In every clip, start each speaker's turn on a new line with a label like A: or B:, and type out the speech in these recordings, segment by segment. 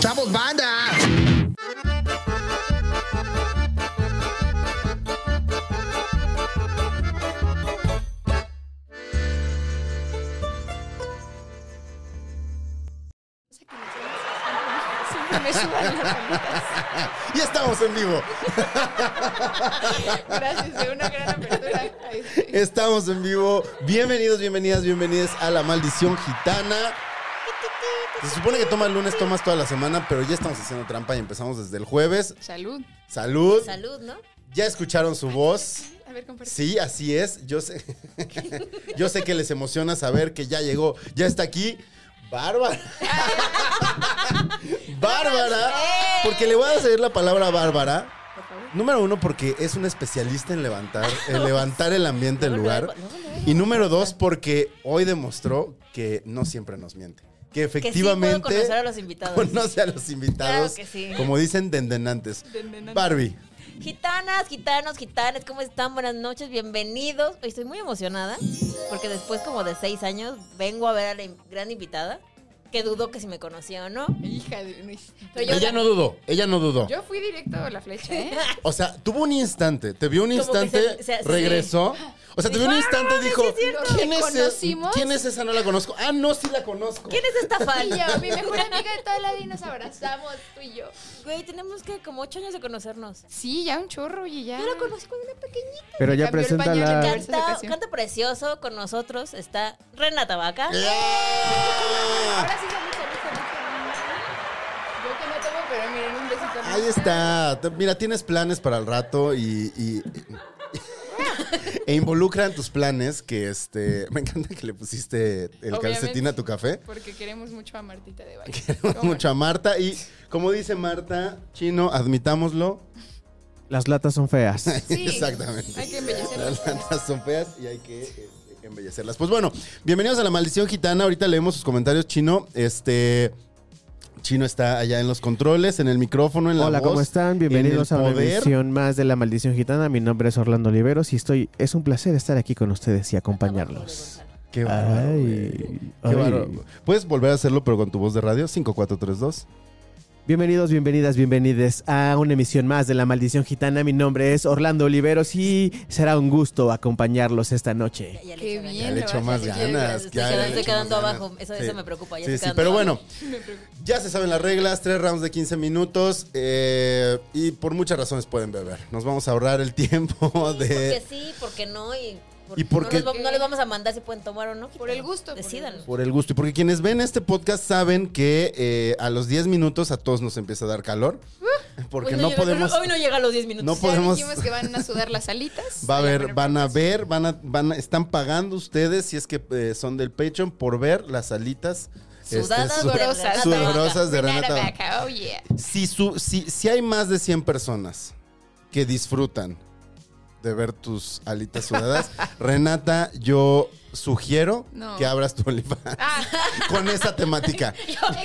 A: ¡Chavos, banda!
B: Me suban las bolitas.
A: Ya estamos en vivo.
B: Gracias, de una gran apertura. Ahí sí.
A: Estamos en vivo. Bienvenidos, bienvenidas, bienvenidas a la maldición gitana. Se supone que toma el lunes, tomas toda la semana, pero ya estamos haciendo trampa y empezamos desde el jueves.
B: Salud.
A: Salud.
C: Salud, ¿no?
A: Ya escucharon su voz.
B: A ver, comparte.
A: Sí, así es. Yo sé, yo sé que les emociona saber que ya llegó, ya está aquí. Bárbara. Bárbara. Porque le voy a ceder la palabra a Bárbara. Número uno, porque es una especialista en levantar, en levantar el ambiente del lugar. Y número dos, porque hoy demostró que no siempre nos miente. Que
C: Que sí puedo
A: efectivamente
C: conocer a los invitados.
A: conoce a los invitados,
C: Claro que sí.
A: como dicen, dendenantes.
B: Dendenantes.
A: Barbie,
C: Gitanas, gitanos, gitanes, ¿cómo están? Buenas noches, bienvenidos. Hoy estoy muy emocionada porque después como de seis años vengo a ver a la in- gran invitada que dudó que si me conocía o no.
B: Hija de Luis.
C: Pero yo,
A: ella no dudó, ella no dudó.
B: Yo fui directo a la flecha, ¿eh?
A: O sea, tuvo un instante, te vio un
C: Como que
A: instante,
C: se- se- sí.
A: regresó. O sea, te vio un
C: Dijo,
A: instante y dijo,
C: "Ah, no mames, sí es cierto".
A: ¿quién es, esa?
B: ¿Reconocimos?
A: ¿quién es esa? No la conozco. Ah, no, sí la conozco.
C: ¿Quién es esta fan?
B: Y yo, mi mejor amiga de toda la vida y nos abrazamos, tú y yo.
C: Güey, tenemos que como ocho años de conocernos.
B: Sí, ya un chorro, y ya.
C: Yo la conocí cuando era pequeñita.
D: Pero
B: Me
D: ya
B: cambió el
D: presenta
B: pañal, me
D: la.
B: encanta. Esa es la
C: Canta,
B: ocasión.
C: canta precioso con nosotros. Está Renata Vaca.
A: ¡Yeah!
B: Ahora sí salud, salud, salud, salud. Yo que no tomo, pero miren, un besito.
A: Ahí está. Te- Mira, tienes planes para el rato y. y- e involucran tus planes que este. Me encanta que le pusiste el calcetín a tu café.
B: Porque queremos mucho a Martita de Valle. ¿Cómo?
A: Mucho a Marta. Y como dice Marta, chino, admitámoslo.
D: Las latas son feas.
B: Sí.
A: Exactamente.
B: Hay que embellecer.
A: Las plantas son feas y hay que este, embellecerlas. Pues bueno, bienvenidos a la maldición gitana. Ahorita leemos sus comentarios, Chino. Este. Chino está allá en los controles, en el micrófono, en la
D: Hola,
A: voz,
D: ¿cómo están?
A: en el
D: Bienvenidos a una
A: poder.
D: edición más de La Maldición Gitana. Mi nombre es Orlando Oliveros y estoy. Es un placer estar aquí con ustedes y acompañarlos.
A: Qué bárbaro, güey.
D: Ay,
A: Qué
D: ay.
A: bárbaro. ¿Puedes volver a hacerlo, pero con tu voz de radio? 5432.
D: Bienvenidos, bienvenidas, bienvenides a una emisión más de La Maldición Gitana. Mi nombre es Orlando Oliveros y será un gusto acompañarlos esta noche.
C: Ya le
B: Qué bien. Bien,
A: Ya
C: echaron ganas.
A: le
B: lo
A: echó
B: vas
A: más
B: a hacer.
A: ganas.
C: Estoy
A: ya
C: quedando-
A: le
C: estoy
A: echó
C: quedando
A: más ganas.
C: abajo. Eso- eso me preocupa, ya
A: Sí,
C: estoy
A: sí,
C: quedando
A: pero
C: abajo.
A: bueno. Ya se saben las reglas, tres rounds de 15 minutos eh, y por muchas razones pueden beber. Nos vamos a ahorrar el tiempo
C: Sí, Porque
A: de...
C: sí, porque no y,
A: Y porque-
C: no, les va- no les vamos a mandar si pueden tomar o no.
B: Por el gusto, por el
C: Decidan.
A: Por el gusto. Y porque quienes ven este podcast saben que eh, a los 10 minutos a todos nos empieza a dar calor. Porque
C: pues,
A: no podemos...
C: Hoy no llega a los 10 minutos.
A: No
B: Ya
A: podemos-
B: dijimos que van a sudar las alitas.
A: Va a
B: Ay,
A: haber,
B: pero
A: van a
B: pues,
A: ver, van a, van a- están pagando ustedes, si es que eh, son del Patreon, por ver las alitas este,
C: Sudadas,
A: su-
B: sudorosas.
A: sudorosas de
B: Renata
A: Renata. Vaca.
B: Vaca, oh yeah.
A: Si, su- si, si hay más de 100 personas que disfrutan de ver tus alitas sudadas, Renata, yo sugiero
B: No.
A: que abras tu OnlyFans
B: Ah,
A: con esa temática.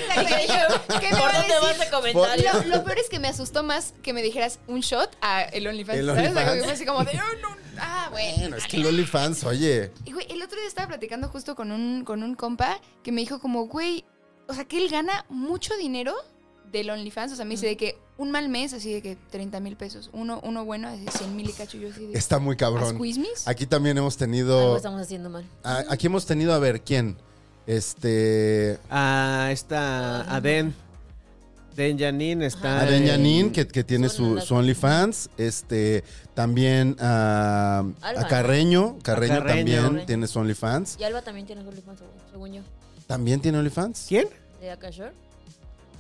B: Exacto. ¿Qué me
C: ¿Por
B: va a
C: dónde va
B: decir?
C: ese comentario?
B: Lo, lo peor es que me asustó más que me dijeras un shot a el OnlyFans.
A: El
B: ¿Sabes?
A: OnlyFans.
B: Algo que fue así como de, "Oh, no, ah, bueno.
A: Bueno, es que el OnlyFans, oye,
B: Y, güey, el otro día estaba platicando justo con un, con un compa que me dijo como, güey, o sea, que él gana mucho dinero del OnlyFans. O sea, me dice de que un mal mes, así de que 30 mil pesos. Uno, uno bueno, así 100 mil y cacho. Yo así de,
A: está muy cabrón.
B: "¿As quismis?".
A: Aquí también hemos
C: Algo
A: tenido,
C: estamos haciendo mal.
A: a- aquí hemos tenido, a ver, ¿quién? Este...
D: Ah, está Aden. Den Yanin está.
A: Aren
D: en-
A: Yanin, que, que tiene
C: Son
A: su,
C: las-
A: su OnlyFans. Este, también ah, a
C: Álvaro.
A: Carreño. Carreño,
D: A Carreño.
A: también tiene su OnlyFans.
C: Y Alba también tiene OnlyFans, según- según yo.
A: ¿También tiene OnlyFans?
D: ¿Quién?
C: de Akashor.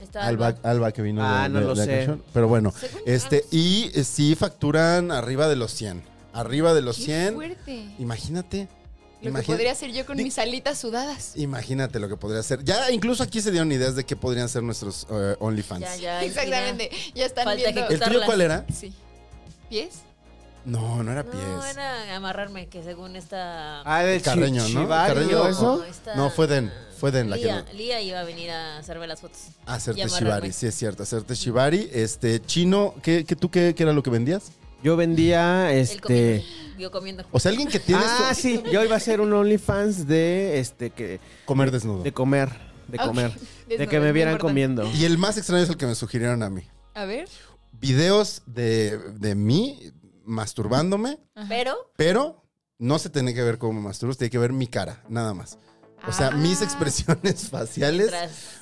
C: Está
A: Alba, Alba que vino
D: Ah,
A: de,
D: no
A: de-
D: lo
A: de
D: sé.
A: Acashon. Pero bueno,
C: Según-
A: este, y eh, sí facturan arriba de los 100. Arriba de los
B: Qué
A: 100.
B: fuerte.
A: Imagínate.
B: Lo que
A: imagi-
B: podría hacer yo con
A: Di-
B: mis alitas sudadas.
A: Imagínate lo que podría ser. Ya incluso aquí se dieron ideas de qué podrían ser nuestros eh, OnlyFans.
C: Ah, Ya, ya.
B: Exactamente. Ya están
C: Falta
B: viendo.
C: que-
A: ¿El tuyo cuál era?
B: Sí. ¿Pies?
A: No, no era
C: No,
A: pies.
C: era amarrarme, que según esta...
D: Ah, del
A: Carreño, ¿no?
D: Shibari
A: Carreño,
D: o
C: No,
D: eso.
C: esta-
A: No, fue Den. Fue Den la que
C: Lía,
A: no.
C: Lía iba a venir a hacerme las fotos.
A: Hacerte
C: Llamarme.
A: Shibari, sí es cierto. Hacerte Shibari. Este, chino, ¿qué, qué, tú qué, qué era lo que vendías?
D: Yo vendía
C: Él
D: este.
C: comiendo, yo comiendo.
A: O sea, alguien que tiene
D: Ah,
A: esto-
D: sí, yo iba a ser un OnlyFans de este que
A: comer desnudo.
D: de comer, de
B: Ah, ok.
D: comer, de
B: Desnudo,
D: que me
B: muy
D: vieran
B: importante.
D: comiendo.
A: Y el más extraño es el que me sugirieron a mí.
B: A ver.
A: Videos de, de mí masturbándome,
C: Pero
A: pero no se tiene que ver cómo me masturbo, tiene que ver mi cara, nada más. O sea, mis
B: Ah.
A: expresiones faciales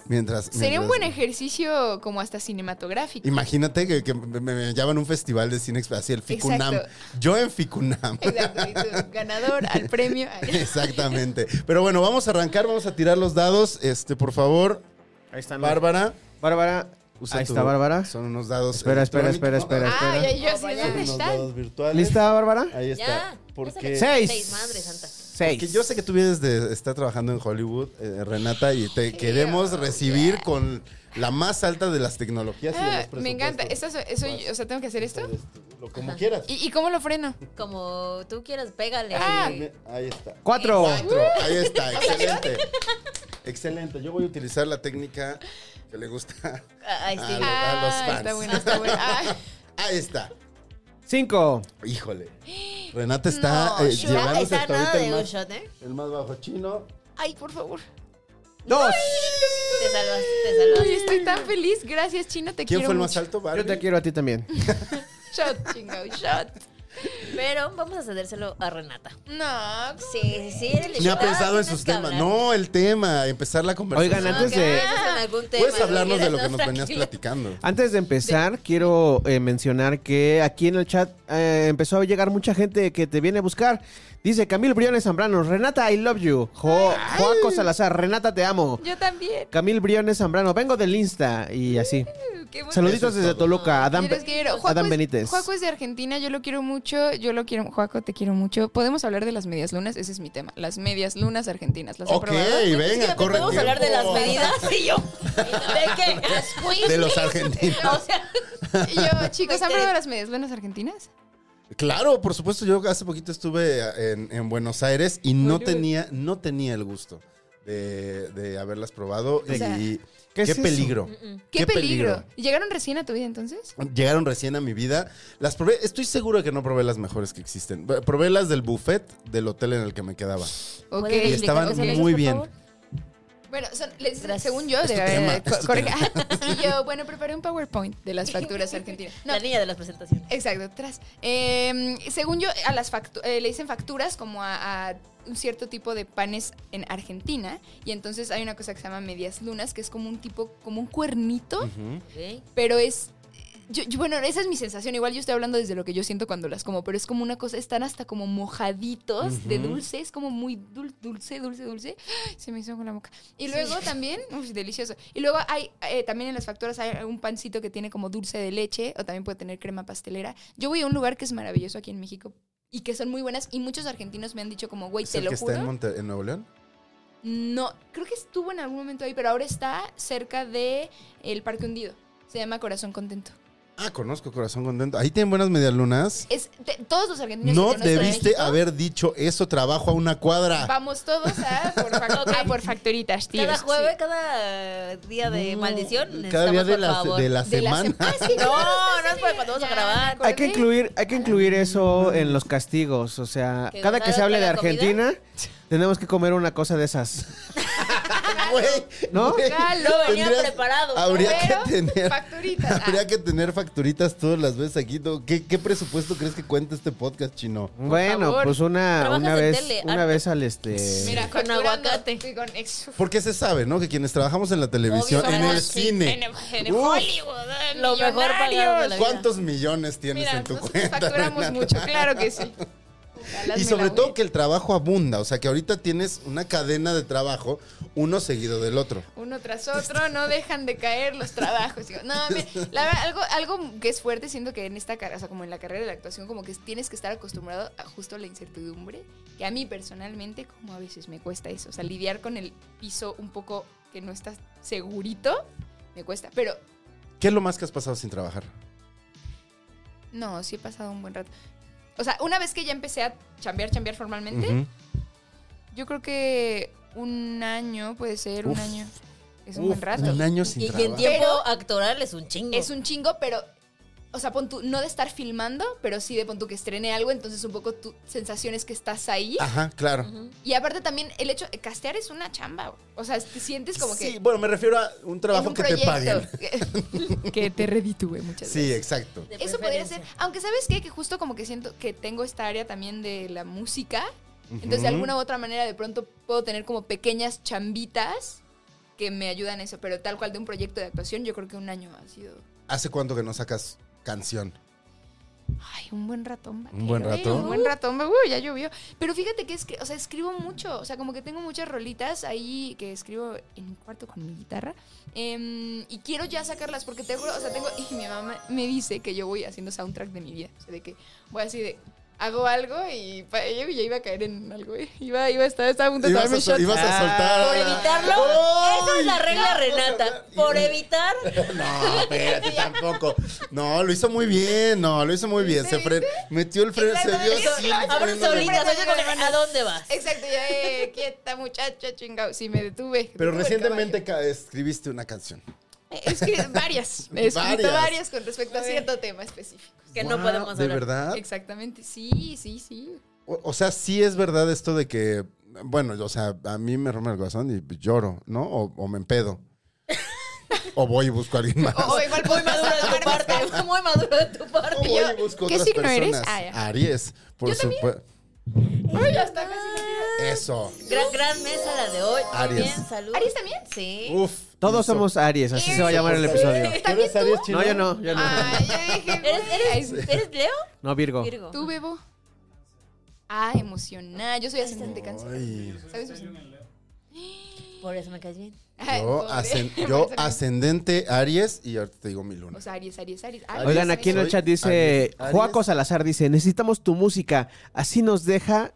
A: mientras...
C: tras-
B: Sería un
A: mientras-
B: buen ejercicio como hasta cinematográfico.
A: Imagínate que, que me, me- me llaman a un festival de cine exp- así el Ficunam.
B: Exacto.
A: Yo en Ficunam.
B: Exacto, y tú, ganador al premio. Ay,
A: Exactamente. Pero bueno, vamos a arrancar, vamos a tirar los dados. Este, por favor,
D: Ahí están. los-
A: Bárbara.
D: Bárbara.
A: usa
D: Ahí
A: tu-
D: está Bárbara.
A: Son unos dados.
D: Espera, espera, espera,
A: electrónicos.
D: espera,
B: Ah, ya,
D: espera.
B: yo así,
A: Son
B: ¿dónde
A: unos
B: están?
A: dados virtuales.
D: ¿Lista Bárbara?
A: Ahí
C: Ya,
A: está.
C: ya
A: Porque,
C: salió.
D: Seis.
C: Seis, madre santa.
D: Seis.
A: porque yo sé que tú vienes de está trabajando en Hollywood, eh, Renata, y te
B: oh,
A: queremos recibir con la más alta de las tecnologías. y de
B: Ah,
A: los
B: me encanta.
A: presupuestos.
B: Eso, eso, o sea, tengo que hacer esto.
A: Lo- Como quieras.
B: ¿Y, y cómo lo freno?
C: como tú quieras, pégale.
B: Ah.
A: Ahí está.
D: Cuatro.
A: Cuatro. Ahí está, excelente. Excelente. Yo voy a utilizar la técnica que le gusta
C: Ah, Ahí sí.
A: Ah, a los
B: Ah,
A: fans.
B: Está bueno, está bueno. Ah,
A: Ahí está.
D: Cinco.
A: Híjole. Renata está
C: no,
A: eh,
C: Shura
A: llevándose
C: Ah, está
A: hasta
C: nada
A: ahorita
C: de
A: el
C: un
A: más,
C: shot, ¿eh?
A: el más bajo chino.
B: ay, por favor.
D: Dos.
C: Te salvas, te
B: Ay,
C: salvas.
B: estoy tan feliz. Gracias, Chino. Te
A: ¿Quién
B: quiero
A: fue el más
B: mucho.
A: alto, Barbie?
D: Yo te quiero a ti también.
B: Shot, chingado, shot.
C: Pero vamos a cedérselo a Renata.
B: No,
C: Sí, sí, sí. eres
A: Ni ha
C: Shura,
A: pensado en
C: tienes
A: sus
C: que
A: temas.
C: hablar.
A: No, el tema, empezar la conversación.
D: Oigan, antes
C: que
D: de-
C: empieces con algún tema,
A: Puedes hablarnos de lo que
C: quieras,
A: nos
C: no,
A: venías
C: tranquila.
A: platicando.
D: Antes de empezar, quiero eh, mencionar que aquí en el chat eh, empezó a llegar mucha gente que te viene a buscar. Dice Camil Briones Zambrano, Renata, I love you. Jo- Joaco Salazar, Renata, te amo.
B: yo también.
D: Camil Briones Zambrano, vengo del Insta y así.
B: Qué bueno.
D: Saluditos
A: Eso es
D: desde
A: todo.
D: Toluca, Adán,
B: Yo los
D: Be-
B: quiero. Juaco
D: Adán
B: es-
D: Benítez.
B: Juaco es de Argentina, yo lo quiero mucho, yo lo quiero, Juaco, te quiero mucho. Podemos hablar de las medias lunas, ese es mi tema. Las medias lunas argentinas, ¿las han
A: Ok,
B: probado?
A: venga,
C: Espérate,
A: corre.
C: ¿Podemos hablar de las
A: tiempo.
C: medidas? Y yo. ¿De qué?
A: De los argentinos.
C: O sea,
B: Y yo, chicos, ¿han
C: Ustedes.
B: probado las medias lunas argentinas?
A: Claro, por supuesto. Yo hace poquito estuve eh, en, en Buenos Aires y no tenía, no tenía el gusto de, de haberlas probado.
B: O
A: y
B: sea,
A: qué,
D: ¿qué es eso?
A: peligro.
B: Qué, peligro. ¿Llegaron recién a tu vida entonces?
A: Llegaron recién a mi vida. Las probé. Estoy seguro de que no probé las mejores que existen. Probé las del buffet del hotel en el que me quedaba.
B: Ok.
C: ¿Pueden
A: Y estaban
C: explicarnos,
A: muy
C: por
A: bien.
C: favor?
B: Bueno, son- les-
C: Gracias.
B: según yo,
A: tu
B: de,
A: tema, es tu
B: corre- y yo, bueno, preparé un PowerPoint de las facturas argentinas. No,
C: La niña de las presentaciones.
B: Exacto, tras. Eh, según yo, a las factu- eh, le dicen facturas como a, a un cierto tipo de panes en Argentina. Y entonces hay una cosa que se llama medias lunas, que es como un tipo, como un cuernito,
C: Ok.
B: pero es. yo- yo- bueno, esa es mi sensación. Igual yo estoy hablando desde lo que yo siento cuando las como, pero es como una cosa, están hasta como mojaditos de dulce, es como muy dul- dulce, dulce, dulce. ¡Ay! Se me hizo con la boca. Y luego también, uy, delicioso. Y luego hay, eh, también en las facturas hay un pancito que tiene como dulce de leche o también puede tener crema pastelera. Yo voy a un lugar que es maravilloso aquí en México y que son muy buenas y muchos argentinos me han dicho como, güey,
A: ¿Es
B: te
A: el
B: lo
A: que
B: juro.
A: está en, Monte- en Nuevo León?
B: No, creo que estuvo en algún momento ahí, pero ahora está cerca de el Parque Hundido. Se llama Corazón Contento.
A: Ah, conozco Corazón Contento. Ahí tienen buenas medialunas.
B: Es te- todos los argentinos
A: No
B: Eh, que conozco de
A: debiste
B: México,
A: haber dicho eso, trabajo a una cuadra.
B: Vamos todos a por, fac- a Ah, por facturitas, tío.
C: Cada
B: Sí.
C: jueves, cada día de
A: No,
C: maldición.
A: Cada
C: necesitamos,
A: día de
C: por
A: la,
C: favor.
A: de la
B: De la
A: semana.
B: sem- Ah, sí, claro,
C: No,
B: está
C: no es para cuando vamos a grabar.
B: me
D: Hay que
B: acordé.
D: incluir, hay que incluir eso en los castigos. O sea,
C: Que
D: cada que se
C: cada-
D: hable de
C: cada comida.
D: Argentina, tenemos que comer una cosa de esas.
A: Güey,
D: ¿No?
A: güey,
B: Claro,
C: No venía
A: tendrías-
C: preparado.
A: Habría
B: Pero,
A: que tener.
B: facturitas. Ah.
A: Habría que tener facturitas todas las veces aquí. ¿no? ¿Qué, qué presupuesto crees que cuenta este podcast chino?
D: Bueno,
B: favor.
D: pues una,
C: Trabajas
D: una
C: en
D: vez,
C: tele,
D: una
C: harta.
D: vez al este.
B: Mira,
C: Con
B: facturando
C: aguacate.
B: y con ex-
A: Porque se sabe, ¿no? Que quienes trabajamos en la televisión,
C: Obvio,
A: en el
C: sí,
A: cine.
B: en, en
A: Uf.
B: Hollywood, eh,
C: Lo mejor
B: millonarios.
C: pagado de la vida.
A: ¿Cuántos millones tienes
B: Mira,
A: en tu
B: nosotros
A: cuenta?
B: facturamos
A: Renata?
B: mucho, claro que sí.
A: Y
B: Lázmela,
A: sobre
B: güey.
A: todo que el trabajo abunda, o sea que ahorita tienes una cadena de trabajo, uno seguido del otro.
B: Uno tras otro, no dejan de caer los trabajos. Digo, no, me- la verdad, algo, algo que es fuerte, siento que en esta carrera, o sea, como en la carrera de la actuación, como que tienes que estar acostumbrado a justo la incertidumbre, que a mí personalmente, como a veces me cuesta eso, o sea, lidiar con el piso un poco que no estás segurito, me cuesta, pero
A: ¿Qué es lo más que has pasado sin trabajar?
B: no, sí he pasado un buen rato. O sea, una vez que ya empecé a chambear, chambear formalmente,
A: Ujú.
B: yo creo que un año puede ser,
A: Uf.
B: un año. Es un buen rato.
A: Un año sin
C: Y, y en
A: trabajo.
C: tiempo
B: Pero-
C: actoral es un chingo.
B: Es un chingo, pero. O sea, pon tú, no de estar filmando, pero sí de pon tú que estrene algo, entonces un poco tu sensación es que estás ahí.
A: Ajá, claro.
B: Y aparte también el hecho de castear es una chamba. güey. O sea, te sientes como que.
A: Sí, bueno, me refiero a un trabajo
B: en un
A: que te paguen.
B: proyecto. que te reditúe muchas
A: Sí, exacto.
C: De
B: Eso podría
C: preferencia.
B: ser. Aunque, ¿sabes qué? Que justo como que siento que tengo esta área también de la música. Entonces, de alguna u otra manera, de pronto puedo tener como pequeñas chambitas que me ayudan a eso. Pero tal cual de un proyecto de actuación, yo creo que un año ha sido.
A: ¿Hace cuánto que no sacas canción?
B: Ay, un buen ratón. vaquero,
A: Un buen
B: ¿eh?
A: ratón.
B: Un buen ratón, va- uy, ya llovió. Pero fíjate que, escri- o sea, escribo mucho. O sea, como que tengo muchas rolitas ahí que escribo en mi cuarto con mi guitarra. Em, y quiero ya sacarlas porque te juro, o sea, tengo... Y mi mamá me dice que yo voy haciendo soundtrack de mi vida. O sea, de que voy así de... Hago algo y pa- yo ya iba a caer en algo, ¿eh? Iba, iba a estar, estaba a punto de
A: Ibas
B: tomarme
A: a,
B: un shot.
A: sol- ibas a soltar.
C: Por evitarlo.
A: ¡Ay!
C: Esa es la regla, Renata. Por evitar.
A: No, espérate, tampoco. No, lo hizo muy bien, no, lo hizo muy bien. Se fre- metió el freno, se dio
C: Eso-
B: ah,
A: así.
C: Abro solita. soy yo como, ¿A dónde vas?
B: Exacto, ya, eh, quieta muchacha, chingado. Sí, me detuve. detuve
A: Pero
B: el
A: recientemente ca- escribiste una canción.
B: Es que varias. He escrito
A: Varias.
B: varias. con respecto a cierto tema específico.
C: Que no
A: Wow,
C: podemos hablar.
A: ¿De verdad?
B: Exactamente, sí, sí, sí.
A: O, o sea, sí es verdad esto de que, bueno, o sea, a mí me rompe el corazón y lloro, ¿no? O, o me empedo. o voy y busco a alguien más.
B: O, o igual
C: Muy
B: puedo
C: maduro de tu parte. Muy maduro de tu parte.
A: O voy
B: yo-
A: y busco
B: ¿qué
A: otras
B: signo eres?
A: personas.
B: Ah, ya.
A: Aries, por supuesto.
B: ya está casi.
A: Eso.
C: Gran, gran mesa la de hoy. Muy
A: Aries.
C: Bien, salud.
B: ¿Aries también?
C: Sí.
A: Uf.
D: Todos
A: hizo-
D: somos Aries, así se va a llamar el episodio.
A: ¿Tú eres Aries chino?
D: No, yo no, yo no.
B: Ay, ya
A: Uh,
B: dije.
C: ¿Eres, eres,
B: güey.
C: ¿Eres Leo?
D: Ah, No, Virgo.
C: Virgo.
B: ¿Tú, Bebo? Ah, emocionada. Yo soy ascendente cáncer.
A: Ay,
B: ¿Sabes? ascendente?
C: Por eso me caes bien.
B: Ay,
A: yo,
B: pobre.
A: ascen-
B: Por
A: yo
B: eso no-
A: ascendente Aries y ahorita te digo mi luna.
B: O sea, Aries, Aries, Aries. Ah,
A: Aries.
D: Oigan, aquí en el
A: Soy
D: chat dice,
A: Aries, Aries.
D: Joaco Salazar dice, necesitamos tu música, así nos deja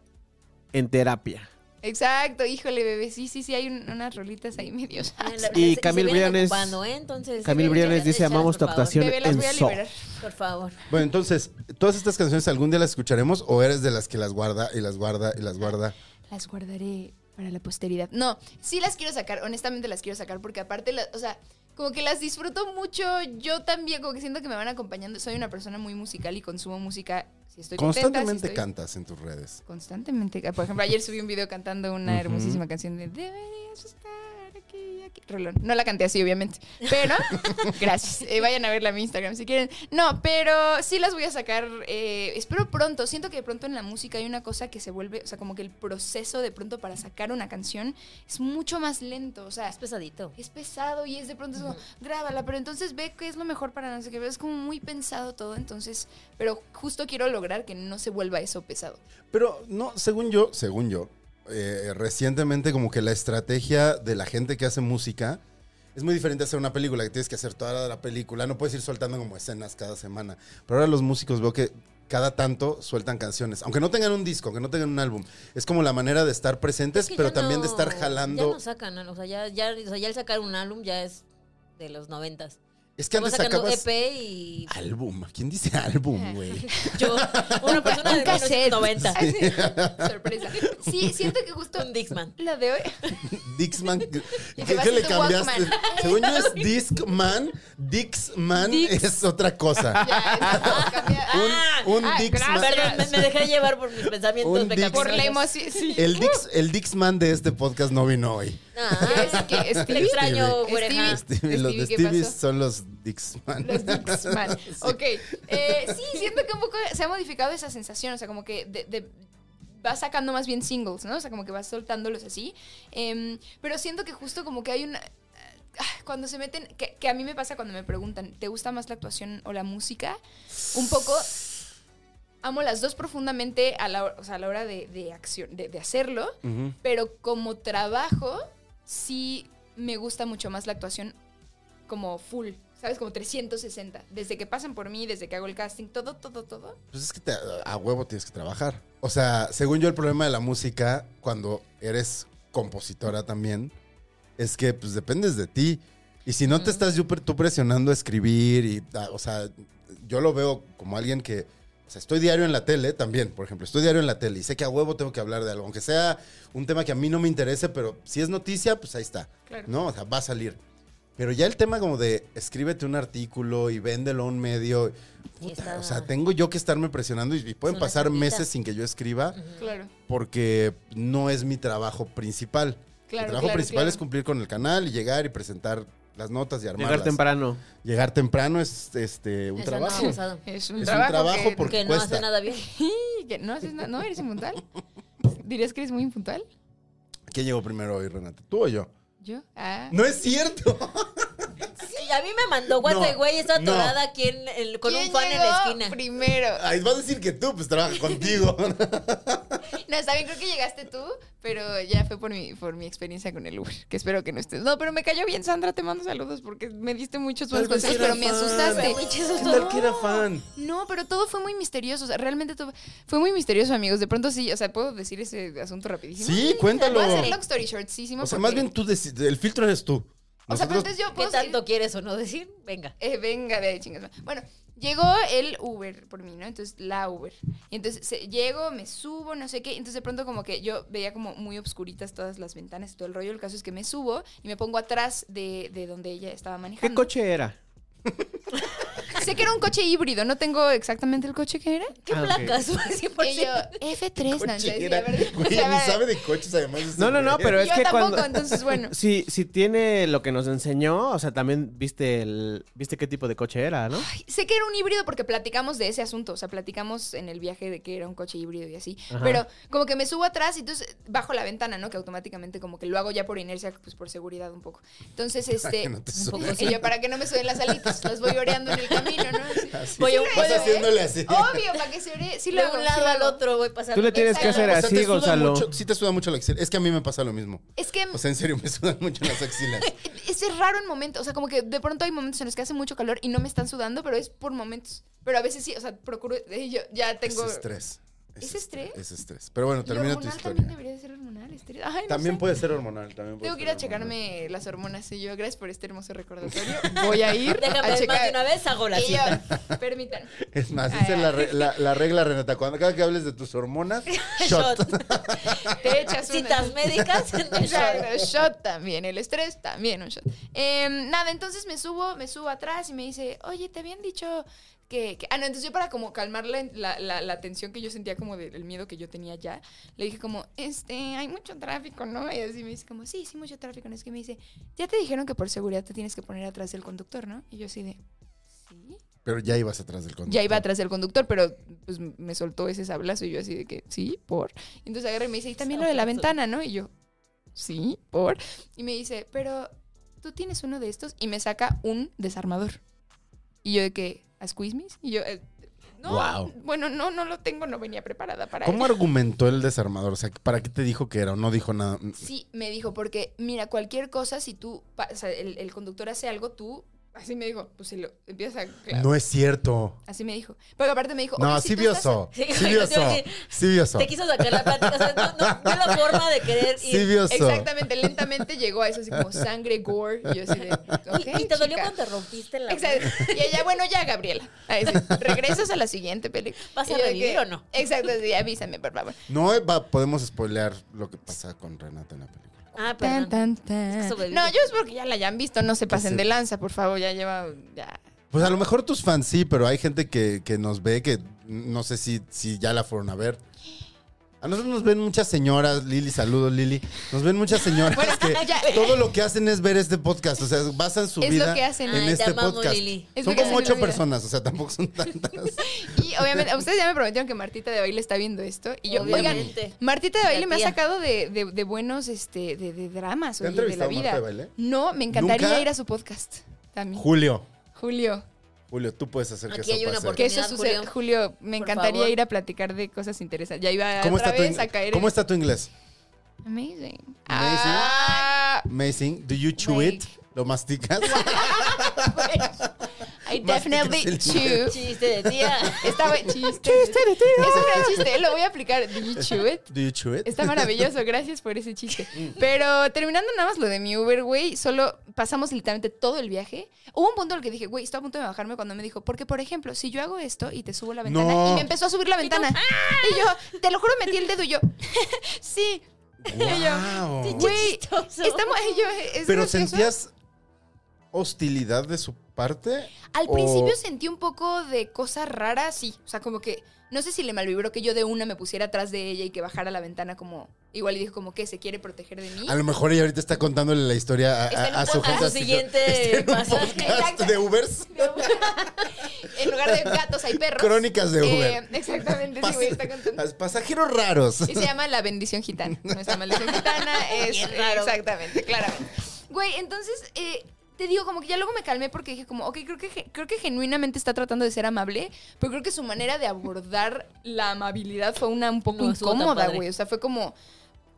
D: en terapia.
B: Exacto, híjole, bebé. Sí, sí, sí, hay un- unas rolitas ahí medio.
D: Y Camil Briones-
C: ¿eh?
D: Camil Briones dice, amamos tu actuación
B: Bebé, las
D: en
B: voy a
D: So.
B: liberar.
C: Por favor.
B: Pues,
A: Bueno, entonces, ¿todas estas canciones algún día las escucharemos o eres de las que las guarda y las guarda y las guarda?
B: las guardaré para la posteridad. No, sí las quiero sacar, honestamente las quiero sacar porque aparte, la- o sea, como que las disfruto mucho, yo también como que siento que me van acompañando, soy una persona muy musical y consumo música, si estoy
A: Constantemente
B: contenta, si estoy-
A: cantas en tus redes.
B: Constantemente, Ah, por ejemplo, ayer subí un video cantando una hermosísima canción de Deberías estar aquí, aquí. Rolón. No la canté así, obviamente, pero gracias. Eh, vayan a verla en mi Instagram si quieren. No, pero sí las voy a sacar. eh, espero pronto. Siento que de pronto en la música hay una cosa que se vuelve, o sea, como que el proceso de pronto para sacar una canción es mucho más lento. O sea,
C: Es pesadito.
B: es pesado y es de pronto es como, grábala, pero entonces ve qué es lo mejor para no sé qué. pero Es como muy pensado todo, entonces, pero justo quiero lograr que no se vuelva eso pesado.
A: Pero no, según yo, según yo, eh, recientemente como que la estrategia de la gente que hace música es muy diferente a hacer una película, que tienes que hacer toda la película, no puedes ir soltando como escenas cada semana. Pero ahora los músicos veo que cada tanto sueltan canciones, aunque no tengan un disco, aunque no tengan un álbum. Es como la manera de estar presentes,
C: Es que
A: pero
C: ya
A: también de
C: no-
A: estar
C: Ya
A: jalando.
C: no sacan, o sea, ya, ya, o sea, ya el sacar un álbum ya es de los noventas.
A: es que
C: Estamos
A: antes
C: sacando
A: sacabas...
C: EP E y
A: Álbum, ¿quién dice álbum, güey?
C: yo, una persona de los
B: cassette.
C: noventa.
B: Sorpresa. Sí, siento que justo
C: Un Dixman.
B: la de hoy.
A: Dixman. ¿Qué,
B: te vas
A: qué
B: a
A: le
B: tu
A: cambiaste?
B: Walkman.
A: Según yo es Discman. Dixman
B: Dix.
A: es otra cosa.
B: Ya, es- cambia-
C: Ah,
A: un
B: ay,
A: Dixman.
B: gracias.
C: Perdón, me, me dejé llevar por mis pensamientos.
A: Un
C: me
A: Dix-
C: cambié.
B: Ah, Por la emoción. Sí.
A: El,
B: Uh.
A: Dix, el Dixman de este podcast no vino hoy.
C: Ah,
B: ¿Qué es? ¿Qué es?
C: te
B: Stevie?
C: extraño,
B: Stevie.
C: oreja.
A: Stevie, los de
B: Ah, Stevie, ¿qué
A: Stevie
B: pasó?
A: son los Dixman.
B: Los Dixman. Ok. Eh, sí, siento que un poco se ha modificado esa sensación. O sea, como que de, de- vas sacando más bien singles, ¿no? O sea, como que vas soltándolos así. Em, pero siento que justo como que hay una. ah, Cuando se meten, que, que a mí me pasa cuando me preguntan, ¿te gusta más la actuación o la música? Un poco amo las dos profundamente a la, hor- o sea, a la hora de, de acción, de, de hacerlo,
A: Ujú.
B: pero como trabajo sí me gusta mucho más la actuación como full, ¿sabes? Como 360. Desde que pasan por mí, desde que hago el casting, todo, todo, todo.
A: Pues es que te- a huevo tienes que trabajar. O sea, según yo, el problema de la música, cuando eres compositora también, es que pues dependes de ti. Y si no te estás yo- tú presionando a escribir y, ah, o sea, yo lo veo como alguien que, o sea, estoy diario en la tele también, por ejemplo, estoy diario en la tele y sé que a huevo tengo que hablar de algo, aunque sea un tema que a mí no me interese, pero si es noticia, pues ahí está.
B: Claro.
A: ¿No? O sea, va a salir. Pero ya el tema como de escríbete un artículo y véndelo a un medio.
C: Sí,
A: Puta,
C: está-
A: O sea, tengo yo que estarme presionando y, y pueden
C: Es una
A: pasar
C: chambita.
A: meses sin que yo escriba
B: Claro.
A: porque no es mi trabajo principal.
B: Claro,
A: mi trabajo
B: claro,
A: principal
B: claro.
A: es cumplir con el canal y llegar y presentar las notas y armarlas.
D: Llegar temprano.
A: Llegar temprano es este, un
C: Eso no,
A: trabajo.
C: abusado.
B: Es un
A: un
B: trabajo,
A: trabajo
B: que-
A: porque
C: Que no hace
A: cuesta.
C: nada bien.
B: que no haces nada. ¿No eres impuntual? ¿Dirías que eres muy impuntual?
A: ¿Quién llegó primero hoy, Renata? ¿Tú o yo?
B: ¿Yo? Ah.
A: ¡No es cierto!
C: Sí, a mí me mandó guate,
A: No,
C: güey, está
A: no.
C: atorada aquí en el- con un
B: ¿Quién
C: fan en la
B: llegó
C: esquina.
B: Primero.
A: Ay, vas a decir que tú, pues trabaja contigo.
B: No, está bien, creo que llegaste tú, pero ya fue por mi, por mi experiencia con el Uber, que espero que no estés. No, pero me cayó bien, Sandra, te mando saludos porque me diste muchos buenos
A: Tal vez
B: consejos,
A: era
B: pero me
A: fan.
B: asustaste.
A: ¿Qué tal que era fan?
B: No, pero todo fue muy misterioso, o sea, realmente todo fue muy misterioso, amigos. De pronto sí, o sea, puedo decir ese asunto rapidísimo.
A: Sí, cuéntalo.
B: Voy a hacer long story shortsísimo.
A: O sea, más
B: porque-
A: bien tú, deci- el filtro eres tú.
B: O sea, pero
A: Nosotros-
B: entonces yo
C: ¿Qué
B: puedo seguir-
C: tanto quieres o no decir? Venga.
B: Eh, venga, de ahí, chingas. Bueno, llegó el Uber por mí, ¿no? Entonces, la Uber. Y entonces se- llego, me subo, no sé qué. Entonces, de pronto, como que yo veía como muy obscuritas todas las ventanas y todo el rollo. El caso es que me subo y me pongo atrás de, de donde ella estaba manejando.
D: ¿Qué coche era?
B: Sé que era un coche híbrido, no tengo exactamente el coche que era.
C: ¿Qué
D: Ah, ok.
C: placas? Pues Sí, por
B: Y yo,
C: cierto.
B: F3, no, entonces, la
A: Cochera.
B: verdad- la
A: Güey, ni
B: verdad-
A: sabe de coches además. ese
D: No, no, no,
A: güey.
D: pero es
B: Yo
D: que
B: tampoco,
D: cuando...
B: entonces, bueno.
D: Si, si tiene lo que nos enseñó, o sea, también viste el, viste qué tipo de coche era, ¿no?
B: Ay, Sé que era un híbrido porque platicamos de ese asunto, o sea, platicamos en el viaje de que era un coche híbrido y así,
D: Ajá.
B: pero como que me subo atrás y entonces bajo la ventana, ¿no? Que automáticamente como que lo hago ya por inercia, pues por seguridad un poco. Entonces,
A: Para
B: este...
A: que no te
B: y
A: subas.
B: yo, para que no me suben las alitas, las voy oreando en el camino, ¿no?
A: Así.
B: Voy a-
A: Vas
B: voy a-
A: haciéndole así.
B: Obvio, para que se ore, sí lo
C: de
B: hago,
C: un
B: sí
C: lado
B: lo
C: al
B: hago.
C: otro voy pasando.
D: Tú le tienes que hacer
A: O sea, te
D: así,
A: suda
D: Gonzalo.
A: mucho- sí te suda mucho la axila. Es que a mí me pasa lo mismo.
B: Es que
A: O sea, en serio, me sudan mucho las axilas.
B: es es raro en momentos, o sea, como que de pronto hay momentos en los que hace mucho calor y no me están sudando, pero es por momentos. Pero a veces sí, o sea, procuro, eh, yo ya tengo...
A: Es Pues estrés.
B: ¿Es estrés?
A: Es estrés. Pero bueno,
B: Y
A: termina tu
B: hormonal
A: historia.
B: también debería de ser hormonal, estrés. Ay, no sé.
A: puede ser hormonal. También
B: Tengo que ir a checarme las hormonas y yo, gracias por este hermoso recordatorio. Voy a ir
C: Déjame
B: a
C: más
B: checar.
C: de una vez, hago la
B: Y yo,
C: cita.
B: permítanme.
A: Es más,
B: Ay,
A: esa es la,
B: ay.
A: re- la- la regla, Renata. Cuando cada que hables de tus hormonas, shot.
B: Te echas una.
C: Citas médicas.
B: Exacto, shot también, el estrés también, un shot. Em, nada, entonces me subo, me subo atrás y me dice, oye, te habían dicho que, que-". Ah, no, entonces yo para como calmar la, la- la- la tensión que yo sentía como del miedo que yo tenía ya, le dije como, este, hay mucho tráfico, ¿no? Y así me dice como, sí, sí, mucho tráfico. No es que me dice, ya te dijeron que por seguridad te tienes que poner atrás del conductor, ¿no? Y yo así de, sí.
A: Pero ya ibas atrás del conductor.
B: Ya iba atrás del conductor, pero pues me soltó ese sablazo y yo así de que, sí, por. Y entonces agarré y me dice, y también lo de la
C: Sablazo.
B: ventana, ¿no? Y yo, sí, por. Y me dice, pero tú tienes uno de estos y me saca un desarmador. Y yo de que, ¿a squeeze me? Y yo, eh, no,
A: Guau.
B: bueno, no, no lo tengo, no venía preparada para
A: ¿Cómo
B: él.
A: argumentó el desarmador? O sea, ¿para qué te dijo que era o no dijo nada?
B: Sí, me dijo, porque mira, cualquier cosa, si tú, pa- o sea, el, el conductor hace algo, tú, así me dijo, pues se lo empiezas a...
A: No es cierto.
B: Así me dijo. Pero aparte me dijo,
A: No,
B: oye, si
A: sí
B: tú
A: vio
B: estás-
A: eso.
C: Sí,
A: Sí vio
C: yo te iba a
A: eso.
C: decir,
A: Sí vio eso.
C: Te quiso sacar la plática. O sea, no, no, no la forma de querer
A: Sí
C: ir.
A: vio eso.
B: Exactamente, lentamente llegó a eso así como sangre, gore. Y yo así de,
C: Y-
B: ok,
C: y, te dolió
B: chica.
C: cuando te rompiste la.
B: Exacto. Y ella, bueno, ya, Gabriela. Ahí sí, regresas a la siguiente película.
C: ¿Vas a
B: Y yo de
C: revivir
B: que-
C: o no?
B: Exacto, sí, avísame, por favor.
A: No eh, va- podemos spoilear lo que pasa con Renata en la película.
C: Ah, perdón. Es que sobrevive.
B: No, yo es porque ya la hayan visto, no se pasen
A: sí.
B: de lanza, por favor, ya lleva. Ya.
A: Pues a lo mejor tus fans sí, pero hay gente que, que nos ve que no sé si, si ya la fueron a ver. A nosotros nos ven muchas señoras, Lili, saludos Lili. Nos ven muchas señoras que
B: ya.
A: todo lo que hacen es ver este podcast, o sea, basan su
B: Es lo
A: vida
B: que hacen.
A: en
C: Ay, te
A: este
C: amamos,
A: podcast.
C: Lili.
B: Es
A: Son
B: lo que
A: como
B: hacen en la
A: ocho
B: vida.
A: personas, o sea, tampoco son tantas.
B: Y obviamente, a ustedes ya me prometieron que Martita de Baile está viendo esto. Y yo, oigan,
C: Obviamente.
B: Martita de
C: La
B: Baile me ha
C: tía.
B: sacado de, de- de buenos este, de, de dramas
A: ¿Te ha
B: oye, de la
A: entrevistado Marta
B: vida.
A: de Baile?
B: No, me encantaría
A: ¿Nunca?
B: ir a su podcast también.
A: Julio,
B: Julio.
A: Julio, tú puedes hacer que
C: Aquí hay
A: eso
C: una
A: pase.
B: Que
C: oportunidad.
B: eso suceda.
C: Julio.
B: Julio, me
C: Por
B: encantaría
C: favor.
B: ir a platicar de cosas interesantes. Ya iba
A: ¿Cómo
B: otra
A: está, tu
B: vez
A: ing-
B: a caer
A: ¿Cómo
B: en-
A: está tu inglés?
B: Amazing.
A: eh? Amazing.
B: Ah,
A: Amazing. Do you chew
B: Güey.
A: it? ¿Lo masticas?
B: I definitely
A: Masticas
B: chew.
C: Chiste de tía.
B: Estaba chiste. Chiste de tío. Es un gran chiste, lo voy a aplicar. Did you chew it?
A: ¿Do you chew it?
B: Está maravilloso, gracias por ese chiste. Pero terminando nada más lo de mi Uber, güey, solo pasamos literalmente todo el viaje. Hubo un punto en el que dije, güey, estoy a punto de bajarme cuando me dijo, porque por ejemplo, si yo hago esto y te subo la ventana,
A: No.
B: y me empezó a subir la ventana.
C: ¡Ah!
B: Y yo, te lo juro, metí el dedo y yo, sí,
A: Guau.
B: güey,
C: Chistoso.
B: estamos, y yo, eh, es
A: ¿Pero
B: gracioso".
A: sentías hostilidad de su parte?
B: Al
A: o-
B: principio sentí un poco de cosas raras, sí. O sea, como que, no sé si le malvibró que yo de una me pusiera atrás de ella y que bajara la ventana como, igual y dijo como que se quiere proteger de mí.
A: A lo mejor ella ahorita está contándole la historia a,
B: Está en
A: a- a
B: un
A: su
B: podcast.
A: gente.
C: A su
A: así,
C: siguiente
A: está en un
C: pasaje.
A: podcast de Ubers.
B: En lugar de gatos hay perros.
A: Crónicas de Uber.
B: Eh, exactamente, sí,
A: Pas-
B: güey, está contando.
A: pasajeros raros.
B: Y se llama La Bendición Gitana. Nuestra maldición gitana es. eh,
C: Bien raro.
B: Exactamente, claramente. Güey, entonces. eh, te digo, como que ya luego me calmé porque dije como, ok, creo que, ge- creo que genuinamente está tratando de ser amable, pero creo que su manera de abordar la amabilidad fue una un poco
C: No, estuvo tan
B: incómoda,
C: padre.
B: güey. O sea, fue como,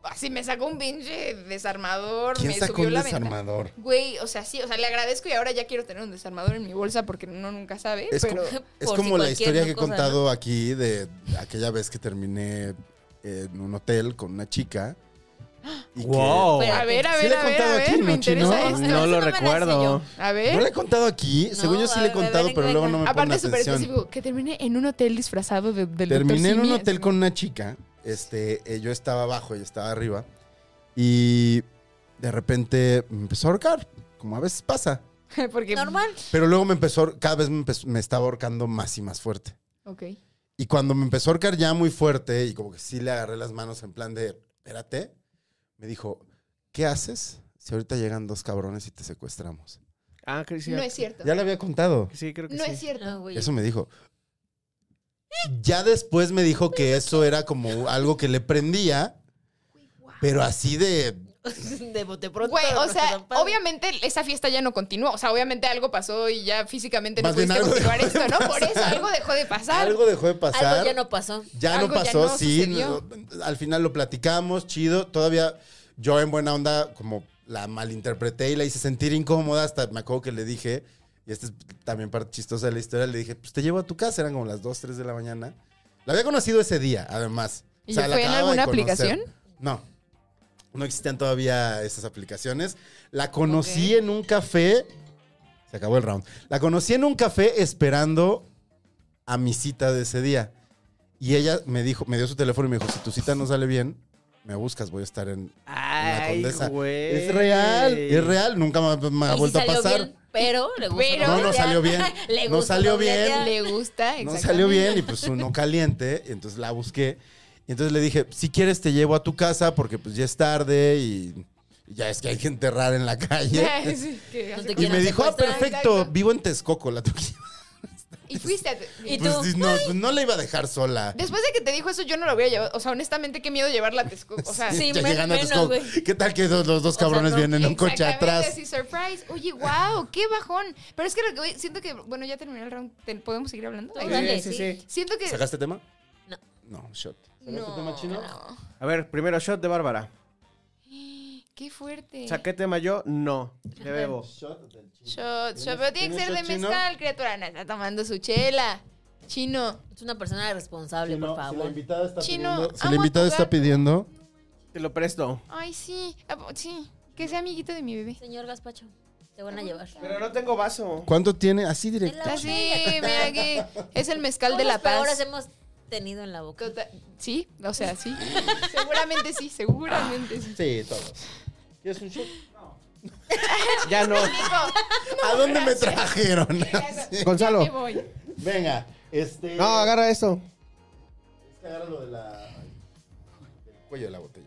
B: así me sacó un pinche desarmador,
A: ¿Quién
B: me
A: sacó
B: subió
A: un
B: la ventana.
A: desarmador?
B: Güey, o sea, sí, o sea, le agradezco y ahora ya quiero tener un desarmador en mi bolsa porque no nunca sabe,
A: Es
B: pero...
A: como, es
C: por si
A: como la
C: cualquier
A: historia que he
C: cosa, ¿no?
A: contado aquí de aquella vez que terminé en un hotel con una chica. y que-
D: Wow.
C: Pero-
B: A ver, a
A: Sí
B: ver,
A: le he
B: a ver,
A: contado
B: a
A: a
B: ver,
A: ti,
B: me
A: ¿no, Chino?
B: interesa esto.
D: No lo
C: Eso me van a decir
D: recuerdo.
B: A
A: ¿No
B: ver.
A: la he contado aquí? Según yo sí le
C: a
A: he
C: ver,
A: contado,
C: venga,
A: pero luego
C: venga.
A: no me ponen
B: Aparte, súper
A: atención.
B: específico, que termine en un hotel disfrazado de, del Dr.
A: Terminé en un
B: Simi,
A: hotel
B: así.
A: con una chica. Este, eh, yo estaba abajo, ella estaba arriba. Y de repente me empezó a ahorcar, como a veces pasa.
B: Porque,
C: Normal.
A: Pero luego me empezó, a ahor- cada vez me, empezó- me estaba ahorcando más y más fuerte.
B: Ok.
A: Y cuando me empezó a ahorcar ya muy fuerte y como que sí le agarré las manos en plan de, espérate, me dijo, ¿qué haces si ahorita llegan dos cabrones y te secuestramos?
D: Ah, creo que sí.
B: No es cierto.
A: Ya le había contado.
D: Sí, creo que
B: No
D: sí.
B: es cierto.
C: No, güey.
A: Eso me dijo. Ya después me dijo que eso era como algo que le prendía, pero así de...
C: de bote pronto.
B: Güey, o
C: no
B: sea,
C: tan padre.
B: obviamente esa fiesta ya no continuó. O sea, obviamente algo pasó y ya físicamente no
A: Más bien
B: pudiste
A: algo
B: continuar
A: dejó de
B: esto, ¿no? Por eso algo dejó de pasar.
A: Algo dejó de pasar.
C: Algo ya no pasó.
A: Ya no
B: Algo ya
A: pasó,
B: no
A: sí.
B: sucedió.
A: no, al final lo platicamos, chido. Todavía yo en buena onda como la malinterpreté y la hice sentir incómoda. Hasta me acuerdo que le dije, y esta es también parte chistosa de la historia, le dije, pues te llevo a tu casa. Eran como las 2, 3 de la mañana. La había conocido ese día, además.
B: ¿Y
A: la
B: fue en
A: acababa de
B: alguna
A: conocer.
B: aplicación?
A: No. No existían todavía esas aplicaciones. La conocí en un café. Se acabó el round. La conocí en un café esperando a mi cita de ese día. Y ella me dijo, me dio su teléfono y me dijo, si tu cita no sale bien, me buscas, voy a estar en, en la
D: Ay,
A: condesa.
D: güey.
A: Es real, es real, nunca me, me ha
C: Y sí
A: vuelto a
C: salió
A: pasar.
C: bien, pero le gustó
B: Pero-
A: no, no
C: dobletear.
A: salió bien.
C: Le
A: no
C: gustó
A: salió bien.
C: dobletear.
B: Le gusta,
A: No
B: exactamente.
A: salió bien y pues uno caliente, y entonces la busqué. Y entonces le dije, si quieres te llevo a tu casa porque pues ya es tarde y ya es que hay que enterrar en la calle.
B: Sí, que-
C: No te
A: y
C: quieren
A: me dijo, ah,
C: secuestrar,
A: perfecto,
B: exacto.
A: vivo en Texcoco, la tuya.
B: Y fuiste a...
C: Y tú,
A: Pues no, pues, no la iba a dejar sola.
B: Después de que te dijo eso, yo no lo hubiera llevado. O sea, honestamente, qué miedo llevarla a Texcoco. O sea,
C: Sí,
A: ya
C: men-
A: llegando a
C: menos,
A: Texcoco.
C: güey.
A: ¿Qué tal que los, los dos
C: O sea,
A: cabrones
C: no,
A: vienen en un coche
B: Exactamente,
A: atrás?
B: así, surprise. Oye, wow, qué bajón. Pero es que lo que voy- siento que, bueno, ya terminó el round. ¿Te- ¿Podemos seguir hablando?
C: Tú dale,
D: sí,
C: sí.
D: sí.
B: Siento que.
A: ¿Sacaste tema?
C: No.
A: No, shot. ¿Sacaste tema
B: No,
A: chino?
B: no.
D: A ver, primero shot de Bárbara.
B: Qué fuerte.
D: ¿Saqué tema yo? No. Le bebo.
A: Shot del chino.
B: Shot, shot, pero tiene que
A: ¿Tienes
B: ser de
A: shot chino?
B: mezcal, criatura. Ana, Está tomando su chela. Chino.
C: Es una persona responsable,
A: Chino,
C: por
A: si la
C: favor.
A: invitada está
B: Chino,
A: pidiendo- si
B: amo
A: la
B: a
A: invitada
B: tu
A: está
B: gato.
A: pidiendo,
D: Te lo presto.
B: Ay, sí. Ah, po- Sí. Que sea amiguito de mi bebé.
C: Señor Gaspacho, te
B: Ah,
C: van a llevar.
D: Pero no tengo vaso.
A: ¿cuánto tiene? Así directo.
B: Está así, mira aquí. Es el mezcal Ah, de la
C: Ahora
B: paz.
C: hemos tenido en la boca.
B: Tota- Sí, o sea, sí. Seguramente sí, seguramente sí.
A: Sí, todos. ¿Quieres un shot?
D: Ya no.
A: ¿A dónde me trajeron?
D: Gonzalo.
B: Me voy.
A: Venga, este.
D: No, agarra esto.
A: Es que agarra lo de la. del cuello de la botella.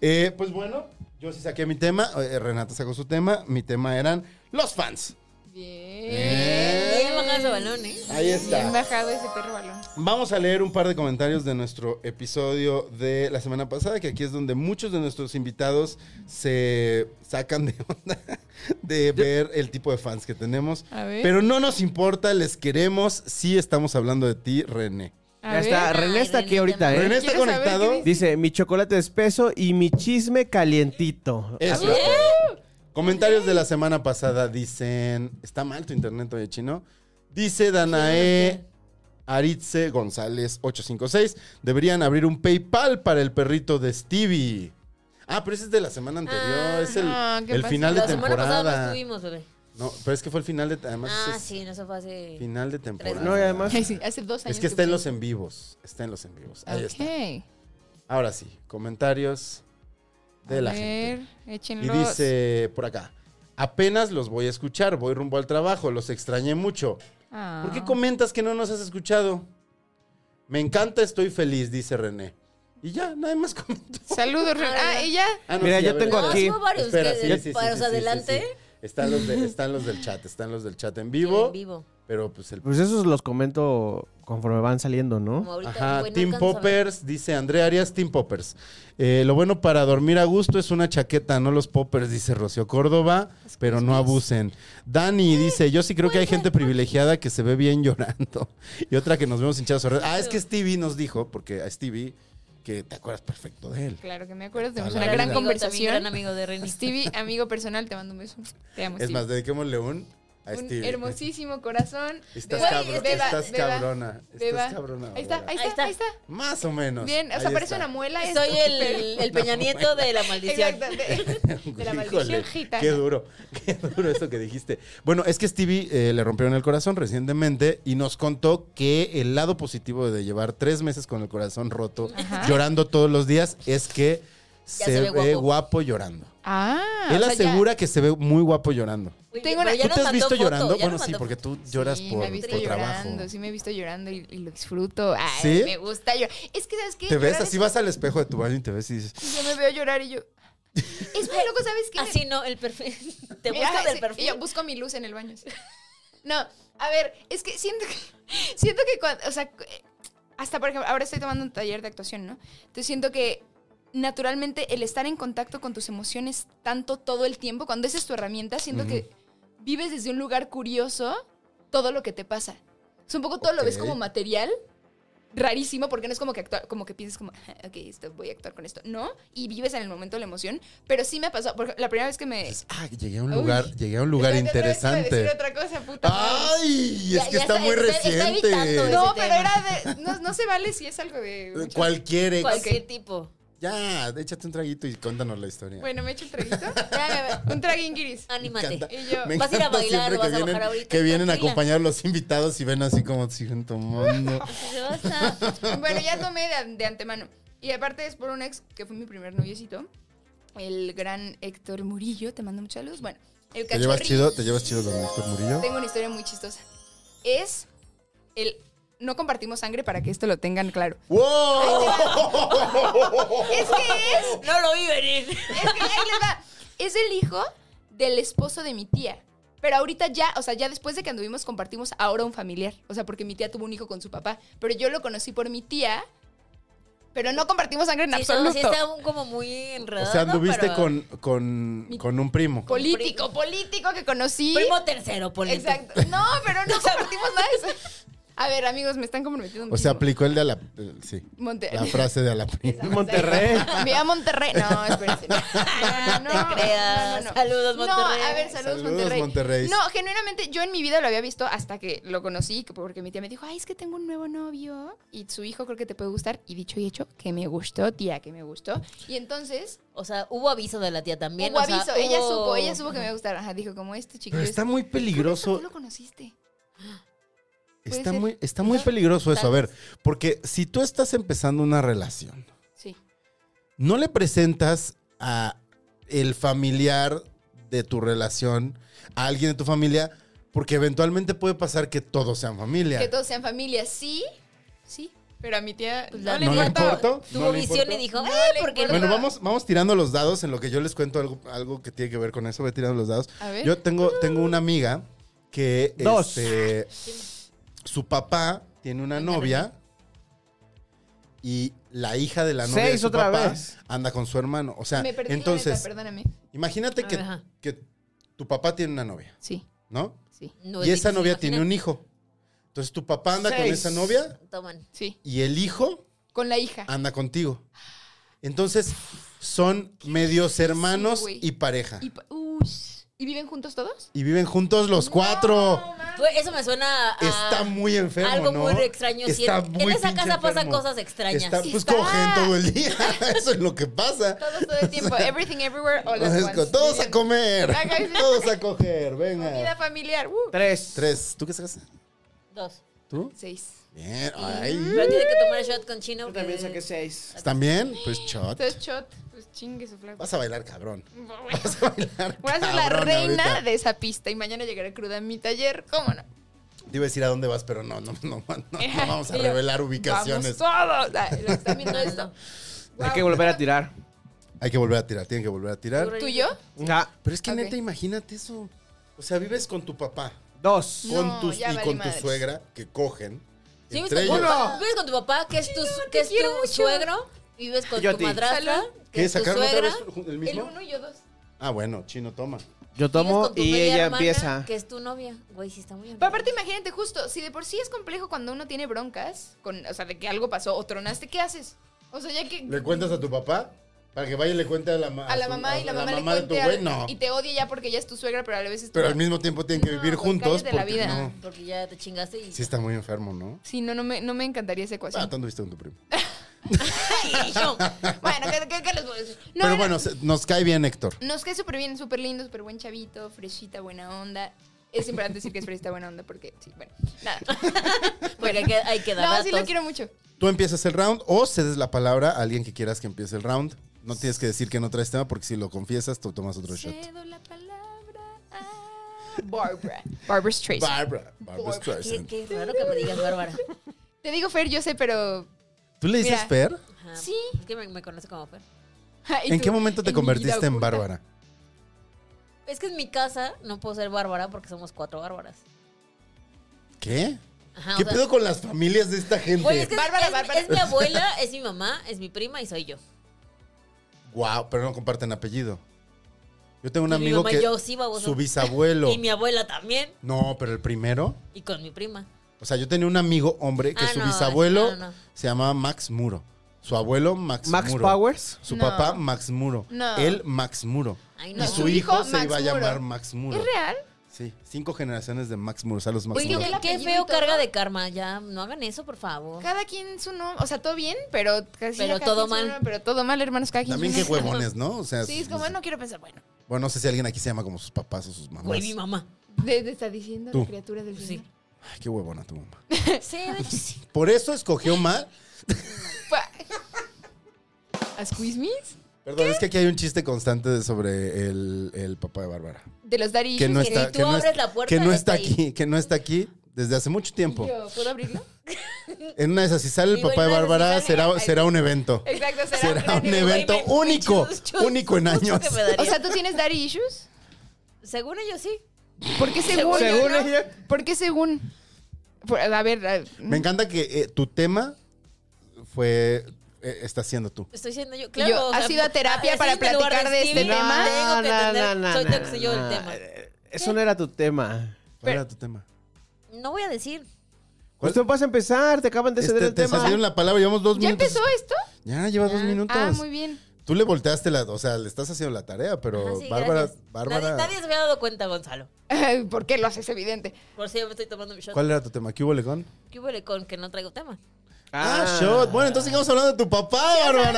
A: Eh, pues bueno, yo sí saqué mi tema. eh, Renata sacó su tema. Mi tema eran los fans.
B: Bien.
A: Eh.
C: Bien, bajado ese balón, ¿eh?
A: Ahí
B: Bien
A: está.
B: bajado ese perro balón.
A: Vamos a leer un par de comentarios de nuestro episodio de la semana pasada, que aquí es donde muchos de nuestros invitados se sacan de onda de ver el tipo de fans que tenemos.
B: A ver.
A: Pero no nos importa, les queremos. Sí estamos hablando de ti, René.
B: A
D: Ya está,
B: ver.
D: René está aquí
C: René,
D: ahorita, ¿eh?
A: René está
B: ¿Quieres saber
A: conectado.
B: qué dice?
D: Dice, mi chocolate espeso y mi chisme calientito.
A: Eso. es todo. Comentarios de la semana pasada dicen. Está mal tu internet, oye, chino. Dice Danae Aritze González 856. Deberían abrir un PayPal para el perrito de Stevie. Ah, pero ese es de la semana anterior.
C: Ah,
A: es el,
B: ah, ¿qué
A: el
B: pasó?
A: final de
C: La semana pasada no
A: temporada.
C: estuvimos, bebé.
A: No, pero es que fue el final de. Además,
C: Ah,
A: es
C: sí, no, eso fue hace...
A: final de temporada.
D: No, y además,
B: Ay, sí, hace dos años.
A: Es que está en los
B: fue.
A: en vivos. Está en los en vivos. Ahí está.
B: Ok.
A: Ahora sí, comentarios de
B: A
A: la gente.
B: ver,
A: Y
B: échenlos.
A: dice por acá, apenas los voy a escuchar, voy rumbo al trabajo, los extrañé mucho.
B: Ah.
A: ¿Por qué comentas que no nos has escuchado? Me encanta, estoy feliz, dice René. Y ya, nadie más comentó.
B: Saludos, René. Ah, y ya.
A: Ah, no,
D: Mira,
A: sí,
D: yo
A: a ver,
D: tengo
A: ah,
C: No,
D: aquí.
C: sí hubo varios
A: espera,
C: que
A: sí,
C: de-
A: sí, sí,
C: para-
A: sí,
C: o sea,
A: sí, sí,
C: adelante.
A: sí. Están los, de- están los del chat, están los del chat en
C: Sí,
A: vivo.
C: en vivo.
A: Pero pues el...
D: pues esos los comento conforme van saliendo,
C: Como
D: ¿no?
C: ahorita,
A: Ajá,
C: güey, no
A: Team
C: alcanzo a ver.
A: Poppers, dice Andrea Arias, Team Poppers. Eh, lo bueno para dormir a gusto es una chaqueta, no los Poppers, dice Rocío Córdoba, pero no abusen. Dani
B: Eh,
A: dice, yo sí creo que hay gente privilegiada que se ve bien llorando. Y otra que nos vemos hinchados. a red. Ah, es que Stevie nos dijo, porque a Stevie, que te acuerdas perfecto de él.
B: Claro que me acuerdo. Tenemos
A: Hola,
B: una gran
A: René.
C: Amigo también,
B: conversación.
C: gran amigo de René.
B: Stevie, amigo personal, te mando un beso. Te amo,
A: Es
B: Stevie.
A: más, dediquémosle un a
B: un
A: Stevie.
B: hermosísimo corazón.
A: Estás,
B: Beba,
A: cabro-
B: beba,
A: estás
B: beba,
A: cabrona.
B: beba.
A: Estás cabrona.
B: Ahí está,
A: ahora.
B: ahí está,
C: Ahí está.
B: ahí está.
A: Más o menos.
B: Bien, o sea,
A: ahí
B: parece
A: está.
B: una muela. esto,
C: Soy el,
B: pero-
C: el Peña Nieto de la maldición.
B: Exacto. de- De la maldición gitana.
A: Qué duro, qué duro eso que dijiste. Bueno, es que Stevie eh, le rompieron el corazón recientemente y nos contó que el lado positivo de llevar tres meses con el corazón roto,
B: Ajá.
A: llorando todos los días, es que se,
C: Ya se
A: ve
C: ve
A: guapo,
C: guapo.
A: llorando.
B: Ah.
A: Él
B: o sea, ya-
A: asegura que se ve muy guapo llorando.
C: Oye,
B: Tengo una-
C: pero ya
A: ¿Tú
C: nos
A: te has
C: mandó
A: visto
C: foto,
A: llorando?
C: ya nos
A: Bueno, sí,
C: mandó
A: porque
C: foto.
A: tú lloras
B: Sí,
A: por,
B: me he visto
A: por trabajo.
B: llorando, sí me he visto llorando y, y lo disfruto. Ay,
A: ¿Sí?
B: me gusta llorar. Es que, ¿sabes qué?
A: Te ves,
B: Llorar
A: así
B: es-
A: vas al espejo de tu baño y te ves y dices,
B: Yo me veo llorar y yo... Es muy loco, ¿sabes qué?
C: Así Ah, no, el perfil. Te
B: Mira,
C: buscas el
B: sí,
C: perfil.
B: y yo busco mi luz en el baño. así. No, a ver, es que siento que, siento que cuando, o sea, cu- eh, hasta por ejemplo, ahora estoy tomando un taller de actuación, ¿no? Entonces siento que naturalmente el estar en contacto con tus emociones tanto todo el tiempo, cuando esa es tu herramienta, siento
A: Ujú.
B: que vives desde un lugar curioso todo lo que te pasa. Es un poco todo lo ves
A: Ok.
B: como material, rarísimo, porque no es como que actua- como que piensas como, "Ah, ok, esto, voy a actuar con esto. No, y vives en el momento la emoción, pero sí me ha pasado, porque la primera vez que me...
A: dices, ah, llegué a un
B: Uy.
A: lugar, llegué a un lugar
B: Espérate, otra vez iba a
A: interesante.
B: decir otra cosa, puta madre.
A: Ay, es
C: Ya-
A: que
C: ya
A: está,
C: está-
A: muy
C: está- está
A: reciente.
C: evitando ese
B: No,
C: tema.
B: pero era de. No, no se vale si es algo de. mucho-
A: Cualquier ex.
C: Cualquier tipo.
A: Ya, échate un traguito y contános la historia.
B: Bueno, me echo un traguito. Espérame, un traguín guiris.
A: Me
C: Anímate.
A: encanta.
B: Y yo,
A: Me
C: ¿vas a ir a
A: encanta
C: bailar
A: siempre
C: o
A: que
C: vas a
A: vienen,
C: bajar ahorita?
A: que vienen a
C: Tranquila.
A: acompañar a los invitados y ven así como siguen tomando.
C: Basta.
B: Bueno, ya tomé de, de antemano. Y aparte es por un ex que fue mi primer noviecito. El gran Héctor Murillo. Te mando mucha luz. Bueno, el
A: ¿Te llevas
B: cachorrillo.
A: chido? ¿Te llevas chido con Héctor Murillo?
B: Tengo una historia muy chistosa. Es el. No compartimos sangre para que esto lo tengan claro.
A: ¡Wow!
B: Es que es.
C: No lo vi venir.
B: Es que ahí les va. Es el hijo del esposo de mi tía. Pero ahorita ya, o sea, ya después de que anduvimos compartimos ahora un familiar. O sea, porque mi tía tuvo un hijo con su papá. Pero yo lo conocí por mi tía. Pero no compartimos sangre en
C: Sí, está-
B: absoluto.
C: sí está un- como muy
A: O
C: enredado.
A: sea, anduviste
C: pero-
A: con, con, con un primo.
B: Político, político que conocí.
C: Primo tercero, ponle. tú.
B: Exacto. No, pero no compartimos nada de eso. A ver, amigos, me están comprometiendo
A: O sea,
B: muchísimo.
A: aplicó el de la... el- sí,
B: Monte-
A: la frase de a la prima.
D: Monterrey.
B: Me a Monterrey. No, espérense. No, no, no,
C: te creas. Saludos, Monterrey.
B: No, a ver, saludos,
A: Saludos,
B: Monterrey.
A: Monterrey.
B: No, genuinamente yo en mi vida lo había visto hasta que lo conocí, que- porque mi tía me dijo, ay, es que tengo un nuevo novio y su hijo creo que te puede gustar. Y dicho y hecho, que me gustó, tía, que me gustó. Y entonces
C: O sea, hubo aviso de la tía también.
B: hubo
C: o sea, oh.
B: aviso. Ella
C: hubo-
B: supo, ella supo que me gustaba. Ajá, dijo, como este chiquillo.
A: Pero está
B: es-
A: muy
B: ¿Tú
A: peligroso.
B: lo conociste? puede
A: Está
B: ser.
A: muy, está muy peligroso eso. A ver, porque si tú estás empezando una relación
B: Sí.
A: no le presentas a el familiar de tu relación, a alguien de tu familia, porque eventualmente puede pasar que todos sean familia.
B: Que todos sean familia, sí, sí. Pero a mi tía
C: Pues
B: no,
C: la-
B: le
A: ¿No le
B: importaba.
A: importó?
C: Tuvo
A: ¿No le
C: visión
A: importó?
C: y dijo,
B: No
C: ¡ay,
B: le
C: porque
B: importa.
C: no!
A: Bueno, vamos, vamos tirando los dados en lo que yo les cuento algo, algo que tiene que ver con eso. Voy tirando los dados.
B: A ver.
A: Yo tengo, tengo una amiga que
D: Dos.
A: este, su papá tiene una novia y la hija de la novia de
D: Seis
A: su
D: otra
A: papá
D: vez.
A: anda con su hermano. O sea,
B: Me perdí la neta,
A: entonces,
B: perdóname.
A: imagínate que,
C: Ajá.
A: que tu papá tiene una novia,
B: Sí,
A: ¿no?
B: sí,
C: No
A: y
C: es
A: esa
C: difícil,
A: novia tiene un
C: imagina.
A: hijo. Entonces tu papá anda con
D: Seis.
A: esa novia
C: Toman.
B: sí.
A: y el hijo
B: Con la hija.
A: anda contigo. Entonces son medios hermanos
B: güey.
A: y pareja.
B: Y, pa- ush. ¿Y viven juntos todos?
A: Y viven juntos los cuatro.
C: Pues eso me suena a.
A: Está muy enfermo,
C: Algo
A: ¿no?
C: muy extraño. sí,
A: Está
C: en,
A: muy
C: en esa
A: pinche
C: casa pasan
A: enfermo.
C: cosas extrañas.
A: Está- pues
B: Está-
A: cogen todo el día. Eso es lo que pasa.
B: Todos todo el tiempo. Everything, everywhere, all at
A: Entonces,
B: once.
A: Pues todos a
B: Dicen,
A: comer.
B: Ajá, sí.
A: Todos a coger. Venga.
B: Comida familiar. Uh.
D: Tres.
A: Tres. ¿Tú qué sacas?
C: Dos.
A: ¿Tú?
B: Seis.
A: Bien.
C: Pero
A: Ay.
C: tiene que tomar shot con chino.
D: Yo también saqué
C: porque-
D: seis.
A: ¿Están bien? Pues shot.
B: Entonces, shot. Pues chingue su flaco.
A: Vas a bailar, cabrón.
B: Voy
A: Vas a bailar.
B: a ser la
A: cabrón
B: reina
A: ahorita.
B: de esa pista y mañana llegaré cruda a mi taller. ¿Cómo no?
A: Te iba a decir a dónde vas, pero no, no, no, no, no vamos a revelar ubicaciones.
B: Vamos todos. Ah, Ay, lo están viendo esto.
D: Hay que volver a tirar.
A: Hay que volver a tirar, tienen que volver a tirar.
B: ¿Tú y yo?
D: Ah,
A: Pero es que
B: Ok.
A: neta, imagínate eso. O sea, vives con tu papá,
D: Dos.
B: No,
A: con tus, y
B: ya
A: con
B: vale madres.
A: tu suegra, que cogen.
C: Sí, vives
A: entre
C: con, tu
A: ellos.
C: papá, vives con tu papá, que es tu, que es tu suegro. Vives con
D: Yo a
C: tu
D: ti.
C: madrastra,
B: Salud.
C: que
A: ¿Qué?
C: es tu
A: ¿Sacaron otra
C: suegra.
A: vez el
B: El
A: mismo?
B: uno y yo dos.
A: Ah, bueno, chino, toma.
D: Yo
C: Vives
D: tomo
C: con tu
D: y
C: media
D: ella
C: hermana,
D: empieza.
C: Que es tu novia. Güey, sí está muy
B: Pero
C: enfermo.
B: aparte, imagínate, justo, si de por sí es complejo cuando uno tiene broncas, con, o sea, de que algo pasó o tronaste, ¿qué haces? O sea, ya que.
A: ¿Le cuentas a tu papá? Para que vaya y le cuente a la, ma-
B: a la
A: su-
B: mamá y la,
A: a
B: mamá, le
A: de tu
B: cuente al-
A: güey, no.
B: y te odia ya porque ella es tu suegra, pero a la vez es tu
A: Pero al
B: mamá.
A: mismo tiempo tienen que
B: No,
A: vivir
B: pues,
A: juntos.
B: cállate la
A: porque
B: vida.
A: no.
C: Porque ya te chingaste y.
A: Sí está muy enfermo, ¿no?
B: Sí, no, no me, no me encantaría esa
A: Ah,
B: ecuación.
A: tú anduviste con tu primo.
B: bueno, ¿qué, qué- qué les voy a decir? No,
A: Pero
B: era-
A: bueno, se- nos cae bien Héctor.
B: Nos cae súper bien, súper lindo, súper buen chavito, freshita, buena onda. Es importante decir que es freshita, buena onda, porque sí, bueno, nada.
C: Porque hay que, hay que dar
B: No, sí lo
C: datos.
B: quiero mucho.
A: Tú empiezas el round o cedes la palabra a alguien que quieras que empiece el round. No tienes que decir que no traes tema porque si lo confiesas, tú tomas otro shot.
B: Cedo la palabra a Barbara. Barbara Streisand.
A: Bárbara. Bárbara
C: Qué,
A: Streisand.
C: qué raro que me digas, Bárbara.
B: Te digo, Fer, yo sé, pero.
A: ¿Tú le dices
B: Mira.
A: Fer?
C: Ajá.
B: Sí.
C: Es que me, me conoce como Fer.
B: ¿Y
A: ¿En
B: tú?
A: qué momento te
B: mi vida
A: convertiste en
B: oculta.
A: Bárbara?
C: Es que en mi casa no puedo ser Bárbara porque somos cuatro Bárbaras.
A: ¿Qué?
C: Ajá,
A: ¿Qué
C: o sea,
A: pedo con las familias de esta gente?
C: Güey, es que es-
B: Bárbara,
C: es,
B: Bárbara.
C: es mi abuela, es mi mamá, es mi prima y soy yo.
A: Wow, pero no comparten apellido. Yo tengo un
C: Y mi
A: amigo
C: mamá,
A: que
C: yo sí, baboso.
A: su bisabuelo.
C: Y mi abuela también.
A: No, pero el primero.
C: Y con mi prima.
A: O sea, yo tenía un amigo hombre que
C: Ah,
A: su
C: no,
A: bisabuelo
C: no, no.
A: se llamaba Max Muro. Su abuelo Max,
D: Max
A: Muro.
D: Powers.
A: Su
B: No.
A: papá Max Muro.
B: No.
A: Él Max Muro.
C: Ay,
B: No.
A: Y
C: no.
A: su
B: Su
A: hijo,
B: hijo,
A: se
B: Max
A: iba a
B: Muro.
A: llamar Max Muro.
B: ¿Es real?
A: Sí, cinco generaciones de Max Muro. Saludos Max
C: Oye,
A: Muro.
B: ya la-
C: qué
B: apellido y
C: feo
B: todo.
C: carga de karma. Ya, no hagan eso, por favor.
B: Cada quien su nombre. O sea, todo bien, pero casi.
C: Pero
B: cada
C: todo
B: quien su
C: mal.
B: nombre, pero todo mal, hermanos. Cada quien
A: También
B: su
A: qué
B: nombre.
A: huevones, ¿no? O sea,
B: Sí, es
A: no
B: como,
A: sé.
B: no quiero pensar, bueno.
A: bueno, no sé si alguien aquí se llama como sus papás o sus mamás.
C: Güey, mi mamá.
B: De, de- está diciendo
A: Tú.
B: la criatura del
C: Sí.
B: Señor.
A: Ay, qué huevona tu mamá.
C: Sí, de hecho sí.
A: Por eso escogió Max.
B: Pa- ¿A Squeeze Me's?
A: Perdón, es que aquí hay un chiste constante de- sobre el, el papá de Bárbara.
B: De los Daddy
A: Que
B: Issues
A: no
C: que
A: está,
C: si tú
A: que no
C: abres
A: es-
C: la puerta,
A: que no
C: él
A: está
C: está ahí.
A: aquí, que no está aquí desde hace mucho tiempo.
B: Yo, ¿Puedo abrirlo?
A: En una de esas, si sale el
C: Digo,
A: papá de
C: en una de esas,
A: Bárbara,
C: si
A: será,
C: sale-
A: será un evento.
B: Exacto, será,
A: Será
B: un
A: un
B: gran-
A: evento
C: Güey, me- me
A: único,
C: chus, chus,
A: único en
C: chus que
A: años.
C: me daría.
B: O sea, ¿tú tienes Daddy Issues?
C: según ellos sí.
B: ¿Por qué según?
D: Según
B: ¿no?
D: ella.
B: ¿Por qué según? Por- a ver, a-
A: Me encanta que eh, tu tema fue. eh, está siendo tú.
C: Estoy siendo yo.
B: Yo,
C: Claro. o
B: ¿has
C: sea,
B: ido a terapia para
C: estoy en el lugar
B: platicar de este
C: Stevie,
B: tema?
C: Tengo que
D: No,
C: entender.
D: no, no,
C: soy
D: no,
C: tengo que soy yo
D: no.
C: el tema.
D: Eh, Eso no era tu tema.
A: ¿Cuál
B: Pero-
A: era tu tema?
C: No voy a decir.
A: ¿Cuál-
D: Pues tú vas a empezar, te acaban de ceder
A: Este,
D: el
A: te
D: tema.
A: cedieron la palabra, llevamos dos
B: ¿Ya
A: minutos.
B: empezó esto?
A: Ya, lleva dos minutos.
B: Ah, muy bien.
A: Tú le volteaste la. O sea, le estás haciendo la tarea, pero
C: Ajá, sí,
A: Bárbara.
C: gracias.
A: Bárbara
C: Nadie, nadie se había dado cuenta, Gonzalo.
B: ¿Por qué lo haces evidente?
C: Por si yo me estoy tomando mi shot.
A: ¿Cuál era tu tema? ¿Qué hubo, Legón?
C: ¿Qué huele con que no traigo tema?
A: Ah, shot. Bueno, entonces sigamos hablando de tu papá,
B: Ya sabes, papá, y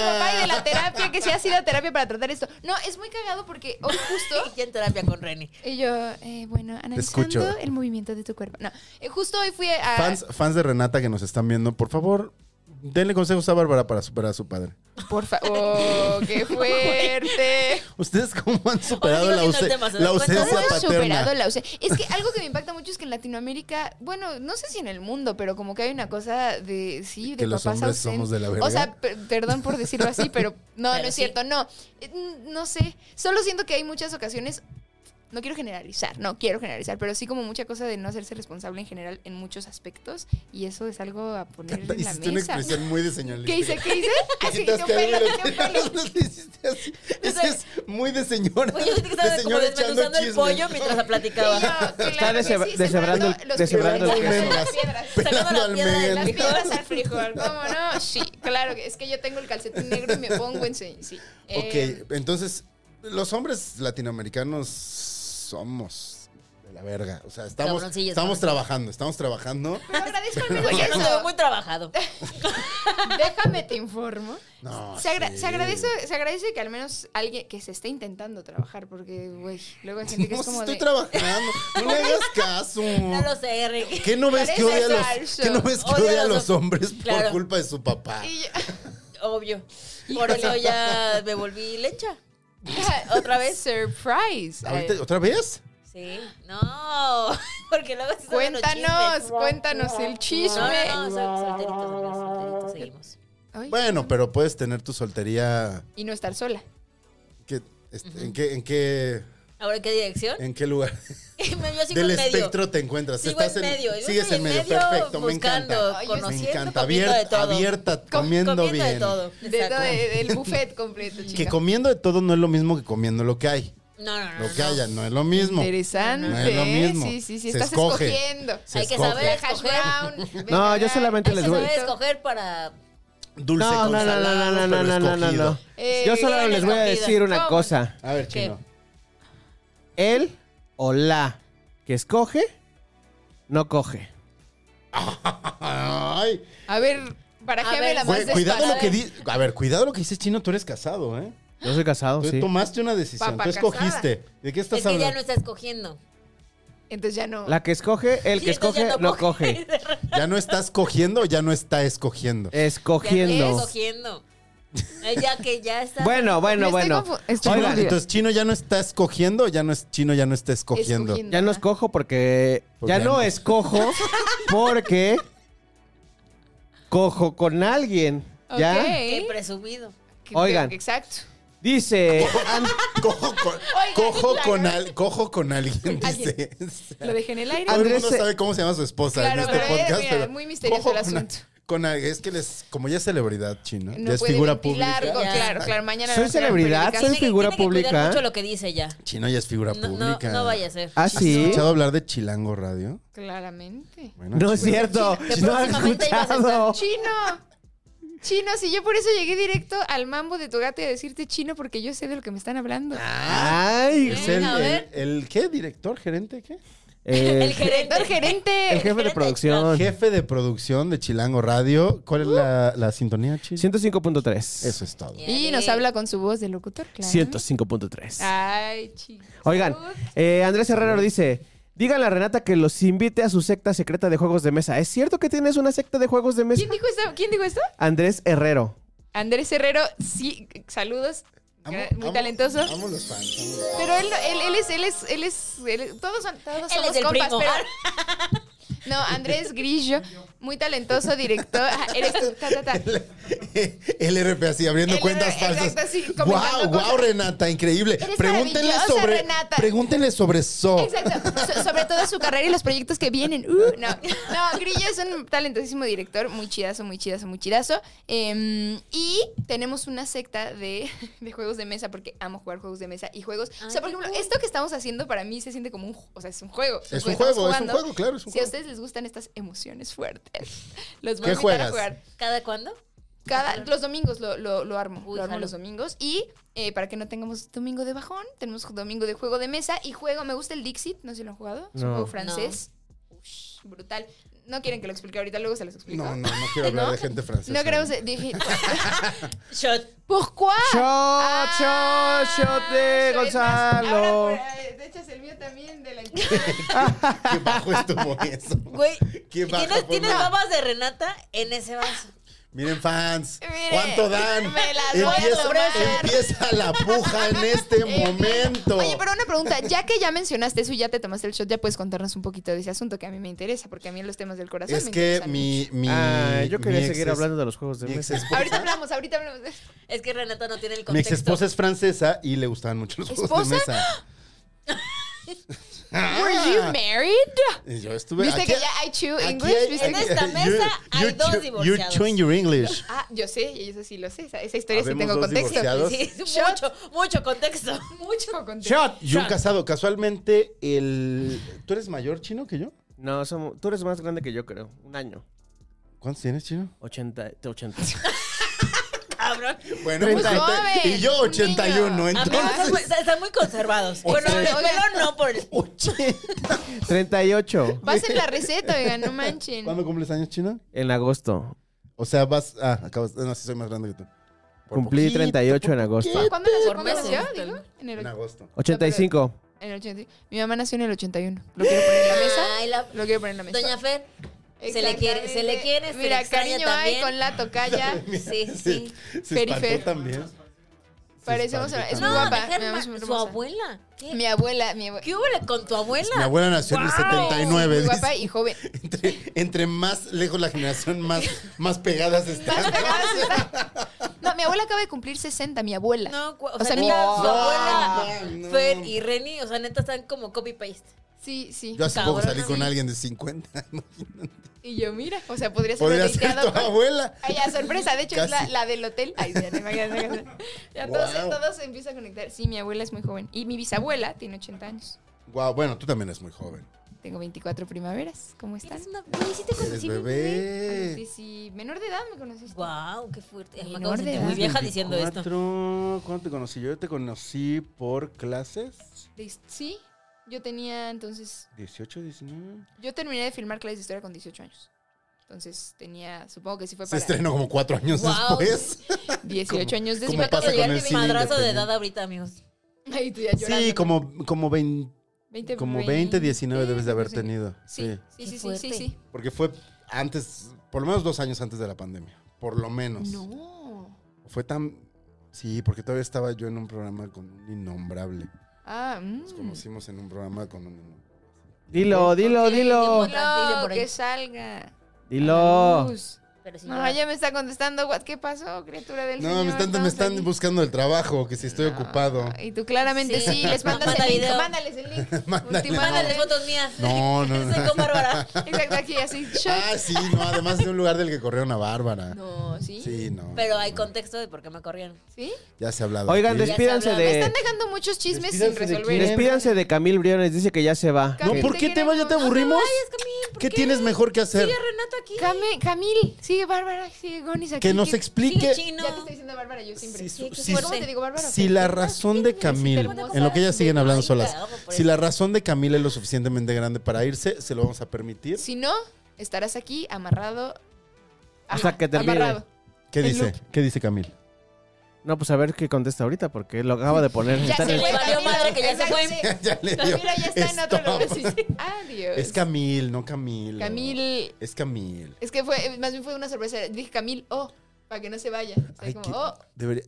B: de la
A: Bárbara.
B: terapia, que sí has ido a terapia para tratar esto. No, es muy cagado porque hoy justo...
C: Ya en terapia con Reni.
B: Y yo, eh, bueno,
A: escucho.
B: analizando el movimiento de tu cuerpo. No, eh, justo hoy fui a...
A: Fans, fans de Renata que nos están viendo, por favor, denle consejos a Bárbara para superar a su padre.
B: Por favor, qué fuerte.
A: ¿Ustedes cómo han superado
C: Oye,
A: la,
C: digo,
A: ausen-
C: viendo el tema, ¿se
A: la
C: dan cuenta?
A: ausencia
B: ¿Cómo
A: paterna?
B: hemos superado la ausencia? Es que algo que me impacta mucho es que en Latinoamérica, bueno, no sé si en el mundo, pero como que hay una cosa de, sí, de
A: Que los
B: papás
A: hombres
B: ausentes.
A: somos de la
B: O sea,
A: verga.
B: per- perdón por decirlo así, pero no,
C: Pero
B: no es
C: sí.
B: cierto, no. Eh, n- No sé, solo siento que hay muchas ocasiones no quiero generalizar, no quiero generalizar, pero sí como mucha cosa de no hacerse responsable en general en muchos aspectos y eso es algo a poner en la
A: Hiciste una
B: mesa.
A: expresión muy de señorita.
B: ¿Qué hice? "Ah, ¿Qué hice?
A: Te
B: Así, de un
A: quitaste algo
B: pelo,
A: y lo
B: de un pelo.
A: tiraste, lo hiciste así. Eso es muy de señora.
C: Oye, yo sentí que
A: de
C: estaba como
A: señora echando
C: desmenuzando el
A: chisme.
C: pollo mientras la platicaba.
D: Está desebra- deshebrando-
B: deshebrando los
D: deshebrando
B: frijoles,
A: el queso.
B: las piedras.
C: Sacando la
A: Pelando
C: piedra del
B: Las
A: almendras.
C: frijol.
B: piedras al frijol, ¿cómo no? Sí, claro, que es que yo tengo el calcetín negro y me pongo en sí. sí. Eh,
A: Ok, entonces, los hombres latinoamericanos somos de la verga. O sea, estamos,
C: Cabroncillos,
A: estamos
C: cabroncillos.
A: trabajando, estamos trabajando.
B: pero agradezco al menos
C: Oye, no se ve
B: eso.
C: muy trabajado.
B: Déjame te informo.
A: No,
B: se, agra-
A: Ah, sí.
B: se agradece, se agradece que al menos alguien que se esté intentando trabajar, porque, güey, luego hay gente que
A: No,
B: es
A: si
B: como
A: estoy
B: de...
A: trabajando. No le hagas caso.
C: No lo sé, Rick.
A: ¿Qué no ves que odia a los,
B: falso.
A: ¿qué no ves que
C: Odia
A: odia a
C: a los
A: los hombres por
C: Claro.
A: culpa de su papá?
B: Y yo-
C: Obvio. Por eso ya me volví lencha.
B: Otra vez, surprise.
A: ¿Ahorita,
B: Eh,
A: ¿Otra vez?
C: Sí. No. Porque luego se saben los
B: Cuéntanos,
C: chismes.
B: cuéntanos el
C: No,
B: chisme.
C: no, no, sol- solteritos, amigos, solteritos, seguimos.
B: Ay,
A: Bueno, pero puedes tener tu soltería.
B: Y no estar sola.
A: ¿qué- este, ¿en, qué, en, qué,
C: ¿Ahora en qué dirección?
A: ¿En qué lugar
C: Me vio sigo
A: Eh, del
C: en medio.
A: espectro te encuentras?
C: Sigo en medio. Yo
A: sigues
C: estoy
A: en medio, perfecto, me
C: buscando,
A: encanta.
B: Ay, yo
A: Me
C: conociendo,
A: encanta,
C: comiendo de
A: abierta,
C: todo.
A: abierta
C: Com-
A: comiendo, bien.
C: de todo.
B: De
C: exacto.
B: todo el el buffet completo, chica.
A: Que comiendo de todo no es lo mismo que comiendo lo que hay.
C: No, no, no.
A: Lo que
C: Ah, no.
A: haya no es lo mismo.
B: Interesante.
A: No es lo
B: ¿eh?
A: mismo.
B: Sí, sí, sí.
A: Se
B: Estás
A: escoge.
B: escogiendo.
A: Se
C: Hay que
A: escoge.
B: La
C: saber
B: hash
C: escoger.
B: brown.
D: No, yo
B: vegan.
D: solamente
C: Hay
D: les
C: que
D: voy-
C: saber escoger para...
A: Dulce
D: No,
A: con
D: no, no, no,
A: salado,
D: no, no,
A: pero
D: no, no, no, Eh,
A: escogido.
D: no. Yo solo les voy a decir una cosa.
A: A ver,
C: ¿Qué?
A: chino.
D: El o la que escoge, no coge.
A: Ay.
B: A ver,
C: ver,
B: barajéamela
C: Más
A: Güey,
B: más
A: cuidado
B: Pues despacio.
A: lo que dices. A ver, cuidado lo que dices, chino. Tú eres casado, ¿eh?
D: Yo soy casado,
A: Tú
D: Oh, sí.
A: tomaste una decisión.
B: Papá
A: tú escogiste. ¿De qué estás
C: Es que ya
A: hablando?
C: no está escogiendo.
B: Entonces ya no.
D: La que escoge, el que
C: Sí, entonces ya
D: escoge, no coge.
A: ¿Ya no estás cogiendo o ya no está
D: Eh,
A: escogiendo?
C: Ya no está
D: Escogiendo.
C: escogiendo. Ella que ya está...
D: Bueno, bueno,
B: Me estoy
D: bueno.
B: confu- estoy
A: Chino,
D: Oigan,
B: confundida.
A: entonces chino ya no está escogiendo, o ya no es chino ya no está escogiendo.
B: Escogiendo.
D: Ya no escojo porque.
A: Porque
D: Pues Ya
A: ya
D: no
A: no.
D: escojo porque. Cojo con alguien. ¿Ya?
C: Qué
B: Ok.
C: eh, presumido.
B: Que-
D: Oigan.
B: que- Exacto.
D: Dice.
A: Cojo con,
B: Oigan,
A: cojo
B: claro.
A: con al- cojo con alguien, dice.
B: Lo dejé en el aire.
A: Todo el mundo
D: Andrés-
A: sabe cómo se llama su esposa
B: Claro,
A: en este
B: pero,
A: podcast,
B: mira,
A: pero
B: muy misterioso
A: cojo
B: el
A: con a-
B: asunto.
A: Con, a- es que les, como ya es celebridad chino,
B: No
A: ya es
B: puede
A: figura
B: ventilar,
A: pública.
B: co- Claro, claro. Mañana
D: Soy
B: nos irán
D: celebridad,
B: publicando.
D: soy-
C: Tiene que-
D: figura
C: tiene que cuidar
D: pública.
C: mucho lo que dice ya.
A: Chino ya es figura
C: No, no,
A: pública.
C: no vaya a ser.
D: ¿Ah,
A: ¿Has
D: sí?
A: escuchado hablar de Chilango Radio?
B: Claramente.
A: Bueno, Chino-
D: No es cierto.
C: que
D: No he
C: próximamente ibas a
D: escuchado.
B: Chino. Chino, si yo por eso llegué directo al mambo de tu gato y a decirte chino porque yo sé de lo que me están hablando.
A: Ah.
D: Ay.
A: Es el,
C: Venga, a
A: el,
C: ver.
A: el- ¿qué? ¿Director? ¿Gerente? ¿Qué?
D: Eh,
C: El gerente.
B: Director, gerente.
D: el jefe de producción.
A: Jefe de producción de Chilango Radio. ¿Cuál es
B: Uh.
A: la, la sintonía, Chino?
D: 105.3.
A: Eso es todo.
B: Y nos habla con su voz de locutor, claro. Ah,
D: 105.3.
B: Ay, chicos.
D: Oigan, eh, Andrés Herrero dice: Díganle a Renata que los invite a su secta secreta de juegos de mesa. ¿Es cierto que tienes una secta de juegos de mesa?
B: ¿Quién dijo esto? ¿Quién dijo esto?
D: Andrés Herrero.
B: Andrés Herrero, sí, saludos.
A: Amo-
B: Gra- Muy
A: amo-
B: talentoso.
A: Amo los fans. amo los-
B: Pero él, él, él es, él es, él es, él es- todos, son, todos
C: es
B: somos
C: el
B: compas,
C: primo.
B: pero... No, Andrés Grillo, muy talentoso, director. Ah, eres tú, ta, ta, ta.
A: El RP así, abriendo
B: El
A: cuentas
B: RP,
A: falsas.
B: exacto, así,
A: wow,
B: comentando
A: wow,
B: cosas.
A: Renata, increíble.
B: Eres
A: Pregúntenle
B: maravillosa,
A: sobre.
B: Renata.
A: Pregúntenle sobre So.
B: Exacto. So- sobre todo su carrera y los proyectos que vienen. Uh, no. no, Grillo es un talentosísimo director, muy chidazo, muy chidazo, muy chidazo. Em, y tenemos una secta de, de juegos de mesa, porque amo jugar juegos de mesa y juegos. o sea, por ejemplo, esto que estamos haciendo para mí se siente como un, ju- o sea, es un juego.
A: Es un
B: Estamos
A: juego, es un
B: jugando.
A: juego, claro, es un
B: Si a
A: juego.
B: ustedes les gustan estas emociones fuertes, los voy
A: ¿Qué
B: a invitar a
A: juegas?
B: jugar.
C: ¿Cada cuándo?
B: Cada, los domingos lo, lo, lo armo.
C: Uy,
B: lo armo
C: jalo.
B: los domingos. Y eh, para que no tengamos domingo de bajón, tenemos domingo de juego de mesa. Y juego, me gusta el Dixit, no sé si lo han jugado. Es un
D: No.
B: juego francés. Ush, brutal. No quieren que lo explique ahorita, luego se los explico.
A: No, no, no quiero hablar
B: ¿No?
A: de gente francesa.
B: No queremos. Dije.
C: Shot.
B: ¿Por qué?
D: Shot,
B: Ah,
D: shot, shot de
B: soy más-
D: Gonzalo.
B: Ahora, eh, te echas el mío también de la
A: Qué bajo estuvo eso.
C: Güey,
A: Qué bajo pues?
C: ¿tienes,
A: fue,
C: tienes
A: güey.
C: babas de Renata en ese vaso?
A: Miren, fans.
B: Miren,
A: ¿Cuánto dan?
B: me las voy a
A: empieza,
B: tomar.
A: empieza la puja en este momento.
B: Eh, Oye, pero una pregunta, ya que ya mencionaste eso y ya te tomaste el shot, ya puedes contarnos un poquito de ese asunto que a mí me interesa, porque a mí los temas del corazón
A: es
B: me
A: que
B: interesan
A: mi, mi.
D: Ah, yo quería
A: mi ex
D: seguir
A: es-
D: hablando de los juegos de
A: mi
D: mesa.
A: ex
B: mucho. Ahorita
A: esposa-
B: hablamos, ahorita hablamos. de-
C: Es que Renata no tiene el
A: Mi ex
C: contexto.
A: esposa es francesa y le gustaban mucho los juegos de
B: ¿Esposa?
A: mesa.
B: ¿Were you married?
A: Y yo estuve
B: ¿Viste
A: Ah. aquí-
B: que ya I chew
A: aquí
B: English?
A: hay-
B: ¿Viste
A: este-
C: En
B: que-
C: esta mesa hay dos
A: chew-
C: divorciados.
A: You chewing your English.
B: Ah, yo sé, y eso sí lo sé. Esa, esa historia sí
A: Habemos
B: tengo
A: dos
B: contexto.
A: divorciados.
C: Sí, es
B: Shot.
C: mucho, mucho contexto.
B: Mucho contexto.
D: ¡Shot!
A: Y un casado. Casualmente, el... ¿Tú eres mayor chino que yo?
D: No, somos- tú eres más grande que yo, creo. Un año.
A: ¿Cuántos tienes, chino?
D: 80. 80.
C: Cabrón.
A: Bueno,
B: Muy joven,
A: y yo
B: un
A: 81,
B: niño.
C: Amigos, están, muy-
A: entonces.
C: están muy conservados. Bueno, el
B: Oigan.
C: pelo no por el.
A: Oye.
D: 38.
B: Pasen la receta, oigan, no manchen.
A: ¿Cuándo cumples años, chino?
D: En agosto.
A: O sea, vas. Ah, acabas. No, sí, soy más grande que tú. Por
D: Cumplí
A: poquito,
D: 38 en agosto.
B: ¿Cuándo nació?
C: Por
B: ¿Cuándo
C: meses.
B: nació? Digo, en el,
A: En agosto.
D: 85.
B: en el 80. Mi mamá nació en el 81. Lo quiero poner en la mesa.
C: Ay, la-
B: Lo quiero poner en la mesa.
C: Doña Fer. Se le quiere, se le
B: Exactamente.
C: quiere, se
B: Mira,
C: le extraña
B: cariño hay
C: también.
B: con la tocaya.
C: Sí, sí.
A: Se espantó
B: Perifer.
A: también. Se
B: Parecemos-
A: espantó
B: es
A: también.
C: No,
B: guapa,
C: dejar
B: mi mamá es muy
C: su
B: hermosa.
C: abuela. ¿Qué,
B: Mi abuela, mi abuela.
C: ¿Qué hubo con tu abuela?
A: Mi abuela nació en el 79.
B: Muy
A: dice.
B: guapa y joven.
A: Entre, entre más lejos la generación, más, más pegadas
B: Más
A: están.
B: pegadas están. No, mi abuela acaba de cumplir 60, mi abuela.
C: No, cu- o,
B: O
C: sea,
B: sea,
C: neta,
B: mi-
C: su
B: No,
C: abuela,
A: no.
C: Fer y Reni, o sea, neta están como copy-paste.
B: Sí, sí.
A: Yo hace poco
C: Cabrón,
A: salí con
C: sí.
A: alguien de 50.
B: Y yo, mira, o sea, podría ser
A: Podría
B: una
A: ser
B: dateada
A: tu
B: con-
A: abuela.
B: Ay, ya, sorpresa. De hecho, es la,
A: Casi.
B: la del hotel. Ay, ya, no, imagínate, imagínate. Ya todos,
A: Guau.
B: todos se empiezan a conectar. Sí, mi abuela es muy joven. Y mi bisabuela tiene 80 años.
A: Guau, bueno, tú también eres muy joven.
B: Tengo 24 primaveras. ¿Cómo están?
C: Eres una... Güey, sí te
A: Eres
C: conocí bien, bebé.
A: bebé.
B: Sí, sí. Menor de edad me conociste.
C: Wow, qué fuerte. Me acabo
B: Menor
C: de
B: de
C: sentir
B: edad.
C: muy vieja diciendo esto.
A: esto. ¿Cuándo te conocí? Yo te conocí por clases.
B: De- Sí, yo tenía entonces.
A: 18, 19.
B: Yo terminé de filmar clases de historia con 18 años. Entonces tenía, supongo que sí fue
A: Se
B: para
A: estrenó como cuatro años
C: Guau.
A: después.
B: 18
A: como-
B: años
A: como
B: después.
A: pasa con
C: Acabo de
A: el
C: llegar mi
A: cine
C: madrazo de
A: independiente.
C: edad ahorita, amigos.
B: Ay, tú ya llorando.
A: Sí, como, como, 20,
B: 20,
A: como 20, 19 debes de haber
B: 20.
A: tenido. Sí.
B: Sí, sí, sí,
C: Qué
B: sí, sí,
C: fuerte.
B: sí.
A: Porque fue antes, por lo menos dos años antes de la pandemia. Por lo menos.
B: No.
A: Fue tan. Sí, porque todavía estaba yo en un programa con un innombrable.
B: Ah, mm.
A: Nos conocimos en un programa con un innombrable.
D: Dilo, dilo,
C: Ok, dilo.
D: dilo.
C: Dile
B: No,
C: por ahí.
B: que salga. A la
D: Dilo.
B: luz.
C: Pero si
B: No,
C: llora.
B: ya me está contestando. what- ¿Qué pasó, criatura del
A: No,
B: señor?
A: me están, me
B: Estamos
A: están
B: aquí.
A: buscando el trabajo, que si estoy
C: Ah.
B: No,
A: ocupado.
B: Y tú claramente
C: Sí.
B: sí, les mandas
C: Manda
B: el link.
C: video.
B: Mándales el link.
A: Mándale,
C: Mándale
B: Últimamente.
C: fotos mías.
A: No, no, no.
C: Soy con Bárbara.
B: Exacto, aquí así. shot.
A: Ah, sí, no, además de un lugar del que corrieron a Bárbara.
B: No, ¿sí? ¿Sí?
A: Sí, no.
C: Pero
A: no,
C: hay
A: no.
C: contexto de por qué me corrieron.
A: Ya se ha hablado.
D: Oigan,
A: aquí.
D: despídanse
C: Ya se
B: Están
D: de.
B: dejando muchos chismes sin
A: Despídanse de
B: resolver.
A: quién.
D: Despídanse de Camil Briones. Dice que ya se va.
B: Cam-
A: No, ¿por qué te
B: queremos.
A: vas? ¿Ya te
B: No te
A: aburrimos?
C: Vayas, Camil, ¿por
A: ¿Qué tienes mejor que hacer?
C: Sigue Renato aquí.
B: Cami- Camil, sigue Bárbara, sigue Gonis aquí.
A: Que nos
B: ¿Qué-
C: Sigue
A: explique
C: chino.
B: Ya te estoy diciendo Bárbara yo siempre.
A: si, su-
C: qué
A: si-
B: ¿Cómo te digo Bárbara?
A: si la razón de Camil, en lo que ellas siguen hablando solas, si la razón de Camil es lo suficientemente grande para irse, se lo vamos a permitir.
B: Si no, estarás aquí amarrado.
D: sea, que termine.
B: Amarrado.
A: ¿Qué
B: el
A: dice? ¿Qué dice Camil?
D: No, pues a ver qué contesta ahorita, porque lo acaba de poner.
B: Ya
D: Está en
B: se
D: el-
B: fue.
C: Le valió
B: Camilo.
C: madre que ya se
B: Exacto,
C: fue.
B: sí.
A: Ya le dio.
B: Mira, ya está en otro
A: Stop.
B: lugar. sí, sí. Adiós.
A: Es Camil, no Camil.
B: Camil.
A: Es Camil.
B: Es que fue, más bien fue una sorpresa. Dije Camil, oh, para que no se vaya. O sea,
A: Ay,
B: como,
A: que-
B: oh,
A: debería,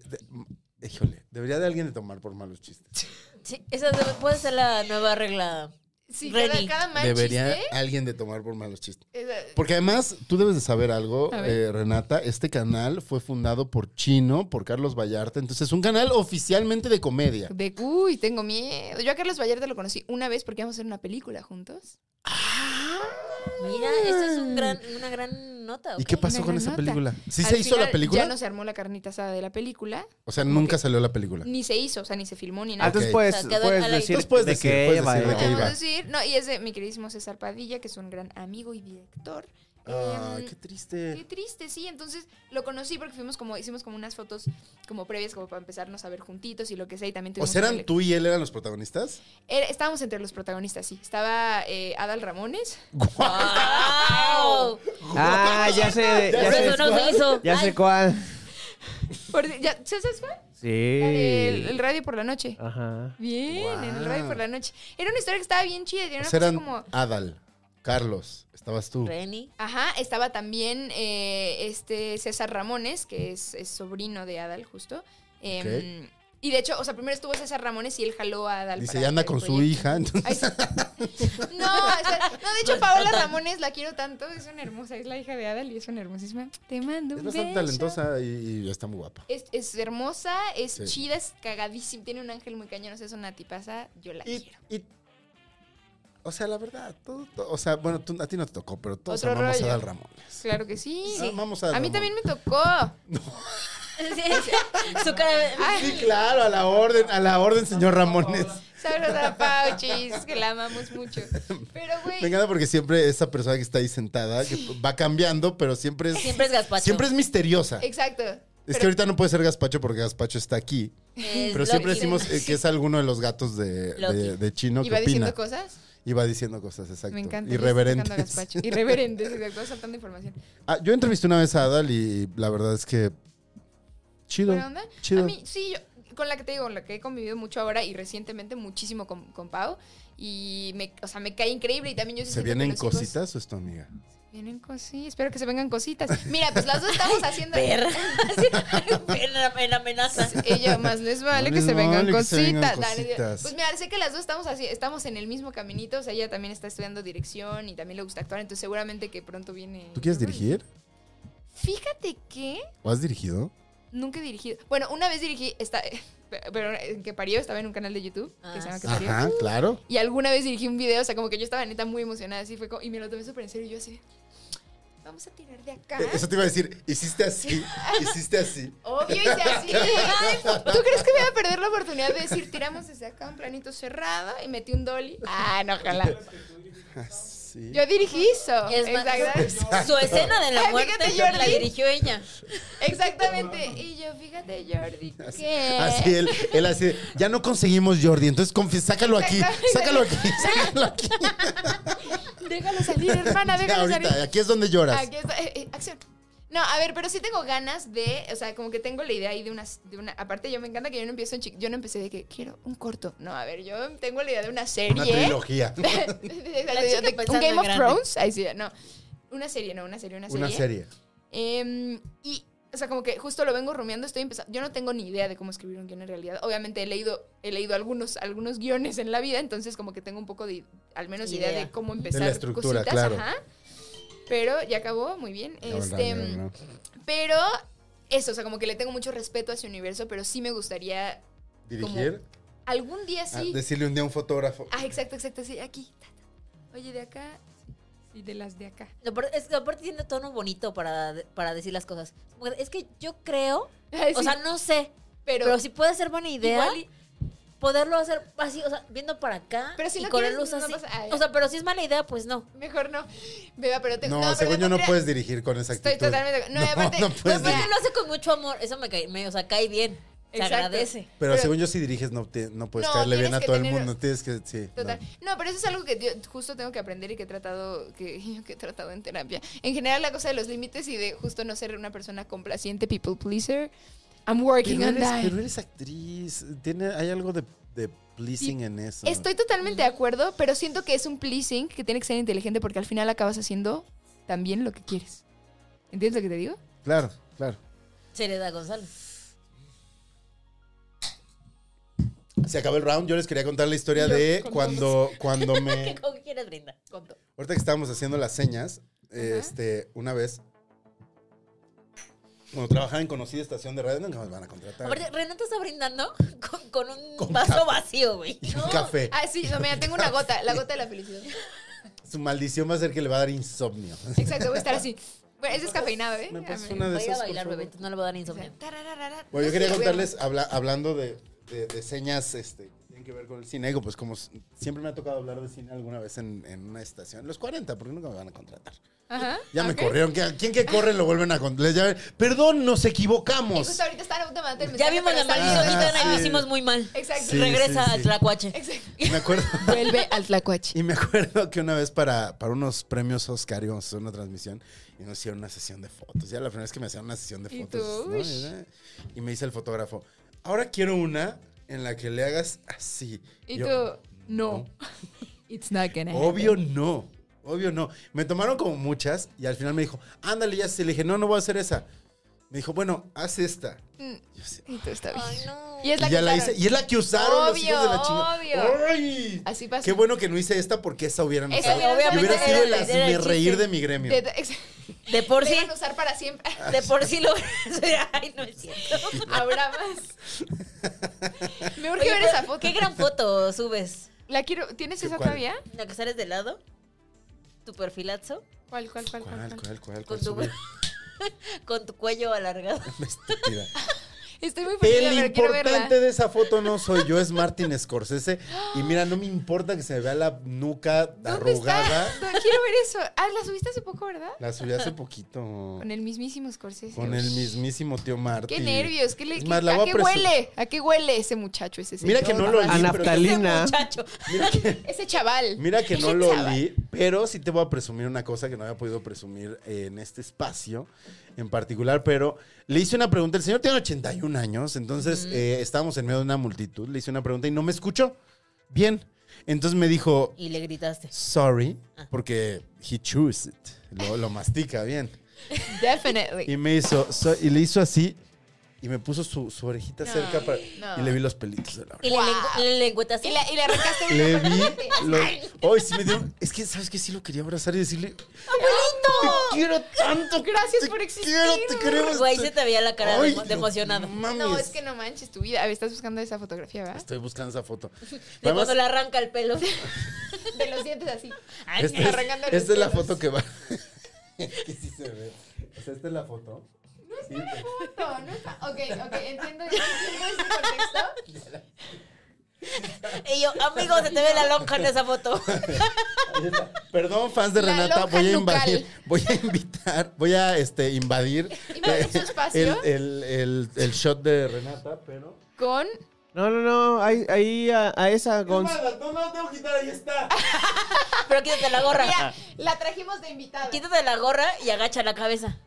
A: de- híjole, debería de alguien de tomar por malos chistes.
C: Sí, esa debe- puede ser la nueva regla.
B: sí,
C: Reni.
B: cada, cada mal
A: Debería
B: chiste.
A: alguien de tomar por malos chistes.
B: es-
A: Porque además, tú debes de saber algo,
B: A ver.
A: eh, Renata. Este canal fue fundado por Chino, por Carlos Vallarta. Entonces, es un canal oficialmente de comedia.
B: De, uy, tengo miedo. Yo a Carlos Vallarta lo conocí una vez porque íbamos a hacer una película juntos.
C: Mira, esto es un gran, una gran nota.
A: ¿Y
C: ¿ok?
A: qué pasó
B: Una
A: con
B: gran
A: esa
B: nota.
A: película? ¿Sí
B: Al
A: se hizo la
B: final
A: película?
B: Ya no se armó la carnita asada de la película.
A: O sea, nunca salió la película.
B: Ni se hizo, o sea, ni se filmó ni
D: Ah,
B: nada.
D: Entonces
A: Ok.
D: puedes,
C: O sea, quedó
D: puedes
C: al aire.
D: decir,
A: Entonces puedes
D: de
A: decir,
D: qué
A: puedes
D: va,
A: decir de
D: ¿no?
A: qué iba.
B: Vamos a decir, no, y es de mi queridísimo César Padilla, que es un gran amigo y director.
A: Ay,
B: Em,
A: Ah, qué triste.
B: Qué triste, sí. Entonces lo conocí porque fuimos como, hicimos como unas fotos como previas, como para empezarnos a ver juntitos y lo que sea. Y también
A: O
B: tuvimos
A: sea,
B: una
A: ¿eran
B: le-
A: tú y él eran los protagonistas?
B: Era- estábamos entre los protagonistas, sí. Estaba eh, Adal Ramones.
C: ¡Wow!
D: Ah, ya sé, ya
C: Por
D: sé,
C: eso no se hizo.
D: ya sé
C: Ay,
D: cuál.
B: Por- ya, ¿Sabes cuál? La de Ah, el,
D: Sí.
B: el radio por la noche.
D: Ajá.
B: Bien, en el radio
A: Guau.
B: por la noche. Era una historia que estaba bien chida. Tenía
A: O
B: una
A: sea,
B: cosa
A: eran
B: pues como...
A: Adal, Carlos, estabas tú.
C: Reni.
B: Ajá, estaba también eh, este César Ramones, que es, es sobrino de Adal, justo. Em, Y de hecho, o sea, primero estuvo César Ramones y él jaló a Adal.
A: Dice,
B: para
A: ya anda
B: el
A: con su
B: proyecto.
A: hija. Entonces,
B: Ay, sí. No, o sea, no, de hecho, Paola Ramones la quiero tanto. Es una hermosa, es la hija de Adal y es una hermosísima. Te mando un
A: es bastante
B: beso.
A: talentosa y, y está muy guapa.
B: Es, es hermosa, es
A: Sí.
B: chida, es cagadísima. Tiene un ángel muy cañón, o sea, es una tipaza. Yo la
A: Y,
B: quiero.
A: y o sea, la verdad, todo, todo- o sea, bueno, tú- a ti no te tocó, pero todos
B: Otro
A: amamos
B: rollo.
A: a Dal Ramones.
B: Claro que sí.
A: Sí. Amamos Ah, a Dal
B: A mí también
A: Ramones.
B: me tocó.
C: Su cara de-
A: Sí, claro, a la orden, a la orden, señor Ramones.
B: Sabros a Pauchis, que la amamos mucho. Pero, güey.
A: Me encanta porque siempre esa persona que está ahí sentada que va cambiando, pero siempre es,
C: Siempre es gazpacho.
A: siempre es misteriosa.
B: Exacto.
A: Es que ahorita no puede ser gazpacho porque gazpacho está aquí.
C: Es
A: Pero siempre
C: Loki.
A: decimos eh, que es alguno de los gatos de, de,
C: Loki.
A: de chino que
B: Iba diciendo
A: opina.
B: cosas.
A: Y va diciendo cosas, exacto.
B: Me encanta.
A: Irreverentes.
B: Irreverente. Irreverentes, exacto. Saltando información.
A: Ah, yo entrevisté una vez a Adal y la verdad es que. Chido.
B: ¿Buena onda?
A: Chido.
B: A mí, sí, yo, con la que te digo, con la que he convivido mucho ahora y recientemente muchísimo con, con Pau. Y me, o sea, me cae increíble y también yo sí
A: ¿Se
B: siento que
A: vienen
B: los hijos-
A: cositas o es tu amiga?
B: Vienen cositas, espero que se vengan cositas. Mira, pues las dos estamos haciendo.
C: Perra. Perra en amenaza.
B: Ella más les vale
A: No
B: que
A: les
B: se vengan
A: vale que se
B: cositas.
A: vengan
B: Dale,
A: cositas.
B: Pues mira, sé que las dos estamos así, estamos en el mismo caminito. O sea, ella también está estudiando dirección y también le gusta actuar. Entonces seguramente que pronto viene.
A: ¿Tú quieres dirigir?
B: Fíjate que
A: ¿O has dirigido?
B: nunca he dirigido. Bueno, una vez dirigí, está, pero en que parió estaba en un canal de YouTube que se llama Que Parió.
A: Ajá, claro.
B: Y alguna vez dirigí un video, o sea, como que yo estaba neta muy emocionada, así fue como, y me lo tomé súper en serio y yo así, de, vamos a tirar de acá.
A: Eh, Eso te iba a decir, hiciste así, hiciste así.
B: Obvio hice así. Ay, ¿Tú crees que voy a perder la oportunidad de decir, tiramos desde acá un planito cerrado y metí un dolly? Ah, no, ojalá.
A: Así.
B: Yo dirigí eso.
C: Es más-
B: Exacto.
C: Su escena de la
B: Ay,
C: muerte
B: fíjate,
C: la
B: Jordi.
C: dirigió ella.
B: Exactamente. Y yo, fíjate, Jordi, que...
A: Así él, él así, de, ya no conseguimos Jordi, entonces confi- sácalo aquí,
B: Exactamente.
A: sácalo aquí, sácalo aquí.
B: Déjalo salir, hermana,
A: Ya,
B: déjalo salir.
A: ahorita, aquí es donde lloras.
B: Aquí está, eh, eh, acción. No, a ver, pero sí tengo ganas de, o sea, como que tengo la idea ahí de unas, de una, aparte yo me encanta que yo no empiezo en chiqui- yo no empecé de que quiero un corto. No, a ver, yo tengo la idea de una serie.
A: Una trilogía,
B: De- de-
C: La
B: de-
C: chica
B: de-
C: pensando
B: un Game
C: en
B: of
C: grande.
B: Thrones. Ahí sí, no. Una serie, no, una serie, una serie.
A: una serie.
B: Em, y, o sea, como que justo lo vengo rumiando, estoy empezando. Yo no tengo ni idea de cómo escribir un guión en realidad. Obviamente he leído, he leído algunos, algunos guiones en la vida, entonces como que tengo un poco de, al menos idea,
C: Idea.
B: de cómo empezar
A: estructura,
B: cositas.
A: claro.
B: Ajá. Pero ya acabó, muy bien.
A: Ya,
B: este,
A: ya, ya.
B: Pero eso, o sea, como que le tengo mucho respeto a ese universo, pero sí me gustaría
A: Dirigir,
B: algún día
A: ah,
B: sí.
A: decirle un día a un fotógrafo.
B: Ah, exacto, exacto, sí, aquí. ta, ta. Oye, de acá. Y de las de acá.
C: Lo peor Es que aparte tiene tono bonito para, para decir las cosas. Como que, Es que yo creo,
B: Ay,
C: o
B: Ah, sí,
C: sea, no sé,
B: pero,
C: pero, si puede ser buena idea
B: igual y-
C: poderlo hacer así, o sea, viendo para acá
B: Pero si
C: y
B: no
C: con la
B: quieres,
C: luz
B: no
C: así.
B: pasa- ay.
C: o sea, pero si es mala idea, pues no.
B: mejor no. Beba, pero te
A: No,
B: pero
A: según yo no
B: aparte-
A: puedes dirigir con esa actitud.
B: Estoy totalmente. de acuerdo. No, y aparte.
A: no puedes
B: mira,
C: Aparte lo hace con mucho amor, eso me cae, me, o sea, cae bien, se
B: Exacto.
C: agradece.
A: Pero,
B: Pero-
A: según yo, si diriges, no, te- no puedes
B: No,
A: caerle bien
B: tienes
A: a
B: que
A: todo el
B: tener-
A: mundo. Tienes que, sí. no.
B: Total. No, pero eso es algo que yo justo tengo que aprender y que he tratado, que, que he tratado en terapia. En general, la cosa de los límites y de justo no ser una persona complaciente, people pleaser. I'm working
A: Pero,
B: on
A: eres,
B: that.
A: pero eres actriz. Tiene, hay algo de, de pleasing en eso.
B: Estoy totalmente de acuerdo, pero siento que es un pleasing que tiene que ser inteligente porque al final acabas haciendo también lo que quieres. ¿Entiendes lo que te digo?
A: Claro, claro.
C: Sereda González.
A: Eh. Se acabó el round. Yo les quería contar la historia de cuando, cuando me.
C: ¿Con qué quieres brindar? Con todo.
A: Ahorita que estábamos haciendo las señas, este, una vez. Cuando trabajaba en conocida estación de radio, nunca nos van a contratar.
C: Aparte, Renata está brindando con, con un
A: Con
C: vaso
A: café.
C: vacío, güey.
A: Y un café.
B: Ah, sí, no, mira, tengo una gota, la gota de la felicidad.
A: Su maldición va a ser que le va a dar insomnio.
B: Exacto, voy a estar así. Bueno, es descafeinado, ¿eh?
A: ¿Me pasas
B: A mí-
A: una de
C: Voy a ir a
A: esas, por
C: bailar,
A: favor?
C: bebé, no le voy a dar insomnio.
B: Tarararara.
A: Bueno, yo
B: No sé,
A: quería
B: güey,
A: contarles, habla- hablando de, de- de señas este, que tienen que ver con el cine, digo, pues como s- siempre me ha tocado hablar de cine alguna vez en, en una estación, los 40, porque nunca me van a contratar.
B: Ajá.
A: Ya
B: ok.
A: me corrieron, que a quien que corre lo vuelven a contratar. Perdón, nos
B: Y
A: equivocamos.
B: justo ahorita están automáticamente.
C: Ya vimos la maldición
B: Ah,
A: bien.
C: gitana y lo
A: Sí.
C: hicimos muy mal.
B: Exacto.
A: Sí,
C: Regresa
A: sí, sí.
C: al Tlacuache.
B: Exacto.
A: Me acuerdo.
B: Vuelve al tlacuache.
A: Y me acuerdo que una vez para, para unos premios Oscar íbamos a hacer una transmisión y nos hicieron una sesión de fotos. Ya la primera vez que me hacían una sesión de
B: ¿Y
A: fotos.
B: tú?
A: ¿no? Y, eh, y me dice el fotógrafo, ahora quiero una en la que le hagas así.
B: Y
A: Yo,
B: tú, no. It's not gonna happen.
A: Obvio no. Obvio no. Me tomaron como muchas y al final me dijo, ándale, ya se le dije, no, no voy a hacer esa. Me dijo, bueno, haz esta.
B: Mm.
A: Yo así,
B: Y tú, está bien.
C: Ay, no.
B: Y es la
A: y
B: que
A: ya la hice.
B: usaron.
A: Y es la que usaron los
B: Obvio,
A: hijos de la chingada.
B: obvio.
A: ¡Ay!
B: Así pasa.
A: Qué bueno que no hice esta porque esa hubieran
B: Esa
A: usado.
B: hubiera
A: Y hubiera
B: sido
A: sido
B: el-
A: el
C: era el
A: me reír
C: chiste.
A: de mi gremio.
B: Te- te- ex-
C: De por
B: te
C: sí,
B: van a usar para siempre.
C: de por sí lo Ay, no es cierto.
B: Habrá más. Me urge
C: Oye,
B: ver
C: pero
B: esa foto.
C: Qué gran foto subes.
B: La quiero. ¿Tienes
A: ¿Qué,
B: esa
A: cuál?
B: todavía?
C: La que sales de lado, tu perfilazo,
B: ¿Cuál, cuál, cuál, cuál?
A: ¿Cuál,
B: cuál?
A: cuál, cuál?
C: Con
A: cuál?
C: tu-
A: Sube.
C: con tu cuello alargado.
A: Estúpida.
B: Estoy muy feliz,
A: El
B: pero quiero verla.
A: importante de esa foto no soy yo, es Martin Scorsese. Y mira, no me importa que se me vea la nuca
B: ¿Dónde
A: arrugada.
B: está? No, quiero ver eso. Ah, la subiste hace poco, ¿verdad?
A: La subí hace poquito.
B: Con el mismísimo Scorsese.
A: Con el mismísimo tío Martin.
B: Qué nervios, ¿qué le,
A: Es más,
B: qué-
A: la
B: ¿a
A: voy a
B: qué
A: presu-
B: huele? ¿A qué huele ese muchacho, ese señor?
A: Mira que no lo
D: A
A: olí. pero-
D: naftalina.
C: Muchacho.
A: Mira que,
B: Ese chaval.
A: mira que no
B: Ese
A: lo
B: chaval.
A: olí, pero sí te voy a presumir una cosa que no había podido presumir en este espacio en particular. Pero le hice una pregunta. El señor tiene 81 años, entonces eh, estábamos en medio de una multitud. Le hice una pregunta y no me escuchó bien. Entonces me dijo,
C: Y le gritaste.
A: sorry, porque he chews it. Lo, lo mastica bien.
B: Definitely.
A: Y me hizo, so- y le hizo así, y me puso su, su orejita cerca para-
B: no.
A: y le vi los pelitos de la oreja.
C: Y le, lengua- le lengüetaste.
B: Y le, y le arrancaste un
A: Le vi los. Ay, sí me dio- Es que, ¿sabes qué? Sí lo quería abrazar y decirle.
B: ¡Abuelito!
A: Te quiero tanto.
B: Gracias
A: te
B: por existir.
A: Quiero, te queremos.
C: Güey, se te veía la cara de,
A: Ay,
C: emo- de
A: no
C: emocionado.
A: mames.
B: No, es que no manches tu vida. A ver, estás buscando esa fotografía, ¿verdad?
A: Estoy buscando esa foto.
C: De
A: Además,
C: cuando le arranca el pelo.
B: De los dientes así.
C: Ay,
A: esta Este es,
B: arrancando los
A: esta es la
B: pelos.
A: foto que va. que sí se ve. O sea, esta es la foto. Sí,
B: No, no está. Ok, ok, entiendo, entiendo ese contexto.
C: Y yo, amigo, se te ve la lonja en esa foto.
A: ahí está. Perdón, fans de
B: La
A: Renata,
B: lonja
A: voy a
B: nucal.
A: invadir, voy a invitar, voy a este invadir,
B: Invadir su
A: eh,
B: espacio.
A: el, el, el, el shot de Renata, pero
B: Con.
D: No, no, no. Ahí, ahí a, a esa
A: No,
D: Gonz.
A: no, no, tengo que quitar, ahí está.
C: Pero quítate la gorra.
B: Mira, la trajimos de invitada.
C: Quítate la gorra y agacha la cabeza.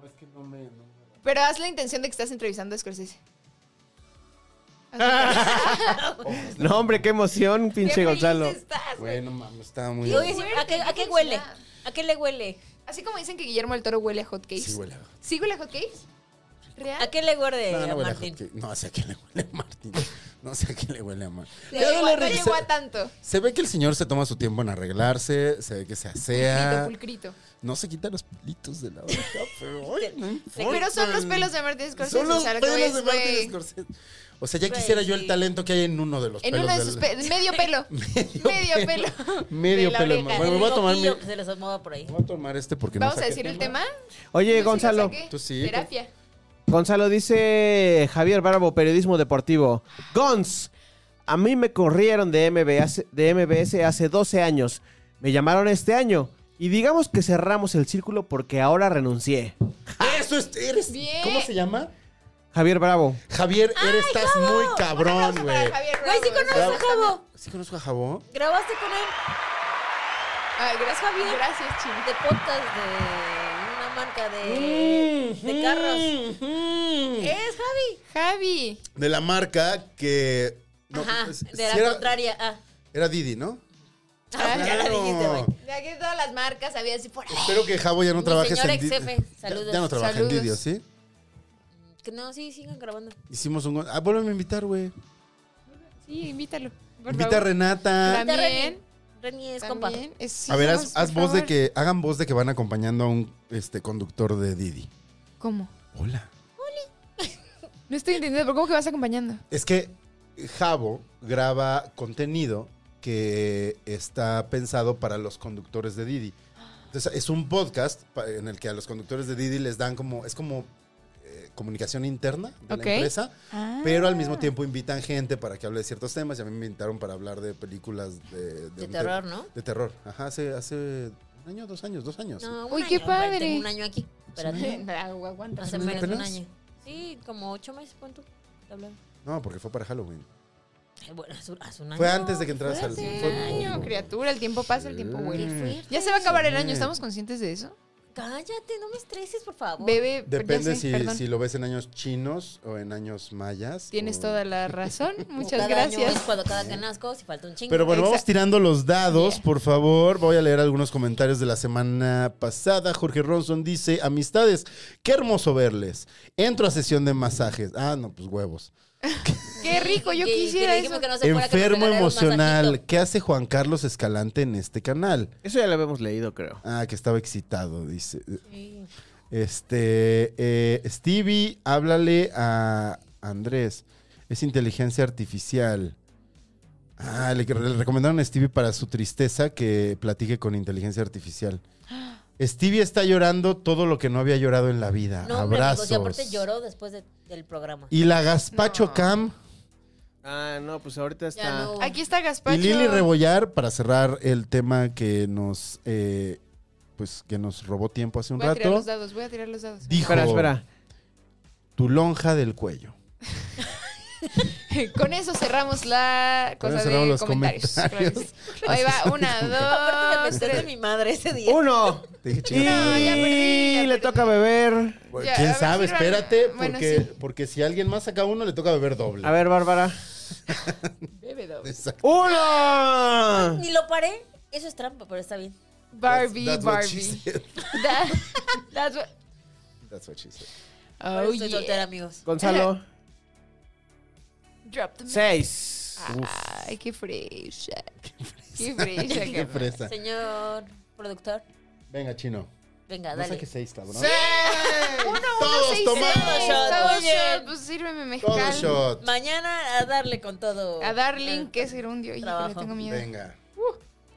A: No, es que no me. no me-
B: Pero haz la intención de que estás entrevistando a Scorsese.
D: No, hombre, qué emoción,
B: Qué
D: pinche
B: feliz
D: Gonzalo.
B: estás, güey.
A: Bueno, mames, estaba muy.
C: Y oye, sí, ¿a
B: fuerte,
C: qué, a
B: qué
C: qué huele?
B: felicidad.
C: ¿A qué le huele?
B: Así como dicen que Guillermo del Toro huele a hot cakes.
A: Sí, huele. a-
B: ¿Sí huele a hot cakes? ¿Real?
C: ¿A qué le huele
A: No,
C: a
A: no huele a
C: Martín?
A: hotcake. No sé a qué le huele a Martín. No sé a qué le huele a Martín.
B: No
A: Ya
B: llegó-
A: le
B: no
A: revisé.
B: llegó a tanto.
A: Se ve que el señor se toma su tiempo en arreglarse, se ve que se asea.
B: Pulcrito, pulcrito.
A: No se quita Ah, los pelitos de la oreja, pero ay, no importa.
B: Pero son los pelos de Martin Scorsese.
A: Son los
B: o sea, lo que
A: pelos
B: ves,
A: de
B: güey.
A: Martín Scorsese. O sea, ya quisiera yo el talento que hay en uno de los
B: En
A: pelos.
B: uno de
A: del-
B: sus pelos. Medio pelo. medio pelo.
A: Medio
B: de la
A: pelo.
B: oreja.
A: Bueno, me voy a tomar mi-
C: Moquillo que se les asomaba por ahí.
A: Voy a tomar este porque no
B: Vamos a
A: saqué.
B: decir el tema.
D: Oye,
B: Yo sí lo
D: Gonzalo.
B: saqué.
A: Tú sí.
B: Terapia.
D: Gonzalo dice Javier Bravo, periodismo deportivo. Gonz, a mí me corrieron de MBS, de MBS hace 12 años. Me llamaron este año. Y digamos que cerramos el círculo porque ahora renuncié.
A: Ah, Eso es, eres.
B: Bien.
A: ¿Cómo se llama?
D: Javier Bravo.
A: Javier, eres, estás muy cabrón,
B: Aplauso para
A: güey.
B: Javier
C: Güey, sí
B: Bravo.
C: conoces a
A: Bravo.
C: Jabo.
A: ¿Sí conozco a Jabón?
C: Grabaste con él
B: Ah, gracias, Javier. Gracias, Chino.
C: de podcast de una marca de, de carros. Eh. Es Javi.
B: Javi.
A: De la marca que. no,
C: Ajá,
A: es-
C: de la
A: sí era,
C: contraria. Ah,
A: era Didi, ¿no?
C: Ah, ya la dijiste, güey.
B: De aquí todas las marcas había así por ahí.
A: Espero que Jabo ya no
C: Mi
A: trabajes
C: señor
A: en Didi.
C: ex-jefe, saludos.
A: Ya, ya no trabaja
B: Saludos.
A: en Didi, ¿o ¿sí?
C: Que no, sí, sigan grabando.
A: Hicimos un. Ah, vuelve a invitar, güey.
B: Sí, invítalo. Por
A: Invita a
B: favor.
A: Renata.
B: También.
C: Está Reni. Reni es compa.
B: También. Es- sí,
A: A ver,
B: vamos,
A: haz,
B: por
A: haz voz de
B: favor.
A: que. Hagan voz de que van acompañando a un este, conductor de Didi.
B: ¿Cómo?
A: Hola.
B: No estoy entendiendo, pero ¿cómo que vas acompañando?
A: Es que Jabo graba contenido que está pensado para los conductores de Didi. Entonces, es un podcast pa- en el que a los conductores de Didi les dan como. Es como eh, comunicación interna de
B: Ok.
A: la empresa,
B: Ah.
A: pero al mismo tiempo invitan gente para que hable de ciertos temas. Ya me invitaron para hablar de películas de,
C: De
A: un te-
C: terror, ¿no?
A: De terror. Ajá, hace, hace un año, dos años, dos años.
C: No, un
B: Uy,
C: año,
B: qué
C: hombre,
B: padre.
C: Tengo un año aquí. Espérate.
B: Aguanta.
C: Hace
A: ¿Un año
C: menos de un
A: apenas?
C: año. Sí, como ocho meses, ¿cuánto? Te hablaba.
A: No, porque fue para Halloween.
C: Ay, Bueno, hace, hace un año.
A: Fue antes de que entraras al.
B: Hace
A: fue-
B: año, criatura, el tiempo pasa, el tiempo
C: Qué
A: Mm.
B: huele.
C: fuerte.
B: Ya se va a acabar el año, ¿estamos conscientes de eso?
C: Cállate, no me estreses, por favor.
B: Bebe,
A: Depende
B: ya sé,
A: si,
B: perdón.
A: si lo ves en años chinos o en años mayas.
B: Tienes
A: o-
B: toda la razón, muchas
C: Cada año es
B: gracias.
C: cuando cada canasco, si falta un chingo.
A: Pero bueno, vamos
B: Exacto.
A: tirando los dados, por favor. Voy a leer algunos comentarios de la semana pasada. Jorge Ronson dice, amistades, qué hermoso verles. Entro a sesión de masajes. Ah, no, pues huevos.
B: Qué rico, yo
C: Que- que
B: quisiera
C: le dijimos
B: eso.
C: que no se fuera, que nos
A: Enfermo
C: regalara un
A: emocional.
C: masajito.
A: ¿Qué hace Juan Carlos Escalante en este canal?
D: Eso ya lo habíamos leído, creo.
A: Ah, que estaba excitado, dice.
C: Sí.
A: Este, eh, Stevie, háblale a Andrés. Es inteligencia artificial. Ah, le, le recomendaron a Stevie para su tristeza que platique con inteligencia artificial. Stevie está llorando todo lo que no había llorado en la vida.
C: No, hombre,
A: Abrazos.
C: amigos, y aparte lloró después de- del programa.
A: Y la Gaspacho
B: No.
A: Cam
D: Ah, no, pues ahorita está.
C: Ya no.
B: Aquí está
A: y
B: Gaspacho.
A: Lili Rebollar para cerrar el tema que nos eh, pues que nos robó tiempo hace un
B: Voy a tirar
A: rato.
B: los dados, voy a tirar los dados.
A: Dijo
D: Espera, espera.
A: tu lonja del cuello.
B: Con eso cerramos la
A: Con
B: cosa
A: eso cerramos
B: de
A: los
B: comentarios. claro que sí. Ahí va,
C: Aparte
B: una,
C: me
B: dos,
C: senté de
B: tres.
C: mi madre ese día.
D: Uno.
A: Te dije,
D: Y
A: chinga tu madre.
B: ya perdí, ya
D: le
B: perdí.
D: toca beber.
A: Bueno,
B: Ya, a
A: ¿Quién
B: ver,
A: sabe?
B: sí,
A: Espérate,
B: bueno,
A: porque,
B: sí.
A: porque si alguien más saca uno, le toca beber doble.
D: A ver, Bárbara.
B: Bebe doble.
A: Exacto.
D: ¡Uno!
C: Ni lo paré. Eso es trampa, pero está bien.
B: Barbie,
A: That's- that's what she
B: Barbie.
A: said.
B: That- that's what-
A: That's what she said.
C: Por
B: Oh,
C: eso estoy soltera,
B: yeah.
C: amigos.
D: Gonzalo.
B: Drop the mic.
D: Seis.
B: Ay, qué fresha. Qué fresha.
A: Qué
B: cabrón.
A: fresa.
C: Señor productor,
A: Venga, chino.
B: Ah,
C: venga,
A: No
C: dale.
A: saques seis, cabrón.
B: Uno, uno,
A: Todos
B: seis,
A: tomamos.
B: seis.
C: Todo shot,
B: Todo
C: muy bien.
B: shot. Pues sírveme
A: Todo
B: mezcal.
A: shot.
C: Mañana a darle con todo.
B: A Darling,
C: Eh,
B: que es gerundio. Híjole,
C: Trabajo.
B: tengo miedo.
A: Venga.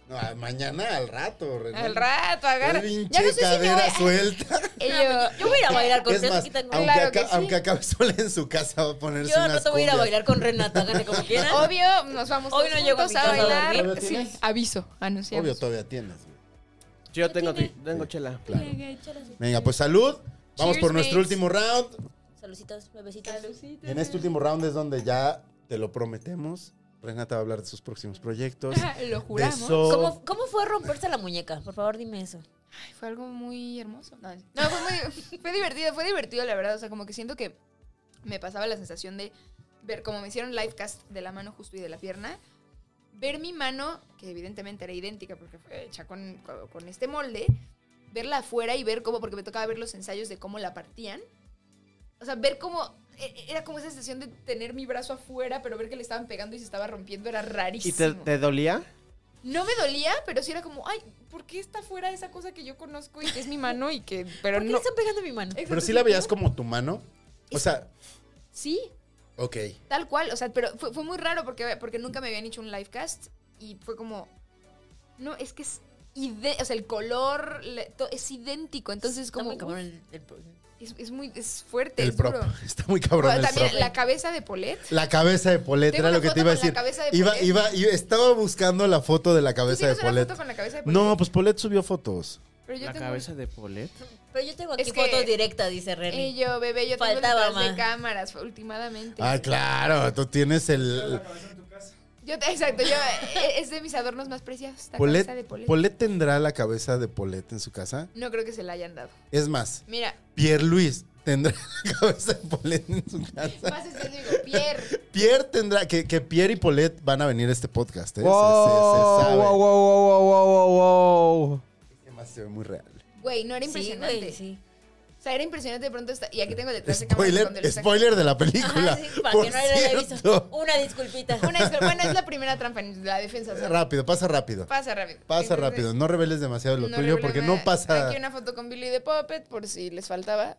A: No, a- mañana al rato, Renan.
B: Uh. Al rato, agarra.
A: El
B: Ya
A: pinche
B: no sé si me voy
A: cadera
B: a...
A: suelta.
B: Ello-
C: Yo voy a ir a bailar con
A: Es
C: ustedes
A: más,
C: aquí tengo.
A: aunque,
B: Claro
A: aca-
B: que sí.
A: aunque acabe sola en su casa, va a ponerse
C: Yo al
A: unas
C: rato voy a ir a
A: cumbias.
C: bailar con Renata, háganle como quieran.
B: Obvio, nos vamos
C: Hoy
B: todos
C: no llego a
B: juntos
C: mi
B: a
C: casa a
B: bailar.
A: dormir.
B: Sí, aviso, anunciamos.
A: Obvio, todavía tienes. güey.
D: Yo tengo, ti- tengo chela.
A: Claro. Venga, pues salud. Vamos
B: Cheers,
A: por nuestro
B: mates.
A: último round.
C: Saluditos, bebecitos.
A: Y en este último round es donde ya te lo prometemos. Renata va a hablar de sus próximos proyectos.
B: Lo
A: De
B: juramos.
A: So-
C: ¿Cómo, ¿Cómo fue romperse la muñeca? Por favor, dime eso.
B: Ay, Fue algo muy hermoso. No, no, fue, muy, fue divertido, fue divertido, la verdad. O sea, como que siento que me pasaba la sensación de ver, como me hicieron livecast de la mano justo y de la pierna, ver mi mano, que evidentemente era idéntica porque fue hecha con, con- con este molde, verla afuera y ver cómo, porque me tocaba ver los ensayos de cómo la partían. O sea, ver cómo. e- Era como esa sensación de tener mi brazo afuera, pero ver que le estaban pegando y se estaba rompiendo era
D: ¿Y
B: rarísimo.
D: te, te dolía?
B: No me dolía, pero sí era como, ay, ¿por qué está fuera esa cosa que yo conozco y que es mi mano y que, pero
C: ¿Por qué
B: no?
C: le están pegando a mi mano?
B: Exacto,
A: Pero sí la veías
B: ¿no?
A: como tu mano. O sea,
B: Sí,
A: ok.
B: tal cual, o sea, pero fue, fue muy raro porque, porque nunca me habían hecho un livecast y fue como, no, es que es, ide- o sea, el color le- to- es idéntico, entonces
C: Está
B: como,
C: muy cabrón
B: uf,
C: el- el-
B: es, es muy, es fuerte,
A: El
B: es
A: prop.
B: duro.
A: Está muy cabrón
B: Bueno,
A: el
B: también
A: prop.
B: la cabeza de Polet.
A: La cabeza de Polet,
B: Tengo
A: era
B: una
A: lo que
B: foto
A: te iba
B: con
A: a
B: la
A: decir.
B: cabeza de
A: Iba,
B: Polet.
A: iba, iba- estaba buscando la foto de la
B: ¿Tú
A: cabeza de
B: tienes una
A: Polet.
B: foto con la cabeza de Polet?
A: No, pues Polet subió fotos.
B: pero yo
D: ¿La
B: tengo...
D: cabeza de Polet?
C: Pero yo tengo aquí
B: Es que-
C: fotos directas, dice René.
B: Y yo, bebé, yo tengo
C: Faltaba
B: detrás de
C: más.
B: cámaras, últimamente.
A: Ah, claro, tú tienes el...
B: Yo, exacto, yo, e- es de mis adornos más preciados. La cabeza de
A: Polet,
B: Polet.
A: Polet tendrá la cabeza de Polet en su casa.
B: No creo que se la hayan dado.
A: Es más,
B: Mira,
A: Pierre Luis tendrá la cabeza de Polet en su casa.
B: más específico, Pierre.
A: Pierre tendrá, que, que Pierre y Polet van a venir a este podcast, ¿eh? Se- se- se
D: Wow,
A: sabe.
D: wow, wow, wow, wow, wow, wow.
A: Que más se ve muy real.
B: Güey, no era
C: Sí,
B: impresionante.
C: güey, sí.
B: O sea, era impresionante de pronto. Está, y aquí tengo detrás de cámara cuando
A: Spoiler,
B: lo saco.
A: spoiler de la película.
C: Ajá, sí, para
A: por
C: que no le haya visto.
A: cierto.
C: Una disculpita.
B: Una disculpa, bueno, es la primera trampa en la defensa. o sea,
A: Rápido, pasa rápido.
B: pasa rápido.
A: Pasa
B: Entonces,
A: rápido, no reveles demasiado lo
B: no
A: tuyo
B: revelé
A: porque
B: nada.
A: no pasa.
B: Aquí una foto con Billy de Puppet, por si les faltaba.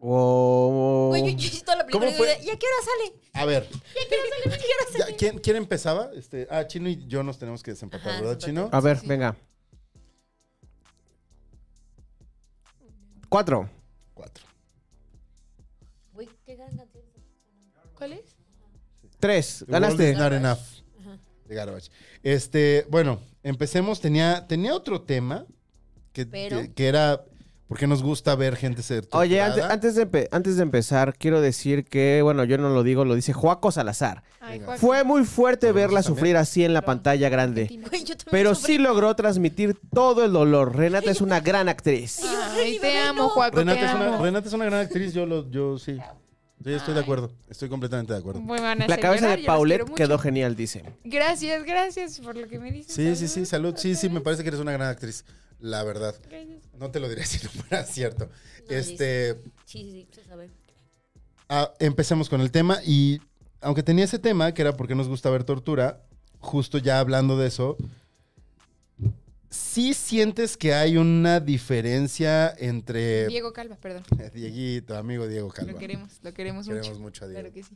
D: Wow.
C: Güey, yo, yo hice toda la
A: ¿Cómo
C: primera
A: fue?
C: idea. ¿Y a qué hora sale?
A: A ver,
C: ¿Y a qué hora sale? ¿Y a qué hora
A: ya,
C: sale?
A: ¿quién, quién empezaba? Este, ah, Chino y yo nos tenemos que desempatar,
C: Ajá,
A: ¿verdad,
C: desempate.
A: Chino?
D: A ver, venga. Cuatro.
A: Cuatro.
C: Güey, qué gran canción.
B: ¿Cuál es?
D: Tres.
A: The world
D: Ganaste.
A: is Not enough. De Garbage. Este, bueno, empecemos. Tenía, tenía otro tema que,
C: Pero-
A: que, que era porque nos gusta ver gente ser
D: Oye,
A: torturada.
D: ante- antes, de, empe- antes de empezar, quiero decir que, bueno, yo no lo digo, lo dice Juaco Salazar.
B: Ay,
A: Venga.
B: Juan.
D: Fue muy fuerte
A: ¿Nosotros
D: verla
A: también?
D: sufrir así en la pantalla grande.
B: Argentina.
C: Güey, yo también
D: Pero
C: sufrí.
D: sí logró transmitir todo el dolor. Renata es una gran actriz.
B: Ay, te
C: bebé,
B: amo,
C: no.
B: Juaco, te
A: Renata es, una,
B: amo.
A: Renata es una gran actriz, yo, lo, yo sí. Yo estoy de acuerdo, estoy completamente de acuerdo.
B: Muy buena
D: La cabeza de Paulette quedó
B: quedó
D: genial, dice.
B: Gracias, gracias por lo que me dices.
A: Sí, sí, sí, salud. Sí, sí, me
B: otra
A: parece que eres una gran actriz, la verdad.
B: vez. Gracias.
A: No te lo diré si no fuera cierto.
C: No,
A: este,
C: Sí, sí, sí, se sabe.
A: ah, empecemos con el tema y aunque tenía ese tema, que era porque nos gusta ver tortura, justo ya hablando de eso, ¿sí sientes que hay una diferencia entre
B: Diego Calva, perdón.
A: Dieguito, amigo Diego Calva?
B: Lo queremos, lo queremos,
A: Queremos
B: mucho.
A: mucho a Diego.
B: Claro que sí.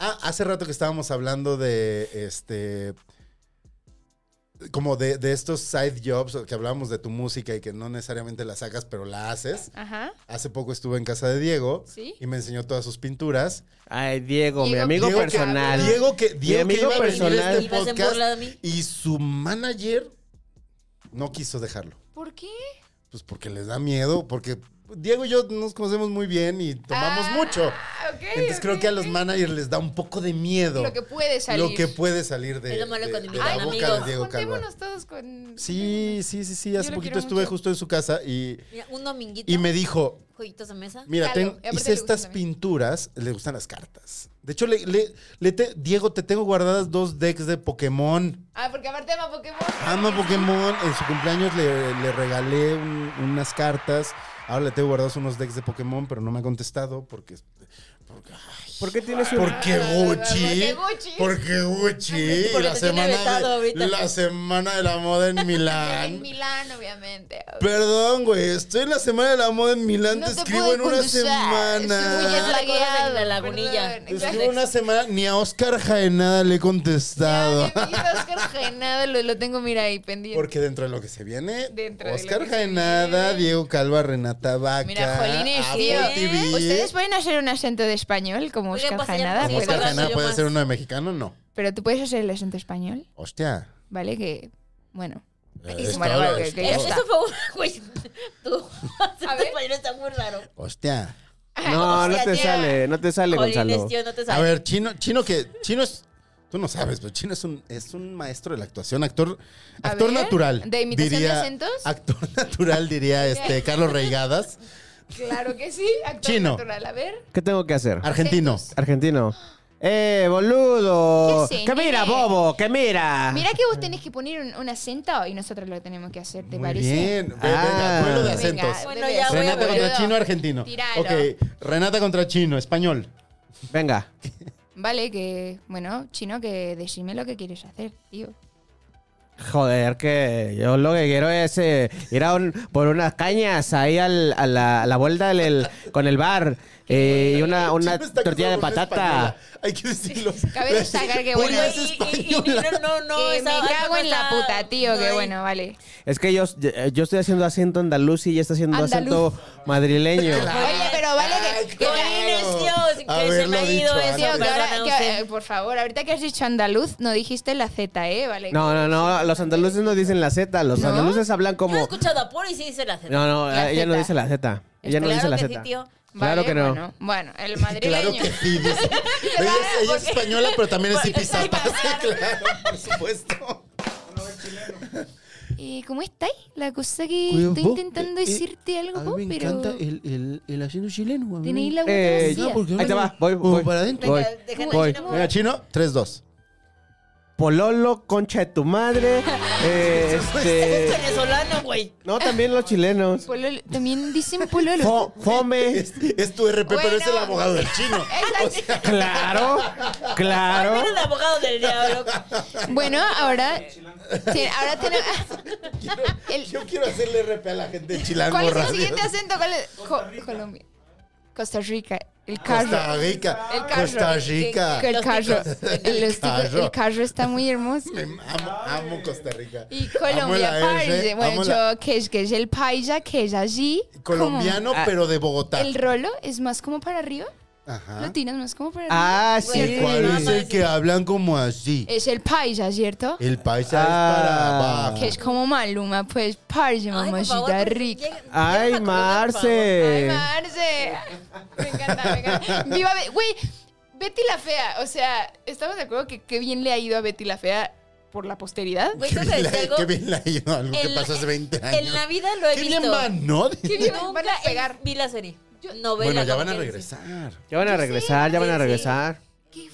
A: Ah, hace rato que estábamos hablando de este. Como de, de estos side jobs que hablábamos de tu música y que no necesariamente la sacas, pero la haces.
B: Ajá.
A: Hace poco estuve en casa de Diego
B: ¿Sí?
A: y me enseñó todas sus pinturas.
D: Ay, Diego, mi
B: Diego,
D: amigo
A: Diego que-
D: personal.
A: Diego que, Diego que
D: amigo
A: iba a venir a
D: personal.
A: este
C: Ibas en
A: podcast
C: burla de mí.
A: y su manager no quiso dejarlo.
B: ¿Por qué?
A: Pues porque les da miedo, porque Diego y yo nos conocemos muy bien y tomamos
B: Ah,
A: mucho.
B: ok,
A: Entonces creo
B: ok,
A: que a los
B: ok.
A: managers les da un poco de miedo
B: Lo que puede salir.
A: lo que puede salir de,
C: Es lo malo
A: de-
C: cuando
A: de
C: invitan
A: la
B: Ay,
A: boca
C: amigos.
A: de Diego Calva.
B: juntémonos todos con...
A: Sí, sí, sí, sí. Hace
B: lo
A: poquito
B: quiero
A: estuve
B: mucho.
A: justo en su casa y,
C: Mira, un dominguito.
A: y me dijo,
C: Jueguitos de mesa.
A: mira,
B: Claro,
A: ten-
B: y aparte
A: hice
B: le
A: estas
B: gustan también.
A: pinturas, le gustan las cartas. De hecho, le, le- le te- Diego, te tengo guardadas dos decks de Pokémon.
B: Ah, porque aparte ama Pokémon.
A: Ama Ah, Pokémon. En su cumpleaños le, le regalé un- unas cartas. Ahora le tengo guardados unos decks de Pokémon, pero no me ha contestado porque... Porque,
D: ¿Por qué tienes un.?
A: porque
B: Porque
A: Gucci.
B: Gucci.
A: Porque Gucci.
C: Porque
A: La
C: te tiene
A: semana,
C: vetado
A: de,
C: ahorita.
A: la semana de la moda en
B: En
A: Milán.
B: Milán, obviamente.
A: Perdón, güey. Estoy en la semana de la moda en Milán.
B: No
A: te
B: te
A: escribo
B: pude
A: en una
B: contestar, estoy muy
C: No, no
A: semana.
C: te acuerdas de
B: Lagueado,
C: la lagunilla.
B: perdón.
A: Te
B: ya-
A: escribo en una semana. Ni a Oscar Jaenada le he contestado.
B: Ya, mi amigo Oscar Jaenada, lo, lo tengo, mira, ahí pendiente.
A: Porque dentro de lo que se viene,
B: Dentro de lo
A: Oscar
B: que se
A: Jaenada,
B: viene.
A: Diego Calva, Renata Vaca.
B: Mira, Jolines,
A: Apple
B: tío.
A: TV.
B: Ustedes pueden hacer un acento de español como
C: Oigan,
B: Oscar
C: pues, ya
B: Jaenada,
C: no
A: Como
C: Sí,
A: Oscar
B: pero,
C: podemos.
A: Jaenada
C: yo
A: puede
C: más.
A: hacer uno de mexicano, no.
B: pero tú puedes hacer el acento español,
A: Hostia.
B: ¿vale? Que, bueno.
A: Eh,
B: Y
A: es
B: bueno,
A: todo,
B: bueno,
A: es
B: que- que ya
A: todo.
B: está.
C: Eso fue un. Güey, tú. Tu
B: ver.
C: español está muy raro.
A: Hostia.
D: No, no te
C: Hostia,
D: sale, no te sale, Gonzalo.
C: Jolines, tío, no te
A: A
C: sale.
A: ver, Chino, Chino que. Chino es. Tú no sabes, pero Chino es un, es un maestro de la actuación, actor,
B: A
A: actor
B: ver,
A: natural.
B: ¿de imitación de acentos?
A: Actor natural, diría este Carlos Reigadas.
B: Claro que sí, actor
A: Chino.
B: natural. A ver,
D: ¿Qué tengo que hacer?
A: Argentino.
B: Acentos.
D: Argentino. ¡Eh, boludo!
B: ¿Qué sé,
D: ¡Que mira,
B: nene?
D: bobo! ¡Que mira!
B: mira que vos tenés que poner un, un acento y nosotros lo tenemos que hacer, ¿te
A: Muy
B: parece?
A: bien. Ve-
D: Ah.
A: Venga, duelo de
B: Venga,
A: acentos.
C: Bueno, ya voy a
A: Renata
C: volver.
A: contra Chino, argentino.
B: Tíralo.
A: Ok, Renata contra Chino, español.
D: Venga.
B: Vale, que, bueno, chino, que decime lo que quieres hacer, tío.
D: Joder, que yo lo que quiero es eh, ir a un- por unas cañas ahí al- a, la, a la vuelta del, el- con el bar eh, y una, una
A: Chino está
D: tortilla de
A: casado con una
D: patata.
A: española. Hay que decirlo.
B: Cabe destacar que,
A: Oye,
B: bueno,
A: es
C: Y- y- y-
A: española.
C: no, no, no.
B: que Eh, me
C: esa- ay,
B: cago
C: no,
B: en la
C: esa-
B: puta, tío, que
C: no,
B: bueno, vale.
D: Es que yo, yo estoy haciendo acento andaluz y ella está haciendo
B: Andaluz.
D: acento madrileño.
B: Oye, pero vale
A: Ay,
B: que... que-
A: claro.
C: Jolines, tío, que se
A: Haberlo
C: me ha ido
A: dicho
C: eso.
B: Tío, que
A: antes.
B: ahora-
C: Perdona
B: que-
C: usted.
B: eh, por favor, ahorita que has dicho andaluz, no dijiste la Z, ¿eh? Vale.
D: No, no, no, los andaluces no dicen la Z, los
B: ¿No?
D: andaluces hablan
C: Yo he
D: como...
C: escuchado a Puro y sí dice la Z.
D: No, no,
B: La
D: ella no
B: zeta.
D: dice la Z. Ella no
C: Claro
D: dice la
C: que
D: Z.
C: sí, tío.
D: Claro
B: Vale,
D: que no.
B: Bueno, bueno, el madrileño. Ah,
A: Claro que sí. dice. Ella es, ella es española, pero también es cipizapasta, claro, por supuesto.
B: Eh, ¿Cómo estáis? La cosa que
E: Oye,
B: estoy
E: vos,
B: intentando
E: eh, eh,
B: decirte algo, vos, pero
E: el, el, el acento chileno. a mí.
B: tenéis la
D: Eh,
B: boca
D: no,
B: vacía.
D: Ahí te va, voy,
E: Como
D: voy.
E: para adentro.
D: Voy,
C: Venga, déjate
D: voy.
C: chino.
A: Mira, chino, 3-2.
D: Pololo, concha de tu madre. eh, este...
C: Venezolano, güey.
D: No, también los chilenos.
B: Pololo- también dicen pololo.
D: Fo- fome.
A: Es, es tu RP, pero es el
B: Bueno.
A: abogado del chino.
B: Exacto.
D: Claro, claro.
C: Mira el abogado del diablo.
B: Bueno, ahora. Sí, ahora tenemos. El-
A: Yo quiero hacerle RP a la gente de Chilango
B: ¿Cuál es el
A: Radio.
B: siguiente acento? ¿Cuál es? Co- Colombia. Costa Rica. El
A: Costa
B: carro.
A: Rica.
B: El carro.
A: Costa Rica.
B: Que El
C: Los
B: carro. El, los ticos.
A: carro.
B: El carro está muy hermoso.
A: Me amo, amo Costa Rica.
B: Y
A: Amo la
B: Colombia,
A: R,
B: parce. Bueno,
A: amo la-
B: yo, que es que es el paisa, que es allí.
A: Colombiano,
D: Ah.
A: pero de Bogotá.
B: Como- El rolo es más como para arriba. Lo
A: Ajá.
B: tiras más como para arriba.
D: Ah,
A: ¿Y
D: sí.
A: cuál
C: no,
A: es
C: no,
A: el
C: es-
A: que hablan como así?
B: Es el paisa, ¿cierto?
A: El paisa
D: Ah.
A: es para
B: Que
A: abajo.
B: es como Maluma, pues, parce,
C: Ay, por favor,
B: mamacita
C: pues,
B: rica.
C: llega- llega la
D: Ay,
C: cruda, por
B: Ay,
D: Marce.
B: Marce. Me encanta, me encanta. Viva, Be- güey, Betty la Fea. O sea, estamos de acuerdo que qué bien le ha ido a Betty la Fea por la posteridad.
C: favor. Güey,
A: Qué bien, la,
C: tengo que decir algo.
A: qué bien la ha ido algo que
C: En-
A: pasó hace 20 años.
C: En la vida lo he
A: qué
C: visto.
A: bien van, ¿no?
B: Qué bien van a
C: Nunca
B: pegar.
C: vi la serie. Novela.
A: Bueno, ya
C: como
A: van a
C: quieres
A: regresar.
D: Ya van a regresar, ya van a
C: sí.
D: regresar.
B: Qué,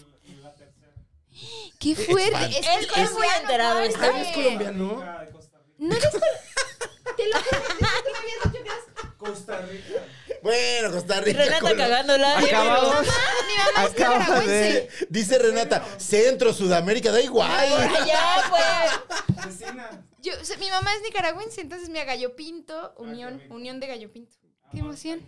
B: qué fuerte.
A: Es-
B: que
C: él es muy
B: colombiano,
C: enterado,
B: parce.
C: está bien. Es
A: Colombiano.
B: No eres col- Te lo juro, te lo había dicho que eras-
A: Bueno, Costa
C: decir.
A: Rica.
C: Renata
A: Colo-
C: cagándola.
D: Acabamos.
B: Acaba
D: Acaba de.
A: Dice Renata, Centro, Sudamérica, da igual.
C: Ya, pues.
B: Yo, o sea, mi mamá es nicaragüense, entonces me gallo pinto, unión, unión de gallo pinto. Qué emoción.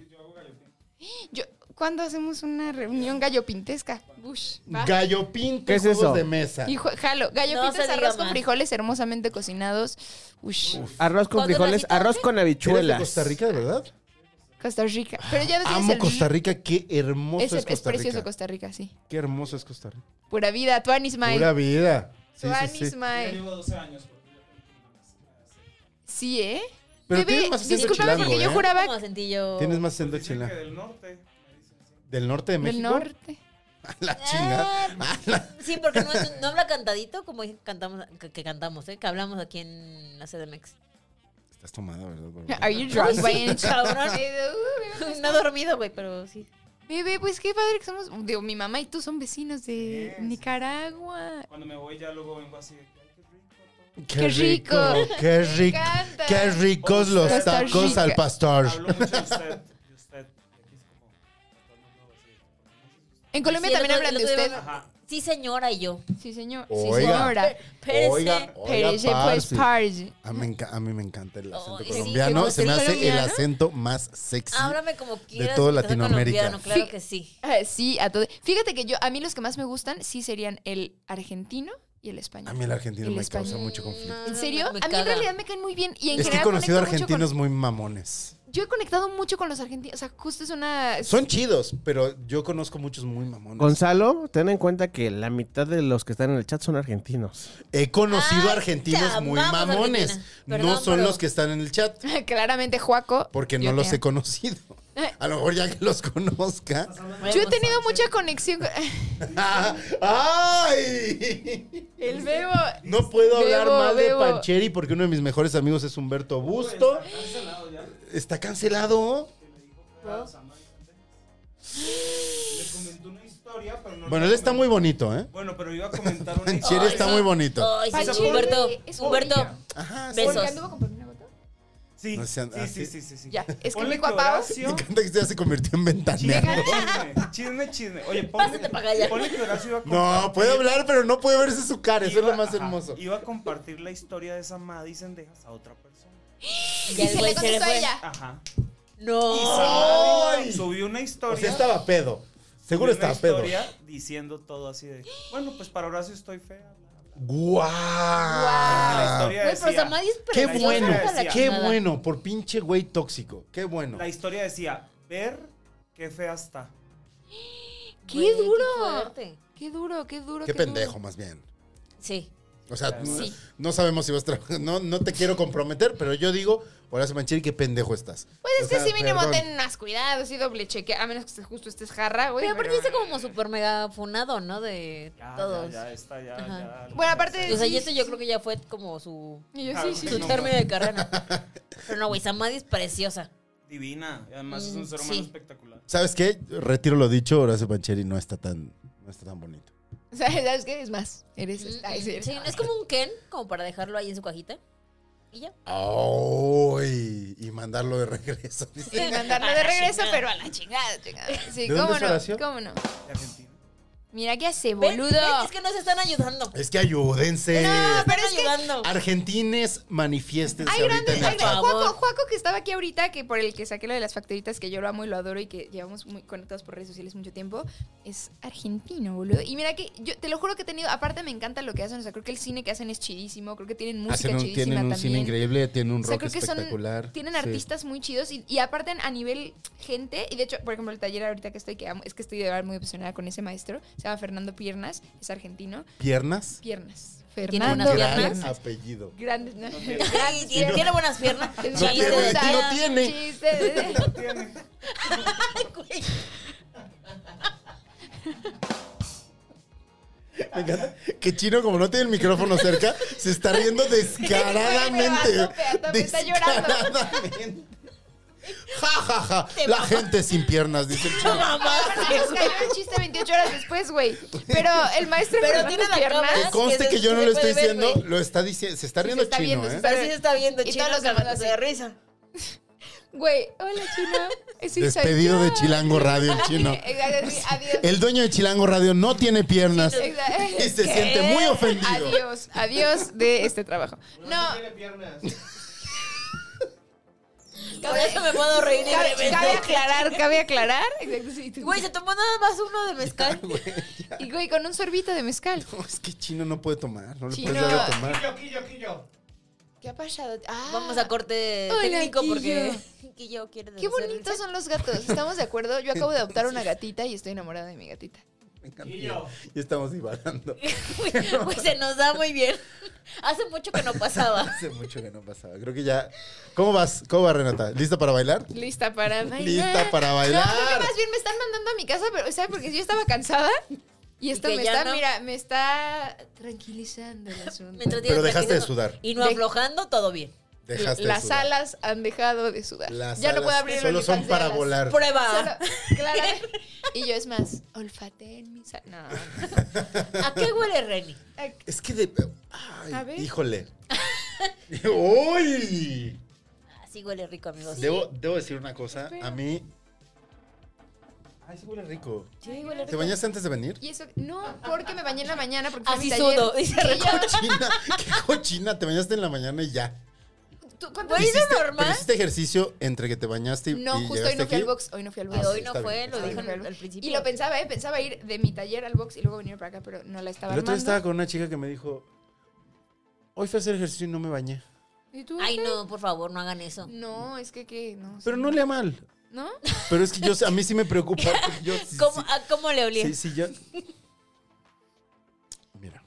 B: Yo, ¿Cuándo hacemos una reunión gallopintesca? Bush. va.
A: Gallo Pinto
D: ¿Qué es
A: juegos
D: eso?
A: de mesa.
B: Y jue- jalo, gallo
C: No
B: pinto
C: se
B: es
C: diga
B: arroz con
C: más.
B: frijoles hermosamente cocinados. Ush,
D: Arroz con
C: ¿Cuándo
D: frijoles,
C: la quitaste?
D: arroz
A: ¿Eres
D: con
A: de
D: habichuelas.
A: Costa Rica, de verdad?
B: Costa Rica. Pero ya ves que es
A: Amo
B: el-
A: Costa Rica, qué hermoso
B: Es,
A: es,
B: es
A: Costa
B: precioso
A: Rica.
B: Costa Rica, sí.
A: Qué hermoso es Costa Rica.
B: Pura vida, Tuan Ismael.
A: Pura vida. Sí,
B: Tuan
A: sí, sí.
B: Ismael. Sí, ¿eh?
A: Pero
B: Bebé,
A: tienes más acento
B: discúlpame
A: chilango,
B: porque yo
A: ¿eh?
B: juraba-
C: Como acentillo.
A: Tienes más acento chilango. Del norte. ¿Del norte de México?
B: Del norte.
A: La chinga.
C: Ah, Sí, porque no, es- no habla cantadito como dicen que cantamos, que, que cantamos, ¿eh? Que hablamos aquí en la CDMX.
A: Estás tomada, ¿verdad? Bárbara?
B: Are you drunk by any chance?
C: Cabrón.
B: Uh, bebé,
C: No he dormido, güey, pero sí.
B: Bebé, pues qué padre que somos. Digo, mi mamá y tú son vecinos de Nicaragua.
F: Cuando me voy ya luego vengo así de que, "Ay, qué rico".
B: Qué rico.
A: Qué
B: Me
A: rico.
B: encanta.
A: Qué ricos los
B: Costa
A: tacos
B: Rica.
A: al pastor.
F: Hablo mucho de usted, de usted. Y aquí es como, todo el mundo así.
B: En Colombia
C: Sí, el
B: también
C: otro-
B: hablan de
C: el otro
B: usted.
C: día-
F: Ajá.
C: Sí, señora, y yo.
B: Sí, señor. Sí,
A: Oiga.
B: señora.
C: Pérese.
A: Oiga, oiga,
B: Pérese, pues,
A: parce.
B: parce.
A: A mí, me enca- a mí me encanta el acento
C: Oh, sí,
A: colombiano.
C: sí,
A: Se me
C: sí,
A: hace el
B: colombiano.
A: acento más sexy.
C: Háblame como quieras.
A: todo
C: que te sea
A: Latinoamérica.
C: colombiano, Claro
B: Sí.
C: que sí.
B: Ah, Sí, a todo. Fíjate que yo, a mí los que más me gustan sí serían el argentino y el español.
A: A mí el argentino
B: El
A: me
B: español.
A: causa mucho conflicto.
C: No,
B: ¿En serio?
C: Mm, me
B: a mí
C: caga.
B: en realidad me caen muy bien. Y en
A: Es que he
B: general
A: conocido
B: conecto mucho con-
A: argentinos muy mamones.
B: yo he conectado mucho con los argentinos. O sea, justo es una.
A: Son chidos, pero yo conozco muchos muy mamones.
D: Gonzalo, ten en cuenta que la mitad de los que están en el chat son argentinos.
A: He conocido
C: Ay,
A: argentinos
C: Ah, ya,
A: muy
C: vamos,
A: mamones.
C: Argentina.
A: No
C: Perdón,
A: son
C: pero-
A: los que están en el chat,
B: Claramente, Juaco.
A: porque
B: Yo
A: no los
B: te-
A: he conocido.
C: Eh.
A: A lo mejor ya que los conozca.
B: Yo he tenido mucha conexión. con-
A: ¡Ay!
B: El bebo.
A: No puedo hablar
B: Bebo,
A: mal de
B: Bebo.
A: Pancheri porque uno de mis mejores amigos es Humberto Busto. Está cancelado.
F: Le comentó una historia, pero no
A: Bueno,
F: le
A: él está
F: comenté.
A: muy bonito, ¿eh?
F: Bueno, pero iba a comentar una
A: Pancheri
F: historia.
A: está muy bonito.
C: Ay, sí,
B: Pancho,
C: Humberto.
B: es
C: Humberto.
B: horrible.
A: Ajá, sí.
C: Besos.
B: ¿Porque anduvo con Paulina Goto?
F: Sí,
A: No sean- ah,
F: sí, sí,
A: sí.
F: sí, sí, sí.
B: Ya, es que
F: Ponle
B: ubico a Pau.
A: Me
F: Horacio-
A: encanta que ya se convirtió en
F: Chisme,
A: ventaneando.
F: chisme, chisme, chisme. Oye, ponle,
C: Pásate para allá.
F: ponle que Horacio iba a
A: No,
F: compartir-
A: puede hablar, pero no puede verse su cara. Eso es
F: iba-
A: lo más
F: ajá,
A: hermoso.
F: Iba a compartir la historia de esa madre y sendejas a otra persona.
C: Ya el
B: se
C: güey
B: le contestó a ella.
F: Ajá. Y
C: No.
F: Samadhi
A: ¡Ay!
F: subió una historia.
A: O sea, estaba pedo. Seguro
F: subió una
A: estaba pedo.
F: historia Diciendo todo así de, bueno, pues para Horacio estoy fea. La
A: ¡Guau!
F: historia
C: Güey, pero
F: decía-
C: Samadhi es
A: ¡Qué
C: preciosa,
A: bueno!
F: historia
C: hija de la
A: ¡Qué
C: chingada.
A: bueno! Por pinche güey tóxico. ¡Qué bueno!
F: La historia decía, ver qué fea está.
B: ¡Qué
C: Güey,
B: duro!
C: fuerte.
B: ¡Qué duro, qué duro!
A: ¡Qué
B: duro.
A: pendejo, más bien!
C: Sí.
A: O sea,
B: Sí.
A: no sabemos si vas a trabajar. No, no te quiero comprometer, pero yo digo, Horacio Mancheri, qué pendejo estás.
B: Pues es
A: O
B: que
A: sea,
B: sí mínimo
A: perdón.
B: ten más cuidados y doble cheque, a menos que justo estés jarra, güey.
C: Pero aparte dice como super mega funado, ¿no? De
F: Ya,
C: todos.
F: ya, ya, está, ya,
C: Ajá.
F: ya.
B: Bueno, aparte de-
C: O sea, y esto yo creo que ya fue como su,
B: Y yo, sí, sí.
C: su término de carrera. Pero no, güey, Samadhi es preciosa.
F: Divina. Y además es
C: Mm,
F: un ser humano
C: sí.
F: espectacular.
A: ¿Sabes qué? Retiro lo dicho, Horacio Mancheri no está tan, no está tan bonito.
B: O sea, ¿sabes qué? Es más, eres
C: Sí,
B: esta. eres-
C: es como un Ken, como para dejarlo ahí en su cajita. Y ya.
A: ¡Ay! Y mandarlo de regreso.
B: Sí, mandarlo de regreso, pero a la chingada, chingada. Sí,
A: ¿De dónde
B: ¿cómo
A: es
B: no?
A: Horacio?
B: ¿Cómo no?
F: De Argentina.
B: Mira qué hace,
C: Ven,
B: boludo.
C: ven, es que nos están ayudando.
A: Es que ayúdense.
B: No, pero
C: Están
B: es que-
C: ayudando.
A: Argentines, manifiéstense
B: Hay
A: ahorita
B: grandes,
A: en
B: hay
A: el
B: grandes.
A: chat.
C: favor.
B: Juaco, Juaco que estaba aquí ahorita, que por el que saqué lo de las factoritas, que yo lo amo y lo adoro y que llevamos muy conectados por redes sociales mucho tiempo, es argentino, boludo. Y mira que yo te lo juro que he tenido, aparte me encanta lo que hacen, o sea, creo que el cine que hacen es chidísimo, creo que tienen música
A: Hacen un,
B: chidísima
A: tienen un
B: también.
A: cine increíble, tienen un
B: O sea,
A: rock
B: creo que
A: espectacular.
B: son, tienen
A: Sí.
B: artistas muy chidos y, y aparte a nivel gente, y de hecho, por ejemplo, el taller ahorita que estoy, que amo- es que estoy de verdad muy obsesionada con ese maestro, se llama Fernando Piernas, es argentino.
A: Piernas.
B: Piernas.
C: Tiene
A: Ah,
B: Fernando
C: buenas
A: Gran
C: piernas.
A: apellido.
B: Grandes, no.
C: Ay, tiene, tiene buenas piernas.
B: Es
A: No
B: chiste
A: tiene,
B: de
A: no
B: talla,
A: tiene.
B: chiste de-
F: Tiene.
C: Güey,
A: Me encanta que Chino, como no tiene el micrófono cerca, se está riendo descaradamente.
B: Güey, pero a tope, a tope, está llorando.
A: Descaradamente. Ja, ja, ja. La gente sin piernas, dice el Chino.
B: Nos cayó el chiste 28 horas después, güey. Pero el maestro
C: Pero
B: Fernando
C: tiene la
B: Piernas
C: cámara.
A: Que conste
C: que
A: que yo
C: se-
A: no
C: se
A: lo estoy
C: puede ver,
A: diciendo,
C: güey.
A: lo está diciendo, se está riendo
B: está
A: Chino,
B: viendo, se
A: ¿eh?
B: está-
C: Pero sí se está viendo,
B: Y todos
C: chino.
B: los demás
C: cagándose de
B: así.
C: risa.
B: Güey, hola, Chino. Sí,
A: Despedido
B: soy
A: de
B: yo.
A: Chilango Radio, el Chino.
B: Exacto, sí, Eh, adiós.
A: El dueño de Chilango Radio no tiene piernas
B: Exacto.
A: y se siente muy ofendido.
B: Adiós, adiós de este trabajo. No,
C: Cabrón, es que me puedo reír
B: Cabe, cabe
C: libremente.
B: aclarar, cabe aclarar. Exacto, sí, tú-
C: Güey, se tomó nada más uno de mezcal.
A: güey, ya.
B: Y güey, con un sorbito de mezcal.
A: No, es que chino no puede tomar. No le
B: Chino.
A: puedes dar a tomar.
E: Quillo, quillo, quillo.
B: ¿Qué ha pasado? Ah,
C: Vamos a corte
B: Hola,
C: técnico
B: Quillo.
C: porque Quillo quiere
B: Qué
C: deshacerse.
B: bonitos son los gatos. ¿Estamos de acuerdo? Yo acabo de adoptar una gatita y estoy enamorada de mi gatita.
A: Me encanta. Y estamos divagando.
C: Güey, Pues se nos da muy bien. Hace mucho que no pasaba.
A: Hace mucho que no pasaba. Creo que ya. ¿Cómo vas? ¿Cómo va, Renata? ¿Lista para bailar?
B: Lista para bailar.
A: Lista para bailar.
B: No, creo que más bien me están mandando a mi casa, pero ¿sabes? Porque yo estaba cansada y esto
C: que
B: me
C: ya
B: está,
C: no.
B: mira, me está tranquilizando el asunto.
A: Pero
C: Mientras tienes
A: dejaste de
C: practicando
A: sudar.
C: Y no
B: De-
C: aflojando, todo bien.
A: Dejaste de
B: Las
A: sudar.
B: alas han dejado de sudar.
A: Las
B: ya no puedo
A: alas
B: abrir el
A: Solo son
B: OnlyFans de
A: para
B: alas.
A: volar.
B: Solo,
C: Prueba.
B: claro. Y yo es más, olfate en mis alas. No, no.
C: ¿A qué huele Reni?
A: Es que de. Ay,
B: A ver.
A: híjole. ¡Uy!
C: Así huele rico, amigos.
A: Debo, debo decir una cosa. A mí. Ay, sí huele rico.
C: Sí, huele
A: ¿Te
C: rico.
A: bañaste antes de venir?
B: Y eso, no, porque me bañé en la mañana, porque fue
C: Así
B: mi taller.
C: sudo, y se
B: Y yo-
A: China, qué cochina. Te bañaste en la mañana y ya.
B: ¿tú cuánto
C: Güey,
B: hiciste?
C: eso es normal.
A: Pero hiciste ejercicio entre que te bañaste y.
B: Pues No,
A: y
B: justo hoy
A: llegaste
B: no fui
A: aquí.
B: al box, hoy no fui al box.
C: Que
A: Ah,
C: hoy
A: sí,
C: no
A: está
C: fue,
A: bien,
C: lo
A: está
C: dijo
B: bien.
C: al al principio.
B: Y lo pensaba, ¿eh? Pensaba ir de mi taller al box y luego venir para acá, pero no la estaba
A: El otro día
B: armando.
A: estaba con una chica que me dijo. Hoy fui a hacer ejercicio y no me bañé.
B: ¿Y tú?
C: Ay, no, por favor, no hagan eso.
B: No, es que qué, no.
A: Pero
B: sí.
A: no lea mal.
B: ¿No?
A: Pero es que yo, a mí sí me preocupa. porque Yo, sí,
C: ¿Cómo, Ah, ¿A cómo le olía?
A: sí, sí, yo. Mira.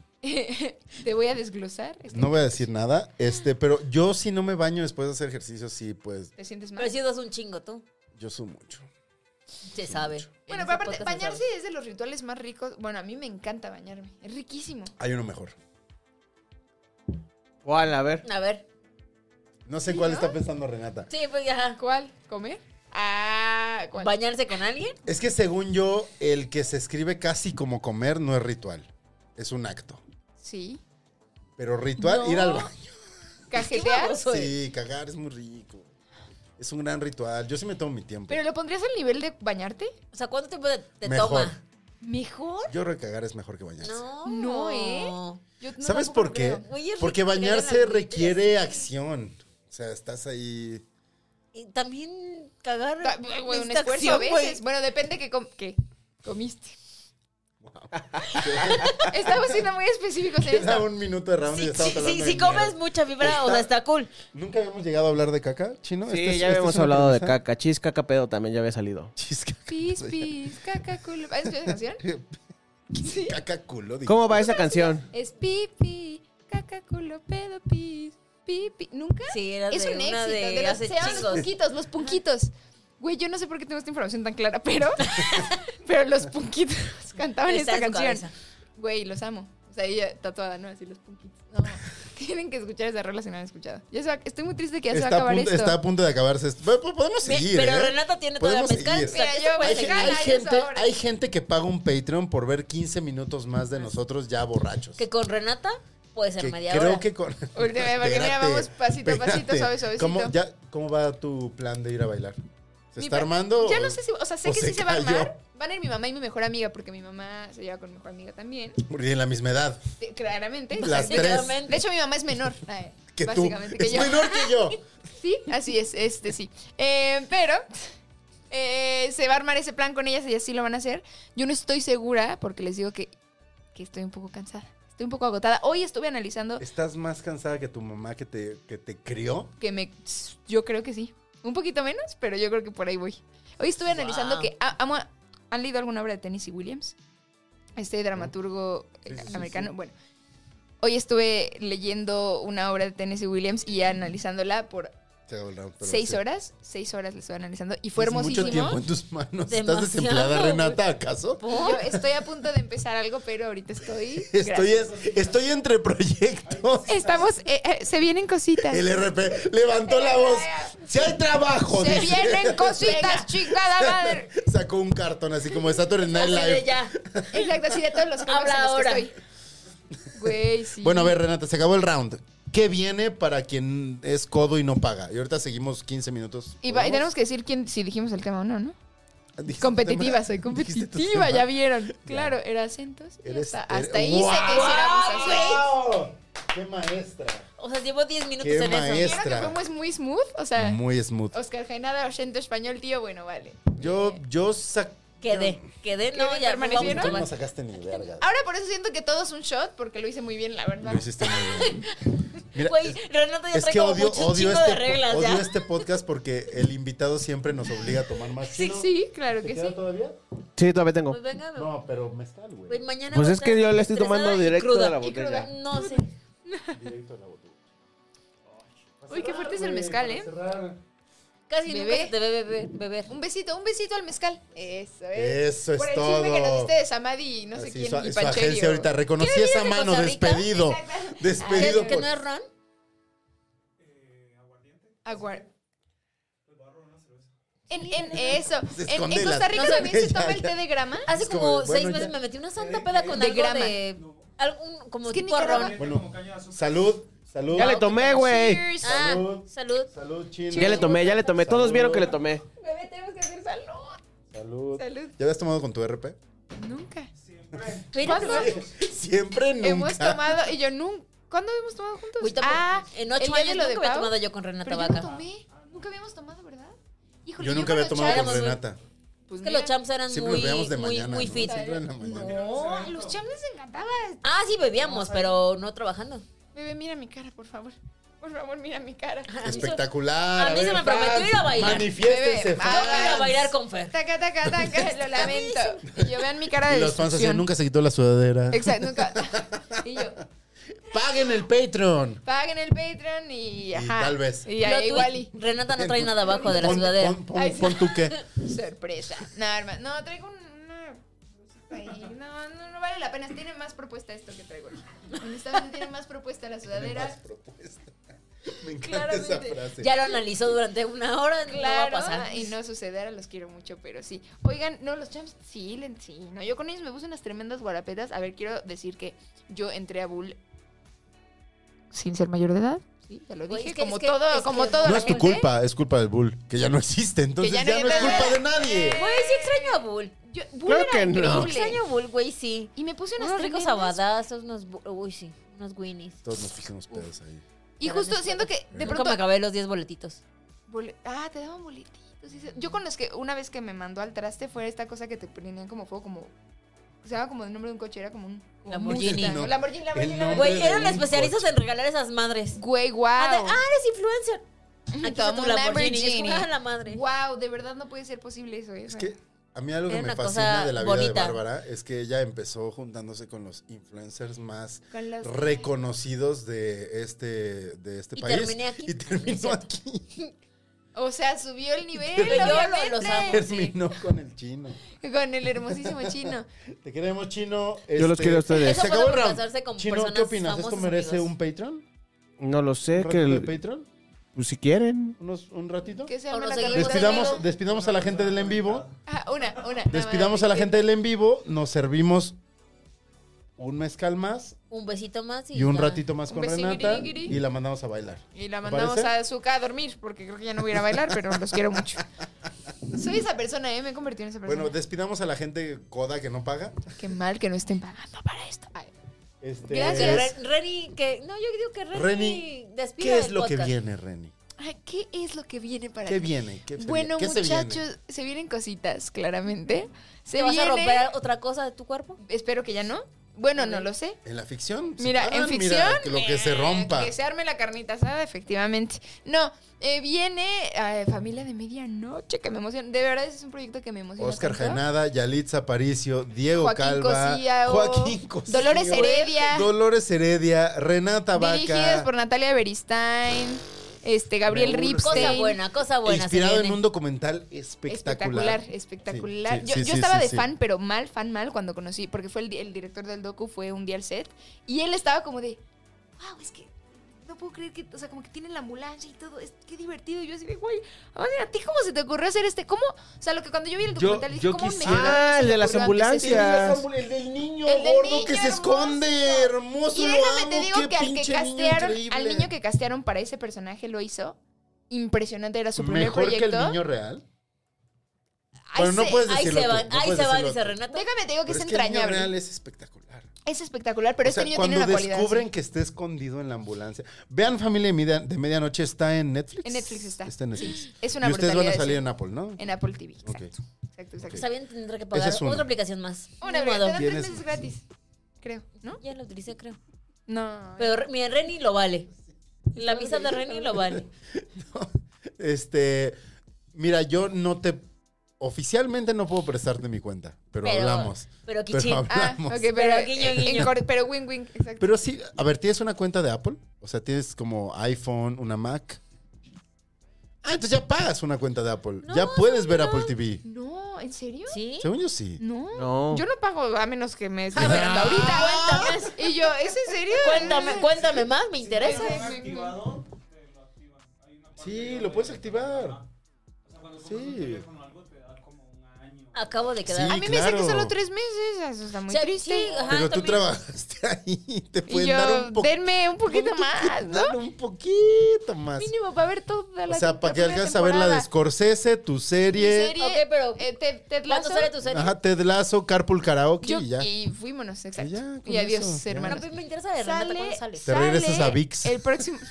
B: Te voy a desglosar. este,
A: No voy a decir nada, este, pero yo si no me baño después de hacer ejercicio, sí, pues
B: ¿Te sientes mal?
C: Pero si das un chingo, tú.
A: yo subo mucho.
C: Se sabe.
B: Bueno,
C: En
B: pero
C: ese
B: aparte,
C: podcast se
B: bañarse
C: sabe.
B: es de los rituales más ricos. Bueno, a mí me encanta bañarme. Es riquísimo.
A: Hay uno mejor.
D: ¿Cuál? A ver.
C: A ver.
A: No sé en cuál está pensando Renata.
C: Sí, pues ya.
B: ¿Cuál? ¿Comer? Ah, ¿cuál?
C: ¿Bañarse con alguien?
A: Es que según yo, el que se escribe casi como comer no es ritual, es un acto.
B: sí.
A: Pero ritual, ir al baño.
B: ¿Cajetear?
C: baboso eres.
A: Sí, cagar es muy rico. Es un gran ritual. Yo sí me tomo mi tiempo.
B: ¿Pero lo pondrías al nivel de bañarte?
C: O sea, ¿cuánto tiempo te, te
A: Mejor.
C: toma?
B: ¿Mejor?
A: Yo creo que cagar es mejor que bañarse.
C: No.
B: No, ¿eh? Yo no,
A: ¿Sabes
B: tampoco
A: por
B: lo
A: qué?
B: creo.
C: Oye,
A: Porque
C: requiere
A: bañarse
C: la-
A: requiere acción. O sea, estás ahí.
C: Y también cagar.
B: Ta- güey, un
C: necesita
B: esfuerzo a
C: acción, güey.
B: veces. Bueno, depende que com- ¿qué? comiste. Estamos siendo muy específicos en
A: Queda
B: esto.
A: un minuto de round y
C: Sí,
A: ya estamos
C: sí,
A: hablando
C: sí,
A: de
C: si comes
A: mierda.
C: mucha fibra, o sea, está cool.
A: ¿Nunca habíamos llegado a hablar de caca, chino?
D: Sí,
A: Este es-
D: ya
A: este
D: habíamos
A: es una
D: hablado de
A: premisa.
D: caca. Chis, caca, pedo también ya había salido.
A: Chis,
B: Pis, pis, caca, culo. ¿Es esa canción? Sí.
A: Caca culo, dije.
D: ¿Cómo va esa canción?
B: Es pipi, caca, culo, pedo, pis, pipi. ¿Nunca?
C: Sí, era
B: es
C: de
B: un
C: una
B: éxito.
C: de,
B: De, los,
C: hace
B: se llaman los
C: chingos.
B: punquitos, los punquitos. Güey, yo no sé por qué tengo esta información tan clara, pero, pero los punquitos cantaban
C: Está
B: esta
C: en su
B: canción.
C: cabeza.
B: Güey, los amo. O sea, ella tatuada, ¿no? Así los punquitos. No. Tienen que escuchar esa rola si no la han escuchado. Ya se va- estoy muy triste que ya se va a
A: Está a,
B: acabar
A: punto,
B: esto.
A: está a punto de acabarse esto. Pero po- podemos
C: Ve,
A: seguir,
C: Pero
A: ¿eh?
C: Renata tiene toda la
A: Podemos
C: mezcal.
A: seguir.
C: o sea,
B: Mira,
C: que
B: yo
C: se puede
A: Hay,
B: Pues
A: gen-
C: seguir.
A: hay
B: regala eso
A: gente,
B: ahora.
A: hay gente que paga un Patreon por ver 15 minutos más de nosotros ya borrachos.
C: Que con Renata puede ser
A: Que
C: media
A: creo
C: hora.
A: que con...
B: Porque mira,
A: Espérate,
B: vamos pasito a pasito,
A: espérate.
B: suave, suavecito.
A: ¿Cómo, ya, ¿Cómo va tu plan de ir a bailar? ¿Se
B: Mi
A: está
B: pa-
A: armando?
B: Ya
A: o-
B: no sé si, o sea, sé
A: o
B: que
A: se
B: sí se va a armar.
A: cayó?
B: Van a ir mi mamá y mi mejor amiga, porque mi mamá se lleva con mi mejor amiga también.
A: Porque en la misma edad.
B: De- Claramente. o sea,
A: Las
B: de-
A: tres.
B: De hecho, mi mamá es menor. eh,
A: Que tú.
B: básicamente, que
A: Es
B: yo.
A: menor que yo.
B: Sí, así es, este sí. Eh, pero eh, se va a armar ese plan con ellas y así lo van a hacer. Yo no estoy segura porque les digo que, que estoy un poco cansada. Estoy un poco agotada. Hoy estuve analizando
A: ¿Estás más cansada que tu mamá que te, que te crió?
B: que me... Yo creo que sí. Un poquito menos, pero yo creo que por ahí voy. Hoy estuve analizando
C: Wow.
B: que... a- amo a- ¿Han leído alguna obra de Tennessee Williams? Este dramaturgo eh,
A: Sí, sí, sí,
B: americano.
A: sí.
B: Bueno, hoy estuve leyendo una obra de Tennessee Williams y analizándola por
A: Se va el round, pero
B: seis
A: sí.
B: horas. Seis horas la estuve analizando y fue
A: Es
B: hermosísimo.
A: Mucho tiempo en tus manos.
C: Demasiado,
A: ¿Estás desempleada,
C: güey.
A: Renata, acaso?
B: Y Yo estoy a punto de empezar algo, pero ahorita estoy.
A: Estoy,
B: Gracias.
A: estoy entre proyectos.
B: Estamos. eh, eh, se vienen cositas.
A: El RP levantó la voz. Si hay trabajo.
B: Se
A: dice.
B: vienen cositas, chingada madre.
A: Sacó un cartón así como de Saturday Night
C: Así de
A: Live.
C: ya.
B: Exacto, así de todos los campos
C: Habla
B: en los que
C: ahora.
B: estoy. Güey, sí.
A: Bueno, a ver, Renata, se acabó el round. ¿Qué viene para quien es codo y no paga? Y ahorita seguimos 15 minutos.
B: Y, va- y tenemos
A: ¿Podemos?
B: que decir quién, si dijimos el tema o no, ¿no?
A: Dijiste tu
B: Competitiva,
A: tema.
B: soy
A: Dijiste tu
B: competitiva,
A: tema.
B: ya vieron. Claro, era acentos. y
A: Eres-
B: hasta
A: eres-
B: hasta hice que
A: ¡Guau!
B: hiciéramos así.
A: ¡Qué maestra!
C: O sea, llevo 10 minutos
A: Qué
C: en eso.
A: maestro.
B: Vieron que
A: Extra.
B: fuimos muy smooth, o sea,
A: Muy smooth.
B: Oscar Jainada, oyente español, tío, bueno, vale.
A: Yo, yo sac-
C: Quedé, quedé, no,
B: ¿Quedé?
C: ya
B: ¿Permanecieron?
C: vamos
A: Tú
C: con
A: no
C: más.
A: sacaste ni verga.
B: Ahora por eso siento que todo es un shot, porque lo hice muy bien, la verdad.
A: Lo hiciste muy bien. Mira,
C: Güey, Renato ya
A: es
C: trae
A: que
C: como
A: odio,
C: mucho un
A: odio,
C: chico
A: este,
C: de reglas
A: po-
C: ya.
A: odio este podcast porque el invitado siempre nos obliga a tomar más.
B: Sí,
A: ¿no?
B: sí, claro
A: ¿Te
B: que
A: queda
B: sí.
A: todavía?
D: Sí, todavía tengo.
C: Pues venga, me-
A: No, pero mezcal, güey.
C: güey, mañana
D: Pues
C: voy a
D: es que
C: estar
D: yo le estoy tomando
C: estresada y
D: directo
C: cruda.
D: de la
B: y cruda.
D: botella.
C: No sé.
B: Uy, qué fuerte es el mezcal, ¿eh?
C: Casi nunca
B: Bebé.
C: se te ve beber. beber.
B: Un besito, un besito al mezcal. Eso es.
A: Eso es
B: por el
A: todo.
B: chisme que nos diste de Samadi y no sé
A: Así,
B: quién. y
A: su, su agencia
B: Pancherio.
A: ahorita reconocí esa
C: de
A: mano,
C: Costa Rica?
A: despedido.
C: ¿Que,
A: Despedido.
C: que
A: por-
C: no es ron?
B: Aguar- En, en eso.
A: Se
B: En, en
A: esconde
B: Costa
A: las-
B: Rica
A: no sé,
B: también se
A: ya,
B: toma el
A: ya.
B: té de grama.
C: Hace
A: Es
C: como,
A: como de,
C: seis
A: bueno, ya.
C: meses me metí una santa peda con
B: De
C: algo
B: grama.
C: de... Algún, como
B: Es que
C: tipo
B: Nicaragua-
C: ron.
A: Bueno, salud, salud.
D: Ya le tomé, güey.
B: Cheers.
C: Ah,
A: Salud.
C: salud.
A: Salud, chino.
D: Ya le tomé, ya le tomé. Todos
A: Salud.
D: vieron que le tomé.
B: Bebé, tenemos que hacer salud.
A: Salud.
B: Salud.
A: ¿Ya habías tomado con tu RP?
B: Nunca.
C: Mira,
B: ¿Cuándo
C: güey,
A: Siempre nunca.
B: hemos tomado? Y yo nunca. ¿Cuándo hemos tomado juntos?
C: tampoco-
B: ah,
C: en
B: el
C: ocho
B: día de
C: años
B: lo
C: nunca
B: de
C: había
B: Pau.
C: tomado yo con Renata
B: Pero yo no
C: Vaca.
B: tomé. Nunca habíamos tomado, ¿verdad? Híjole,
A: Yo nunca había
B: con los
A: tomado
B: chams-
A: con Renata.
B: Pues
C: Es que los
B: mira,
C: champs eran
A: Siempre nos
C: muy,
A: veíamos de
C: muy,
A: mañana.
C: muy
A: ¿no?
C: fit.
A: Siempre en la mañana.
B: No, a los chams les encantaba.
C: Ah, sí bebíamos, pero no trabajando.
B: Bebé, mira mi cara, por favor. Por favor, mira mi cara.
A: Espectacular.
C: A mí se
A: ver,
C: me prometió
A: fans,
C: ir a bailar.
A: Manifiéstense,
B: Bebé,
C: Yo quiero ir a
B: fans.
C: bailar con Fer.
B: Taca, taca, taca, lo lamento. Y yo vean mi cara de
A: Y los fans así,
B: destrucción.
A: nunca se quitó la sudadera.
B: Exacto, nunca. Y yo,
A: Paguen el Patreon.
B: paguen el Patreon y ajá.
A: tal vez.
B: Y
C: Lo
B: ahí
C: tuit-
B: igual y
C: Renata no trae nada abajo de la
A: Pon-
C: sudadera.
A: Pon, pon-
B: Ay, sí.
A: pon tú qué.
B: sorpresa. No, hermano, no, traigo un- una... blusita ahí. No, no, no vale la pena. Tiene más propuesta esto que traigo. Honestamente tiene más propuesta la sudadera.
A: Me encanta
B: Claramente.
A: esa frase.
C: Ya lo analizó durante una hora, no va a
B: Claro, ah,
C: pasar.
B: y no sucederá, los quiero mucho, pero sí. Oigan, no, los champs, sí, len- sí, no. Yo con ellos me puse unas tremendas guarapetas. A ver, quiero decir que yo entré a Bull sin ser mayor de edad. Sí, ya lo
C: Güey,
B: dije.
C: es que-
B: como
C: es que-
B: todo,
C: es
B: como
C: que-
B: todo.
A: No es tu culpa, es culpa del Bull, que ya no existe. Entonces ya,
B: ya
A: no
B: no-
A: es culpa de nadie.
C: Güey, sí extraño a Bull.
B: Yo, Bull
D: Claro
B: era
D: que no.
B: increíble.
C: Yo extraño a Bull, güey, sí.
B: Y me puse unas
C: Unos ricos
B: tremendas-
C: abadazos, unos... bu- Uy, sí, unos winnies.
A: Todos nos pusimos pedos ahí.
B: Y justo siento que de
C: Nunca me
B: pronto.
C: acabé los 10 boletitos.
B: Bole- Ah, te daban boletitos. sí, sí. Yo con los que una vez que me mandó al traste fue esta cosa que te ponían como fuego, como. Se llama como el nombre de un coche, era como un. como
C: Lamborghini.
B: Mustang, ¿no?
A: No.
B: Lamborghini, Lamborghini,
A: El
B: Lamborghini.
A: nombre
C: Güey,
A: de
C: eran
A: un
C: especialistas
A: coche.
C: en regalar esas madres.
B: Güey,
C: Ah, de-
B: wow.
C: ah, eres influencer. Aquí está
B: Toma
C: tu
B: un
C: Lamborghini. Y es como,
B: Lamborghini.
C: ah, la madre.
B: Wow, de verdad no puede ser posible eso. ¿eh?
A: Es que a mí algo que
C: Era
A: me
C: una cosa
A: fascina de la vida de
C: bonita.
A: Bárbara es que ella empezó juntándose con los influencers más
B: Con
C: Ah,
B: los-
A: reconocidos de este, de este
C: Y
A: país.
C: terminé aquí.
A: Y terminó aquí.
B: O sea, subió el nivel.
C: Pero yo lo-
B: obviamente.
C: los amo.
A: Terminó con el chino.
B: Con el hermosísimo chino.
A: Te queremos, chino. Este,
D: Yo los quiero a ustedes.
C: Eso
A: Eh, Se acabó
C: puede
A: el round.
C: pasarse con
A: Chino,
C: personas
A: ¿qué opinas? ¿Esto
C: famosas,
A: merece
C: amigos.
A: un Patreon?
D: No lo sé,
A: ¿Un
D: que
A: ratito de
D: el-
A: Patreon?
D: pues, si quieren.
A: ¿Unos- ¿Un ratito?
B: Que se
C: O
B: arme
C: nos
B: la
C: seguimos
B: carrera.
A: Despidamos, despidamos a la gente del en vivo.
B: Ah, una, una. nada más.
A: Despidamos a la gente del en vivo. Nos servimos un mezcal más
C: Un besito más y,
A: y un
C: ya.
A: ratito más
B: Un
A: con
B: besín,
A: Renata
B: guiri,
A: y
B: guiri.
A: la mandamos a bailar.
B: Y la
A: ¿Te
B: mandamos
A: parece?
B: a Zuka a dormir, porque creo que ya no voy a ir a bailar, pero los quiero mucho. Soy esa persona, ¿eh? Me he convertido en esa persona.
A: Bueno, despidamos a la gente coda que no paga.
B: Qué mal que no estén pagando para esto. Ay,
A: Este,
C: Que
B: Gracias.
C: Ren- Reni, que. No, yo digo que Reni.
A: Reni,
C: despida
A: ¿Qué es
C: el
A: lo que
C: podcast.
A: viene, Reni?
B: ay, ¿Qué es lo que viene para
A: ¿Qué
B: ti?
A: viene? ¿Qué se
B: Bueno,
A: viene? ¿Qué se viene?
B: muchachos, se, vienen cositas, claramente. Se
C: ¿Te vas
B: viene...
C: a romper otra cosa de tu cuerpo?
B: Espero que ya no. Bueno, no lo sé.
A: ¿En la ficción? ¿Se
B: Mira,
A: pagan?
B: en ficción.
A: Ah, Mira, que lo que se
B: eh,
A: rompa.
B: Que se arme la carnita asada, efectivamente. No, eh, viene eh, Familia de Medianoche, que me emociona. De verdad, ese es un proyecto que me emociona.
A: Oscar
B: tanto.
A: Jainada, Yalitza Aparicio, Diego
B: Joaquín
A: Calva,
B: Cosío,
A: Joaquín Cosío,
B: Dolores Heredia.
A: Dolores Heredia, Renata
B: Dirigidas
A: Vaca,
B: por Natalia Beristain, este, Gabriel
A: Me urge.
B: Ripstein.
C: Cosa buena, cosa buena. se
A: inspirado en
C: viene.
A: un documental espectacular.
B: Espectacular, espectacular.
A: Sí, sí,
B: yo
A: sí,
B: yo
A: sí,
B: estaba
A: sí,
B: de
A: sí.
B: fan, pero mal, fan mal, cuando conocí, porque fue el, di- el director del docu, fue un día al set, y él estaba como de, wow, es que no puedo creer que, o sea, como que tienen la ambulancia y todo, es, qué divertido. Y yo así de, güey, oye, ¿a ti cómo se te ocurrió hacer este? ¿Cómo? O sea, lo que cuando yo vi el documental dije,
A: yo
B: ¿cómo
A: quisiera-
B: me
D: Ah, el de las ambulancias.
A: El del niño
B: El del
A: gordo
B: niño
A: que se
B: hermoso.
A: esconde, hermoso.
B: Y
A: lo
B: déjame
A: amo,
B: te
A: qué
B: digo que al que
A: pinche niño
B: castearon, al
A: increíble.
B: niño que castearon para ese personaje lo hizo. Impresionante, era su primer
A: mejor
B: proyecto.
A: que el niño real.
B: Ay,
A: Bueno, no
B: se-
A: puedes
C: Ahí
A: decirlo.
C: se
A: tú,
C: van,
A: no
C: ahí
A: puedes
C: se van,
A: decirlo
C: dice
A: tú.
C: Renata.
B: Déjame te digo que es
A: Pero es que el niño
B: entrañable.
A: real es espectacular.
B: Es espectacular, pero
A: O
B: este
A: sea,
B: niño
A: cuando
B: tiene una cualidad.
A: descubren
B: sí.
A: que está escondido en la ambulancia. Vean Familia de, Media- de Medianoche, ¿está en Netflix?
B: En Netflix está.
A: Está en Netflix.
B: Es una
A: y ustedes van
B: brutalidad de
A: a salir
B: serie.
A: en Apple, ¿no?
B: En Apple TV,
A: Ok.
B: exacto. Exacto, exacto.
C: Está bien, tendré que pagar
A: Ese es uno.
C: otra aplicación más.
B: Una verdad,
C: Ni modo.
B: te dan tres
A: Tienes-
B: meses gratis, creo, ¿no?
C: Ya lo utilicé, creo.
B: No.
C: Pero re- mi Reni lo vale. La misa de Reni lo vale.
A: Este, mira, yo no te... Oficialmente no puedo prestarte mi cuenta, pero, hablamos.
C: Pero
A: Pero
C: Kichin.
A: habla-
B: ah,
A: hablamos.
B: ok, pero,
C: Pero guiño,
B: en
C: guiño.
B: cor- pero wing wing, exacto.
A: Pero sí, a ver, ¿tienes una cuenta de Apple? O sea, ¿tienes como iPhone, una Mac? Ah, entonces ya pagas una cuenta de Apple.
C: No,
A: ya puedes ver
C: no.
A: Apple TV.
B: no, ¿en serio?
C: ¿Sí?
A: Según yo sí.
B: No.
D: No.
B: Yo no pago a menos que me estén
C: A ver,
B: pagando ahorita.
C: cuéntame.
B: Y yo, ¿es en serio?
C: pues. Cuéntame, cuéntame más, me interesa.
F: activado, te lo activan. Hay una parte
A: Sí,
F: ya
A: lo
F: de-
A: puedes activar.
F: Ajá. O sea, cuando compras
A: Sí.
F: un teléfono o algo, te da como un año.
C: Acabo de quedar.
B: A
A: Sí,
B: mí me saqué
A: claro.
B: solo tres meses, eso está muy
C: O sea,
B: triste.
C: sí, ajá,
A: Pero tú
C: también.
A: trabajaste ahí, te
B: Ah, Y
A: pueden dar
B: yo,
A: un poquito.
B: denme un poquito más, ¿no?
A: Dar un poquito más.
B: Mínimo para ver toda la
A: O sea, para que
B: primera
A: alcances a ver la de
B: temporada.
A: Scorsese, tu serie,
B: Mi serie,
C: Ok, pero-
B: eh, Ted- Ted
C: ¿Cuánto
B: Lasso.
C: sale tu serie?
A: ajá, Ted Lasso, Carpool Karaoke
B: Yo-
A: y ya.
B: Y fuímonos, exacto.
A: ya, con
B: y adiós,
A: eso, ya.
B: hermanos.
C: pues, Me interesa de Renata cuándo sale.
A: Te regresas a VIX.
B: El próximo.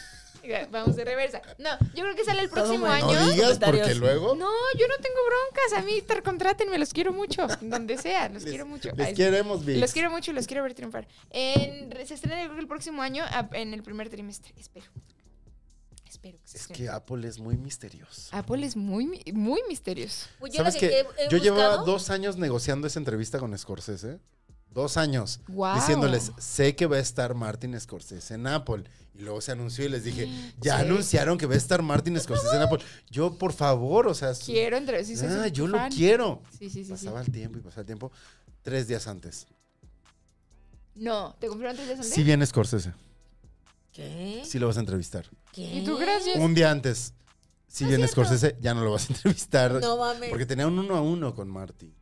B: Vamos de reversa. No, yo creo que sale el próximo
C: mal.
B: año.
A: No digas porque
C: Comentarios.
A: luego
B: No, yo no tengo broncas. A mí, tar- contrátenme, los quiero mucho. Donde sea, los quiero mucho.
A: les
B: Ay,
A: queremos Vix.
B: Los quiero mucho y los quiero ver triunfar. En- se estrena yo creo que el próximo año, a- en el primer trimestre. Espero. Espero que se
A: Es
B: estrene.
A: que Apple es muy misterioso.
B: Apple es muy, mi- muy misterioso.
C: Pues
A: ¿Sabes
C: lo
A: qué?
C: he- he
A: Yo llevaba
C: buscado-
A: dos años negociando esa entrevista con Scorsese. Dos años.
B: Guau.
A: Diciéndoles, sé que va a estar Martin Scorsese en Apple. Y luego se anunció y les dije, ya
B: Sí.
A: anunciaron que va a estar Martin Scorsese en Apple. Yo, por favor, o sea. su-
B: Quiero entre sí, soy
A: Ah,
B: súper
A: yo lo
B: fan.
A: quiero.
B: Sí, sí, sí. sí.
A: pasaba el tiempo y pasaba el tiempo. Tres días antes.
B: No, ¿te compraron tres días antes?
A: Sí viene Scorsese.
C: ¿Qué?
A: Sí lo vas a entrevistar.
C: ¿Qué?
B: ¿Y tú gracias?
A: Un día antes. Si viene Scorsese, ya no lo vas a entrevistar.
C: No mames.
A: Porque tenía un uno a uno con Martin.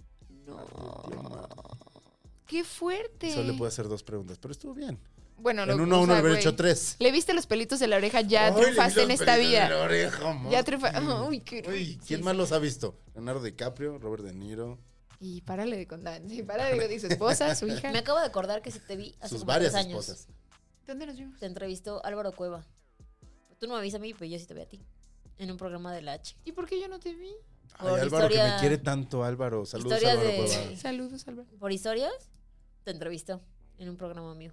B: No. Qué fuerte.
A: Solo le puedo hacer dos preguntas, pero estuvo bien.
B: Bueno,
A: en
B: lo-
A: uno a
B: o
A: uno
B: sea,
A: haber
B: güey,
A: hecho tres.
B: Le viste los pelitos de la oreja, ya
A: Ay, le vi
B: triunfaste
A: los
B: en esta
A: pelitos de
B: vida.
A: la oreja, amor.
B: Ya triunfaste. Uy, qué
A: Uy,
B: rico.
A: ¿quién
B: Sí,
A: más los ha visto? Leonardo DiCaprio, Robert De Niro,
B: Y párale de contar. Sí, párale de y su esposa, su hija.
C: Me acabo de acordar que sí te vi hace
A: sus
C: como
A: varias
C: tres años.
A: esposas.
B: ¿Dónde nos vimos?
C: Te entrevistó Álvaro Cueva. Tú no me avisas a mí, pero yo sí te vi a ti. En un programa de la H.
B: ¿Y por qué yo no te vi?
A: Ay, Álvaro,
C: Por
A: que me
C: historia-
A: quiere tanto, Álvaro. Saludos,
C: historias
A: Álvaro
C: de-
A: Cuevas.
B: Saludos, Álvaro.
C: Por historias, te entrevistó en un programa mío.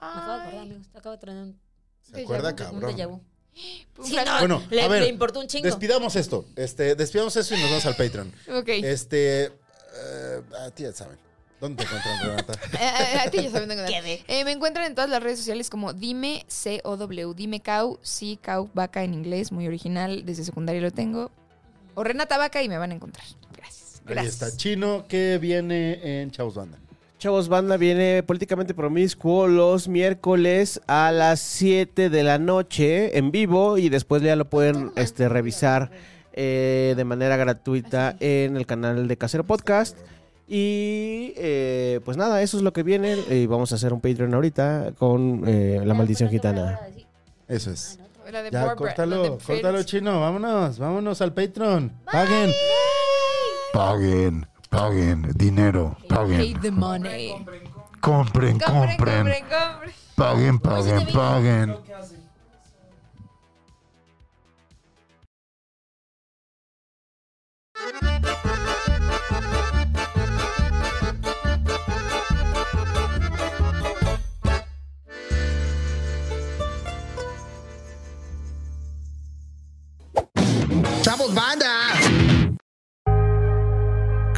C: Me acabo de acordar,
B: Ay,
C: amigos. Te acabo de traer un,
A: ¿Se acuerda,
C: un
A: cabrón?
C: déjà vu.
B: un
C: Sí,
B: flash-
C: no,
A: Bueno,
C: le,
A: a ver,
C: le importó un chingo.
A: Despidamos esto. Este, despidamos eso y nos vamos al Patreon.
B: Ok. Eh,
A: Este, eh, a ti ya saben. ¿Dónde te encuentran, Renata?
B: eh, A, a- a ti ya saben dónde andar.
C: Quedé.
B: Eh, me encuentran en todas las redes sociales como Dime C-O-W. Dime Cow, sí, Cow, Vaca en inglés, muy original. Desde secundaria lo tengo. O Renata Vaca y me van a encontrar. Gracias.
A: Ahí
B: Gracias.
A: está Chino, que viene en Chaos Banda.
D: Chavos Banda viene políticamente promiscuo los miércoles a las 7 de la noche en vivo y después ya lo pueden este, revisar eh, de manera gratuita en el canal de Casero Podcast. Y eh, pues nada, eso es lo que viene y vamos a hacer un Patreon ahorita con eh, La Maldición Gitana.
A: Eso es.
C: Ah,
B: La de
A: Ya,
B: Barbara, la de
A: córtalo,
B: Friends.
A: córtalo, chino. Vámonos, vámonos al Patreon. Paguen.
G: Paguen, paguen, dinero,
B: Pay
G: paguen.
B: the money.
G: Compren, compren.
B: Compren, compren, compren.
G: Paguen, paguen, paguen.
F: ¿Qué hacen?